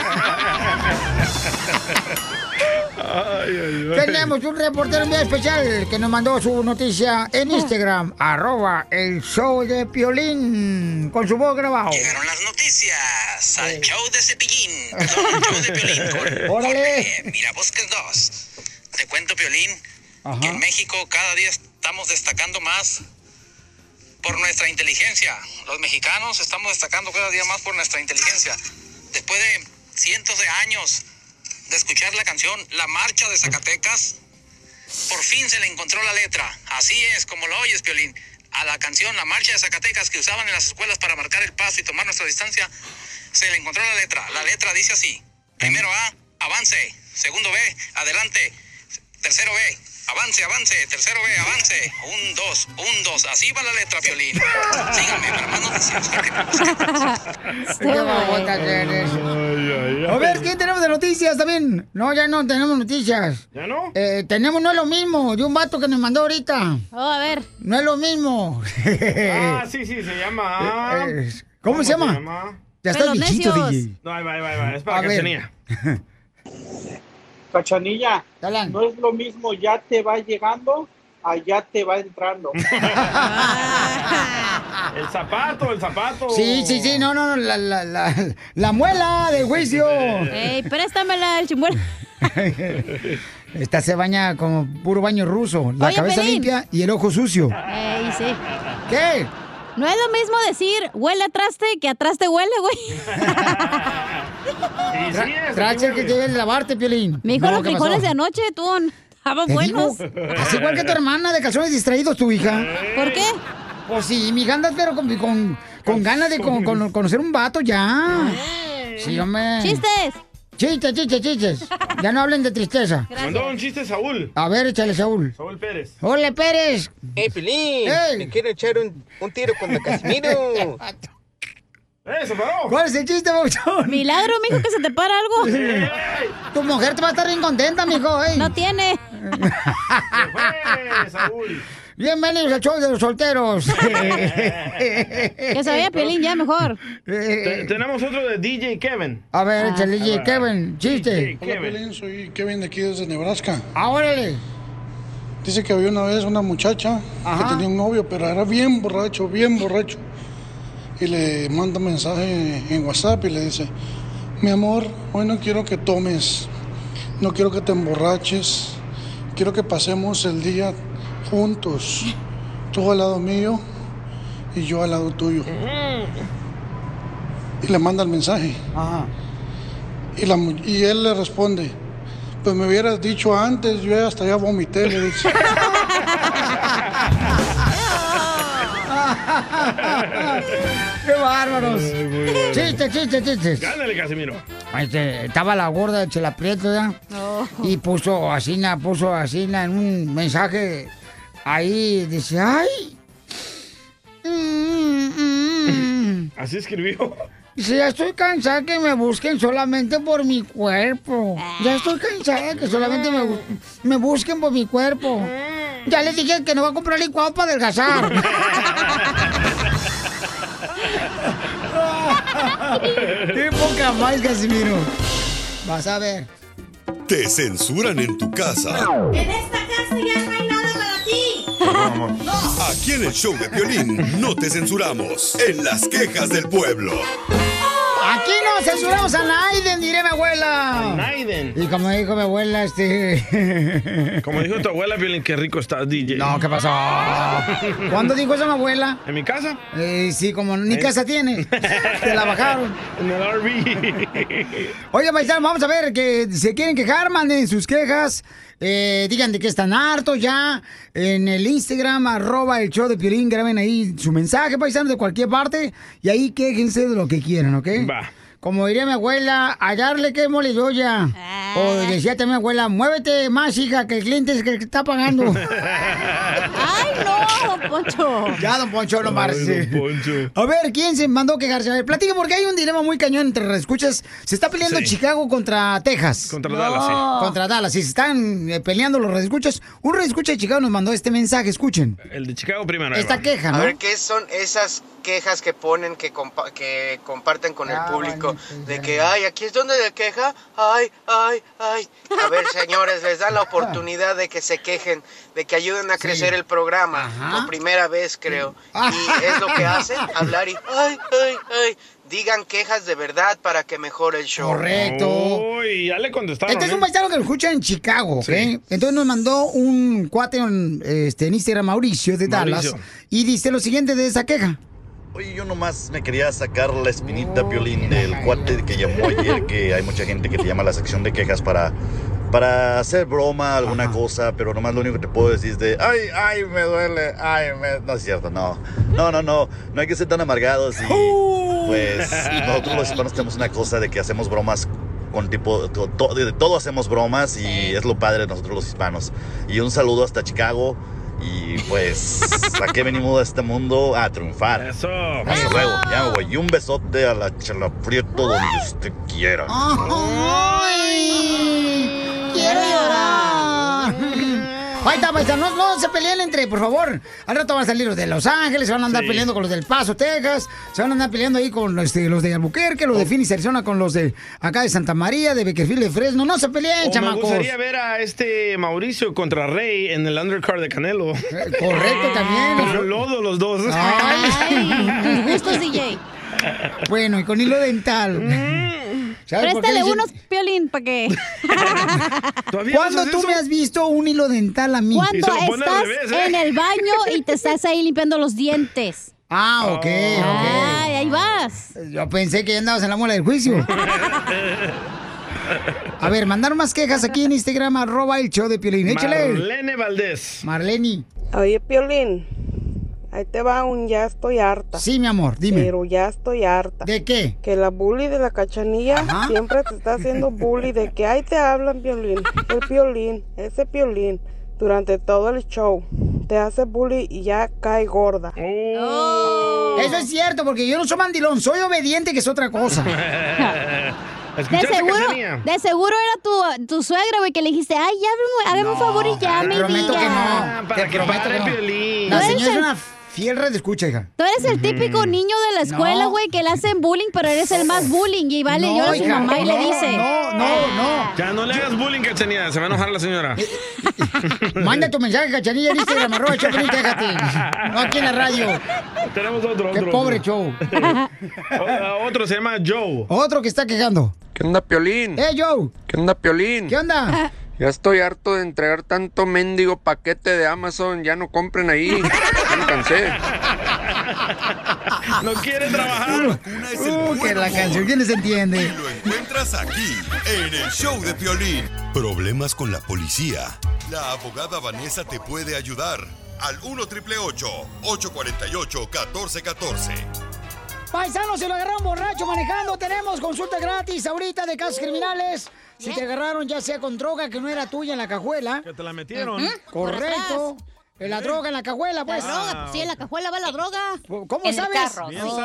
[SPEAKER 1] Tenemos un reportero muy especial que nos mandó su noticia en
[SPEAKER 2] Oh.
[SPEAKER 1] Instagram, arroba el show de Piolín, con su voz grabado.
[SPEAKER 37] Llegaron las noticias al
[SPEAKER 1] Eh.
[SPEAKER 37] show de Cepillín. Perdón, al show de Piolín. Con eh,
[SPEAKER 1] Órale.
[SPEAKER 37] Jorge Mirabosques 2. Te cuento, Piolín, que en México cada día estamos destacando más por nuestra inteligencia. Los mexicanos estamos destacando cada día más por nuestra inteligencia. Después de cientos de años de escuchar la canción La Marcha de Zacatecas, por fin se le encontró la letra. Así es, como lo oyes, Piolín. A la canción La Marcha de Zacatecas que usaban en las escuelas para marcar el paso y tomar nuestra distancia, se le encontró la letra. La letra dice así. Primero A, avance. Segundo B, adelante. Tercero B, avance, avance. Tercero B, avance. Un, dos, un, dos. Así va la letra, Piolín. Síganme para más noticias. Jorge
[SPEAKER 1] *laughs* Qué babota que eres. A ver, ¿qué tenemos de noticias también? No, ya no tenemos noticias.
[SPEAKER 2] ¿Ya no?
[SPEAKER 1] Eh, tenemos no es lo mismo, de un vato que nos mandó ahorita. Oh, a ver. No es lo mismo. *laughs*
[SPEAKER 2] Ah, sí, sí, se llama.
[SPEAKER 1] Eh, eh, ¿cómo se llama? Ya estás Pelos viejito, necios. DJ.
[SPEAKER 2] No, ahí va, ahí va, ahí va. Es para
[SPEAKER 1] A
[SPEAKER 2] que
[SPEAKER 1] ver.
[SPEAKER 2] tenía.
[SPEAKER 6] Cachanilla, no es lo mismo ya te va llegando a ya te va entrando.
[SPEAKER 2] El zapato, el zapato.
[SPEAKER 1] Sí, sí, sí, no, no, no, la, la, la, la muela del
[SPEAKER 2] *laughs*
[SPEAKER 1] juicio.
[SPEAKER 3] Ey, préstamela el chimuelo.
[SPEAKER 1] Esta se baña como puro baño ruso. La
[SPEAKER 3] Oye,
[SPEAKER 1] cabeza
[SPEAKER 3] Pelín.
[SPEAKER 1] limpia y el ojo sucio.
[SPEAKER 3] Ey, sí.
[SPEAKER 1] ¿Qué?
[SPEAKER 3] No es lo mismo decir huele a traste que a traste huele,
[SPEAKER 1] *laughs*
[SPEAKER 3] güey.
[SPEAKER 1] Gracias que te deben lavarte, Piolín.
[SPEAKER 3] Me dijo
[SPEAKER 1] No,
[SPEAKER 3] los
[SPEAKER 1] ¿qué
[SPEAKER 3] frijoles
[SPEAKER 1] pasó?
[SPEAKER 3] de anoche, tú. Estaban buenos. Eh.
[SPEAKER 1] Es igual que tu hermana de calzones distraídos, tu hija.
[SPEAKER 3] ¿Por qué?
[SPEAKER 1] Pues sí, mi hija anda, pero con, con, con ganas de con- con- conocer un vato ya. Sí, hombre.
[SPEAKER 3] Eh. ¡Chistes!
[SPEAKER 1] Chistes, chistes, chistes. Ya no hablen de tristeza.
[SPEAKER 2] Mandó un chiste Saúl.
[SPEAKER 1] A ver, échale, Saúl.
[SPEAKER 2] Saúl Pérez.
[SPEAKER 1] Hola, Pérez.
[SPEAKER 8] Hey, Pilín,
[SPEAKER 1] Ey.
[SPEAKER 8] me quiero echar un, un tiro con Don
[SPEAKER 2] *laughs*
[SPEAKER 8] Casimiro.
[SPEAKER 1] ¿Cuál es el chiste, Bouchón?
[SPEAKER 3] Milagro, mijo, que se te para
[SPEAKER 1] *laughs*
[SPEAKER 3] algo.
[SPEAKER 1] tu mujer te va a estar bien contenta, mijo. ¿eh?
[SPEAKER 3] No tiene.
[SPEAKER 1] *laughs* Bienvenidos al show de los solteros.
[SPEAKER 3] que se vaya Pelín ya
[SPEAKER 1] *laughs*
[SPEAKER 3] mejor.
[SPEAKER 2] Te- tenemos otro de DJ Kevin.
[SPEAKER 1] Eh, A ver, échale,
[SPEAKER 2] A
[SPEAKER 1] DJ
[SPEAKER 2] ver.
[SPEAKER 1] Kevin, chiste. *laughs*
[SPEAKER 2] Hola, Kevin.
[SPEAKER 38] Pelín, soy Kevin de aquí desde Nebraska.
[SPEAKER 1] Ah, órale.
[SPEAKER 38] Dice que había una vez una muchacha
[SPEAKER 1] Ajá.
[SPEAKER 38] que tenía un novio, pero era bien borracho, bien borracho. Y le manda un mensaje en WhatsApp y le dice, mi amor, hoy no quiero que tomes, no quiero que te emborraches, quiero que pasemos el día juntos, tú al lado mío y yo al lado tuyo.
[SPEAKER 1] Mm.
[SPEAKER 38] y le manda el mensaje. Y, la mu- y él le responde, pues me hubieras dicho antes, yo hasta ya vomité, le dice.
[SPEAKER 1] ¡Qué bárbaros! Chiste, chiste, chiste.
[SPEAKER 2] Gánale, Casimiro.
[SPEAKER 1] Ahí te- Este, estaba la gorda de Chela Prieto, ¿ya? Y puso Asina, puso Asina en un mensaje ahí, dice, ¡ay!
[SPEAKER 2] Así escribió.
[SPEAKER 1] Dice, ya estoy cansada que me busquen solamente por mi cuerpo. Ya estoy cansada que solamente me, bu- me busquen por mi cuerpo. Ya les dije que no va a comprar licuado para adelgazar. *laughs* ¡Qué poca más, Casimiro! Vas a ver.
[SPEAKER 4] Te censuran en tu casa.
[SPEAKER 10] esta casa ya no hay nada para ti.
[SPEAKER 4] Aquí en el show de violín no te censuramos. En las quejas del pueblo.
[SPEAKER 1] Aquí no censuramos a Naiden, diré mi abuela.
[SPEAKER 2] Naiden.
[SPEAKER 1] Y como dijo mi abuela, este. *laughs*
[SPEAKER 2] Como dijo tu abuela, Violín, qué rico estás, DJ.
[SPEAKER 1] No, ¿qué
[SPEAKER 2] *laughs*
[SPEAKER 1] pasó? ¿Cuándo dijo eso mi abuela?
[SPEAKER 2] ¿En mi casa?
[SPEAKER 1] Eh, sí, como ni
[SPEAKER 2] ¿Eh?
[SPEAKER 1] casa
[SPEAKER 2] *laughs*
[SPEAKER 1] tiene. Te la bajaron.
[SPEAKER 2] En el RV.
[SPEAKER 1] Oye, paisano, vamos a ver que se quieren quejar, manden sus quejas. eh, digan de que están hartos ya. En el Instagram, arroba el show de Piolín, graben ahí su mensaje, paisano, de cualquier parte. Y ahí quéjense de lo que quieran, ¿ok? Va. Como diría mi abuela, hallarle que mole yo ya. O decía también mi abuela, muévete más, hija, que el cliente es el que te está pagando.
[SPEAKER 10] ¡Ay,
[SPEAKER 1] no, don Poncho! Ya, don Poncho, no marche. A ver, ¿quién se mandó a quejarse? A ver, platica porque hay un dilema muy cañón entre las escuchas. Se está peleando
[SPEAKER 2] Sí.
[SPEAKER 1] Chicago contra Texas.
[SPEAKER 2] Contra Dallas, sí.
[SPEAKER 1] Contra Dallas, sí, se están eh, peleando los redescuchas. Un redescucha de Chicago nos mandó este mensaje, escuchen.
[SPEAKER 2] El de Chicago primero. ahí
[SPEAKER 1] Esta
[SPEAKER 2] va.
[SPEAKER 1] queja, ¿no?
[SPEAKER 14] A ver, ¿qué son esas quejas que ponen, que, compa- que comparten con el
[SPEAKER 1] Ah,
[SPEAKER 14] público? De que, ay, aquí es donde se queja, ay, ay, ay. A
[SPEAKER 1] *laughs*
[SPEAKER 14] ver, señores, les dan la oportunidad de que se quejen, de que ayuden a crecer el programa, por primera vez, creo.
[SPEAKER 1] Ah.
[SPEAKER 14] Y es lo
[SPEAKER 1] *laughs*
[SPEAKER 14] que hacen, hablar y, ay, ay, ay. Digan quejas de verdad para que mejore el show.
[SPEAKER 2] Uy, ya le contestaron.
[SPEAKER 1] Este es un
[SPEAKER 2] ¿eh?
[SPEAKER 1] paisano que lo escucha en Chicago, ¿ok? Entonces nos mandó un cuate en, este, en Instagram, Mauricio, de
[SPEAKER 39] Mauricio.
[SPEAKER 1] Dallas, y dice lo siguiente de esa queja.
[SPEAKER 39] Oye, yo nomás me quería sacar la espinita, Piolín, del cuate que llamó ayer, que hay mucha gente que te llama a la sección de quejas para, para hacer broma, alguna cosa, pero nomás lo único que te puedo decir es de, ay, ay, me duele, ay, me... No es cierto, no. No, no, no, no hay que ser tan amargados y pues nosotros los hispanos tenemos una cosa de que hacemos bromas con tipo, to- to- de todo hacemos bromas y es lo padre de nosotros los hispanos. Y un saludo hasta Chicago y pues, ¿a qué venimos a este mundo? A triunfar. Eso. Hasta luego, ya me voy. Y un besote a la chalaprieto donde usted quiera.
[SPEAKER 1] ¡Ay! ¡Quiero llorar! Ahí está, paisano. No, no se peleen entre, por favor. Al rato van a salir los de Los Ángeles, se van a andar
[SPEAKER 40] Sí.
[SPEAKER 1] peleando con los del Paso, Texas, se van a andar peleando ahí con este, los de Albuquerque,
[SPEAKER 2] Oh.
[SPEAKER 1] los de Phoenix, Arizona, con los de acá de Santa María, de Beckerfield, de Fresno. No se peleen,
[SPEAKER 2] O Oh, me
[SPEAKER 1] chamacos.
[SPEAKER 2] gustaría ver a este Mauricio contra Rey en el undercard de Canelo.
[SPEAKER 1] Eh, correcto, también.
[SPEAKER 2] Pero lodo los dos.
[SPEAKER 1] *laughs* Ay,
[SPEAKER 3] tus gustos, DJ.
[SPEAKER 1] Bueno, y con hilo dental.
[SPEAKER 2] Mm.
[SPEAKER 1] *laughs* ¿Sabes por qué
[SPEAKER 3] Préstale
[SPEAKER 1] dicen-
[SPEAKER 3] unos piolín para
[SPEAKER 1] *laughs*
[SPEAKER 3] que.
[SPEAKER 1] ¿Cuándo tú me has visto un hilo dental a mí?
[SPEAKER 3] Cuando estás
[SPEAKER 1] ¿eh?
[SPEAKER 2] ¿eh?
[SPEAKER 3] en el baño y
[SPEAKER 2] *laughs*
[SPEAKER 3] te estás ahí limpiando los dientes.
[SPEAKER 1] Ah, ok, ok.
[SPEAKER 3] Ay, ahí vas.
[SPEAKER 1] Yo pensé que ya andabas en la muela del juicio. A ver, mandaron más quejas aquí en Instagram, arroba el show de Piolín. Échale.
[SPEAKER 2] Marlene Valdés.
[SPEAKER 1] Marleni.
[SPEAKER 41] Oye, Piolín, ahí te va un ya estoy harta.
[SPEAKER 1] Sí, mi amor, dime.
[SPEAKER 41] Pero ya estoy harta.
[SPEAKER 1] ¿De qué?
[SPEAKER 41] Que la bully de la cachanilla siempre te está haciendo bully de que ahí te hablan, Piolín. El Piolín, ese Piolín, durante todo el show. Te hace bully y ya cae gorda.
[SPEAKER 1] Eso es cierto, porque yo no soy mandilón, soy obediente, que es otra *laughs* cosa.
[SPEAKER 3] *laughs* De
[SPEAKER 1] ¿Escuchaste,
[SPEAKER 3] seguro,
[SPEAKER 1] Cachanilla?
[SPEAKER 3] de seguro era tu, tu suegra, güey, que le dijiste, ay, ya, hazme- hágame un favor y ya
[SPEAKER 1] te
[SPEAKER 3] me
[SPEAKER 1] prometo que
[SPEAKER 3] diga.
[SPEAKER 1] no. Te prometo que no. La
[SPEAKER 3] Tú eres
[SPEAKER 1] señora es
[SPEAKER 3] el-
[SPEAKER 1] una fiel red escucha, hija.
[SPEAKER 3] Tú eres el típico niño de la escuela, güey, que le hacen bullying, pero eres el más bullying. Y vale,
[SPEAKER 2] No,
[SPEAKER 3] llora su
[SPEAKER 2] hija,
[SPEAKER 3] mamá y le
[SPEAKER 2] no,
[SPEAKER 3] dice. Eh,
[SPEAKER 1] No, no, no.
[SPEAKER 2] Ya no le hagas bullying, cachanilla. Se va a enojar la señora.
[SPEAKER 1] Manda tu mensaje, cachanilla, en Instagram, arroba el show de Piolín, déjate. No aquí en la radio.
[SPEAKER 2] Tenemos otro,
[SPEAKER 1] Qué
[SPEAKER 2] otro,
[SPEAKER 1] pobre
[SPEAKER 2] otro.
[SPEAKER 1] show.
[SPEAKER 2] *laughs* O- otro se llama Joe.
[SPEAKER 1] Otro que está quejando.
[SPEAKER 33] ¿Qué onda, Piolín?
[SPEAKER 1] ¡Eh, Joe!
[SPEAKER 33] ¿Qué onda, Piolín?
[SPEAKER 1] ¿Qué onda?
[SPEAKER 33] *laughs* Ya estoy harto de entregar tanto mendigo paquete de Amazon. Ya no compren ahí. Ya me cansé.
[SPEAKER 2] No quiere trabajar.
[SPEAKER 1] Uh, que la canción, ¿quién les entiende?
[SPEAKER 4] Encuentras aquí, en el show de Piolín. Problemas con la policía. La abogada Vanessa te puede ayudar. Al 1 848 1414.
[SPEAKER 1] Paisanos, si lo agarraron borracho manejando, tenemos consulta gratis ahorita de casos criminales. Si te agarraron ya sea con droga que no era tuya en la cajuela.
[SPEAKER 2] Que te la metieron.
[SPEAKER 1] Ujú, Correcto. Eh, La droga en la cajuela, pues.
[SPEAKER 3] La droga, pues sí, en la cajuela va la droga.
[SPEAKER 1] ¿Cómo
[SPEAKER 3] En el
[SPEAKER 1] sabes?
[SPEAKER 3] carro. Oh,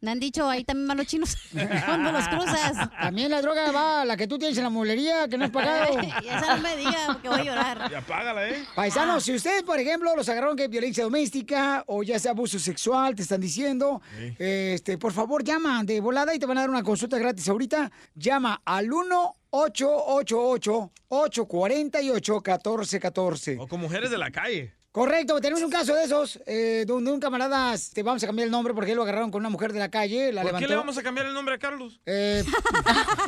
[SPEAKER 3] Me han dicho ahí también van los chinos *laughs* *laughs* cuando los cruzas.
[SPEAKER 1] También la droga va, la que tú tienes en la mueblería que no has
[SPEAKER 10] *laughs*
[SPEAKER 1] pagado.
[SPEAKER 3] Y esa no me diga, porque voy a llorar.
[SPEAKER 2] Ya págala, ¿eh?
[SPEAKER 1] Paisanos, si ustedes, por ejemplo, los agarraron que hay violencia doméstica o ya sea abuso sexual, te están diciendo,
[SPEAKER 2] Sí.
[SPEAKER 1] este, por favor, llama de volada y te van a dar una consulta gratis ahorita. Llama al 1 848 1414
[SPEAKER 2] O con mujeres de la calle.
[SPEAKER 1] Correcto, tenemos un caso de esos, eh, donde un camarada, te vamos a cambiar el nombre porque lo agarraron con una mujer de la calle, la
[SPEAKER 2] ¿Por
[SPEAKER 1] levantó.
[SPEAKER 2] qué le vamos a cambiar el nombre a Carlos?
[SPEAKER 1] Eh,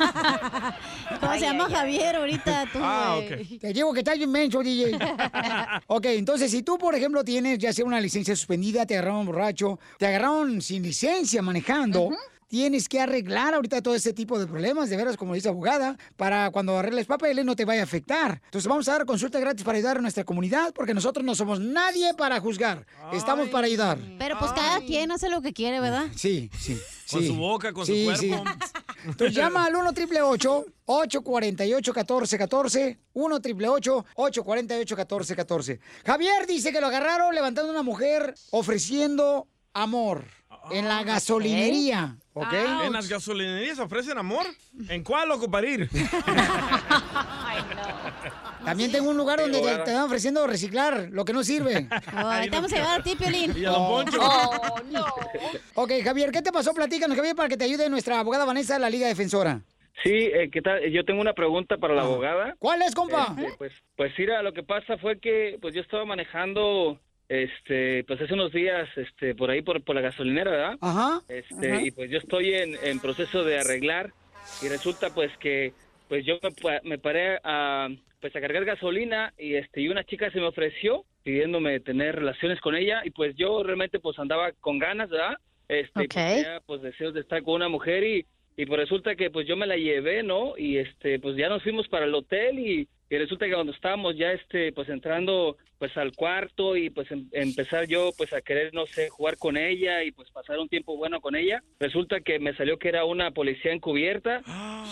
[SPEAKER 3] *laughs* ¿Cómo se llama Javier ahorita? Tú,
[SPEAKER 2] Ah,
[SPEAKER 3] güey?
[SPEAKER 1] Te digo que estás bien menso, DJ.
[SPEAKER 3] *laughs*
[SPEAKER 1] ok, entonces si tú, por ejemplo, tienes ya sea una licencia suspendida, te agarraron borracho, te agarraron sin licencia manejando. Tienes que arreglar ahorita todo este tipo de problemas, de veras, como dice abogada, para cuando arregles papeles no te vaya a afectar. Entonces vamos a dar consulta gratis para ayudar a nuestra comunidad, porque nosotros no somos nadie para juzgar, estamos para ayudar.
[SPEAKER 3] Pero pues cada quien hace lo que quiere, ¿verdad?
[SPEAKER 1] Sí, sí.
[SPEAKER 2] Con
[SPEAKER 1] sí.
[SPEAKER 2] su boca, con
[SPEAKER 1] Sí,
[SPEAKER 2] su cuerpo.
[SPEAKER 1] Entonces llama al 1 triple 848 1414 1 triple 848 1414 Javier dice que lo agarraron levantando una mujer ofreciendo amor
[SPEAKER 2] Ah,
[SPEAKER 1] en la gasolinería. ¿Ok?
[SPEAKER 2] ¿En las gasolinerías ofrecen
[SPEAKER 20] *laughs*
[SPEAKER 2] amor? ¿En cuál loco para ir?
[SPEAKER 1] También tengo un lugar donde te,
[SPEAKER 2] bueno.
[SPEAKER 1] te están ofreciendo reciclar lo que no
[SPEAKER 2] *laughs*
[SPEAKER 1] sirve.
[SPEAKER 3] ahí te vamos a llevar Oh, a ti, Piolín. Oh,
[SPEAKER 2] Y a Don Poncho.
[SPEAKER 1] Ok, Javier, ¿qué te pasó? Platícanos, Javier, para que te ayude nuestra abogada Vanessa de la Liga Defensora.
[SPEAKER 20] Sí, eh, ¿qué tal? Yo tengo una pregunta para la abogada.
[SPEAKER 1] ¿Cuál es, compa?
[SPEAKER 20] Este, pues, pues mira, lo que pasa fue que pues yo estaba manejando, este, pues hace unos días, este, por ahí por, por la gasolinera, ¿verdad?
[SPEAKER 10] Ah,
[SPEAKER 1] Ajá.
[SPEAKER 20] Este,
[SPEAKER 1] Ajá.
[SPEAKER 20] y pues yo estoy en, en proceso de arreglar y resulta pues que pues yo me, pa- me paré a pues a cargar gasolina y este y una chica se me ofreció pidiéndome tener relaciones con ella y pues yo realmente pues andaba con ganas, ¿verdad? Este, y, pues,
[SPEAKER 28] Ok.
[SPEAKER 20] tenía, pues deseos de estar con una mujer y y pues resulta que pues yo me la llevé, ¿no? Y este pues ya nos fuimos para el hotel y, y resulta que cuando estábamos ya este pues entrando pues al cuarto y pues em- empezar yo pues a querer no sé jugar con ella y pues pasar un tiempo bueno con ella, resulta que me salió que era una policía encubierta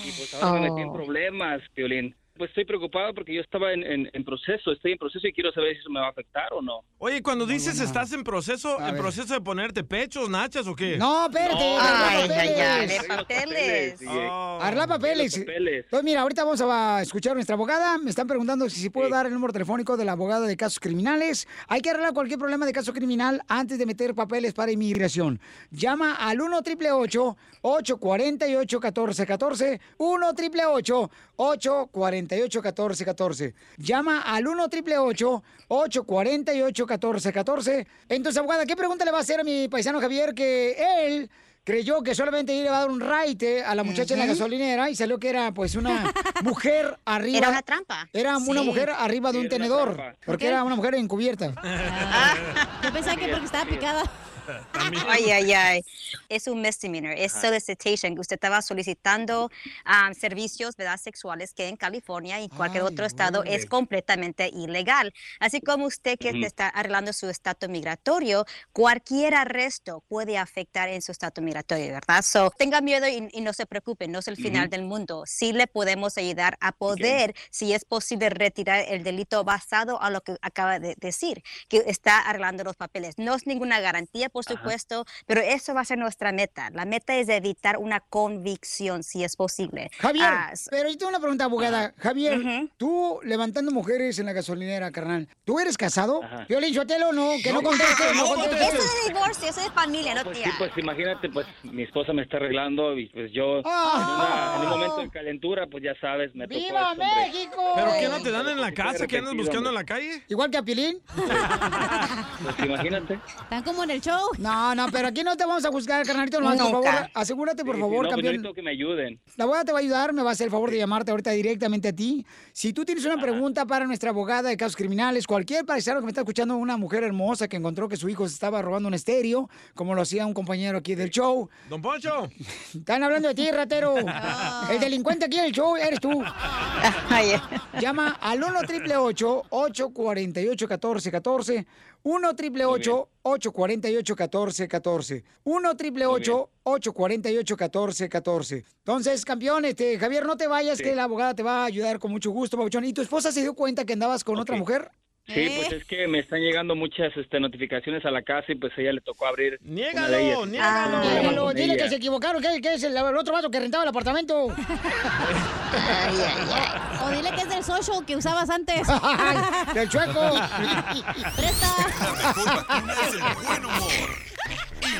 [SPEAKER 20] y pues ahora me metí en
[SPEAKER 28] Oh.
[SPEAKER 20] problemas, Violín. Pues estoy preocupado porque yo estaba en, en- en proceso, estoy en proceso y quiero saber si eso me va a afectar o no.
[SPEAKER 2] Oye, cuando dices estás en proceso, ¿en proceso de ponerte pechos, nachas o qué?
[SPEAKER 1] No, espérate.
[SPEAKER 2] No.
[SPEAKER 1] arregla
[SPEAKER 20] Estoy en los DJ.
[SPEAKER 1] Arregla papeles. Entonces, mira, ahorita vamos a escuchar a nuestra abogada. Me están preguntando si, si puedo dar el número telefónico de la abogada de casos criminales. Hay que arreglar cualquier problema de caso criminal antes de meter papeles para inmigración. Llama al 1 888 848 1414 1 888 848 1414 Llama al 1 888 848 1414 Entonces, abogada, ¿qué pregunta le va a hacer a mi paisano Javier que él creyó que solamente iba a dar un raite a la muchacha en la
[SPEAKER 28] Ujú.
[SPEAKER 1] gasolinera y salió que era pues una mujer
[SPEAKER 28] *laughs*
[SPEAKER 1] arriba.
[SPEAKER 28] Era una trampa.
[SPEAKER 1] Era una
[SPEAKER 28] Sí.
[SPEAKER 1] mujer arriba de
[SPEAKER 28] Sí,
[SPEAKER 1] un
[SPEAKER 28] era una
[SPEAKER 1] tenedor,
[SPEAKER 28] trampa.
[SPEAKER 1] porque
[SPEAKER 28] Ok.
[SPEAKER 1] era una mujer encubierta.
[SPEAKER 3] Yo pensaba que porque estaba picada.
[SPEAKER 42] Ay, ay, ay. Es un misdemeanor, es
[SPEAKER 6] Ajá.
[SPEAKER 42] solicitation. Usted estaba solicitando um, servicios ¿verdad? sexuales que en California y en cualquier
[SPEAKER 6] Ay,
[SPEAKER 42] otro estado es
[SPEAKER 6] güey.
[SPEAKER 42] completamente ilegal. Así como usted que
[SPEAKER 6] Ujú.
[SPEAKER 42] está arreglando su estatus migratorio, cualquier arresto puede afectar en su estatus migratorio, ¿verdad? So, tenga miedo y, y no se preocupe, no es el final
[SPEAKER 6] Ujú.
[SPEAKER 42] del mundo. Sí le podemos ayudar a poder, si es posible, retirar el delito basado a lo que acaba de decir, que está arreglando los papeles. No es ninguna garantía, por supuesto, pero eso va a ser nuestra meta. La meta es evitar una convicción, si es posible.
[SPEAKER 1] Javier,
[SPEAKER 42] Ah, s-
[SPEAKER 1] pero yo tengo una pregunta, abogada. Javier, tú levantando mujeres en la gasolinera, carnal, ¿tú eres casado? Yo le o no, que no, conteste, no conteste.
[SPEAKER 42] Eso es divorcio, eso es familia, no
[SPEAKER 20] Pues
[SPEAKER 42] tía.
[SPEAKER 20] sí, pues imagínate, pues mi esposa me está arreglando y pues yo
[SPEAKER 42] Ah.
[SPEAKER 20] en, una- en un momento de calentura, pues ya sabes, me tocó
[SPEAKER 1] Oh. ¡Viva
[SPEAKER 20] esto, hombre.
[SPEAKER 1] México!
[SPEAKER 20] ¿Pero
[SPEAKER 2] ¿Qué no te dan en la casa? ¿Qué andas
[SPEAKER 20] Repetido,
[SPEAKER 2] buscando en
[SPEAKER 20] hombre.
[SPEAKER 2] la calle?
[SPEAKER 1] Igual que a Pilín.
[SPEAKER 20] Pues imagínate.
[SPEAKER 1] Están como en el show. No, no, pero aquí no *laughs* te vamos a juzgar, carnalito. nomás, por
[SPEAKER 20] Nunca.
[SPEAKER 1] favor, asegúrate, por
[SPEAKER 20] Sí, sí,
[SPEAKER 1] favor,
[SPEAKER 20] no, pues, yo
[SPEAKER 1] campeón.
[SPEAKER 20] necesito que me ayuden.
[SPEAKER 1] La abogada te va a ayudar, me va a hacer el favor de llamarte ahorita directamente a ti. Si tú tienes una pregunta para nuestra abogada de casos criminales, cualquier paisano que me está escuchando, una mujer hermosa que encontró que su hijo se estaba robando un estéreo, como lo hacía un compañero aquí del show.
[SPEAKER 2] Don Poncho.
[SPEAKER 1] Están hablando de ti, ratero. Ah. El delincuente aquí del show eres tú. Llama al 1 888 848 1414 1 888 848 1414 1 888 848 1414 Entonces, campeón, este, Javier, no te vayas,
[SPEAKER 20] Sí.
[SPEAKER 1] que la abogada te va a ayudar con mucho gusto, Pabuchón. ¿Y tu esposa se dio cuenta que andabas con otra mujer?
[SPEAKER 20] Sí,
[SPEAKER 1] ¿Eh?
[SPEAKER 20] pues es que me están llegando muchas este, notificaciones a la casa y pues a ella le tocó abrir. una de ellas.
[SPEAKER 1] Ah,
[SPEAKER 20] Tengo problemas
[SPEAKER 1] niégalo,
[SPEAKER 20] con
[SPEAKER 1] dile
[SPEAKER 20] ella.
[SPEAKER 1] que se equivocaron, que, que es el, el otro vato que rentaba
[SPEAKER 3] *laughs*
[SPEAKER 1] el apartamento.
[SPEAKER 3] O dile que es del social que usabas
[SPEAKER 1] *laughs*
[SPEAKER 3] antes.
[SPEAKER 1] ¡Del chueco!
[SPEAKER 3] *laughs*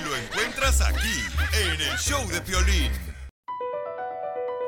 [SPEAKER 4] Lo encuentras aquí, en el show de Piolín.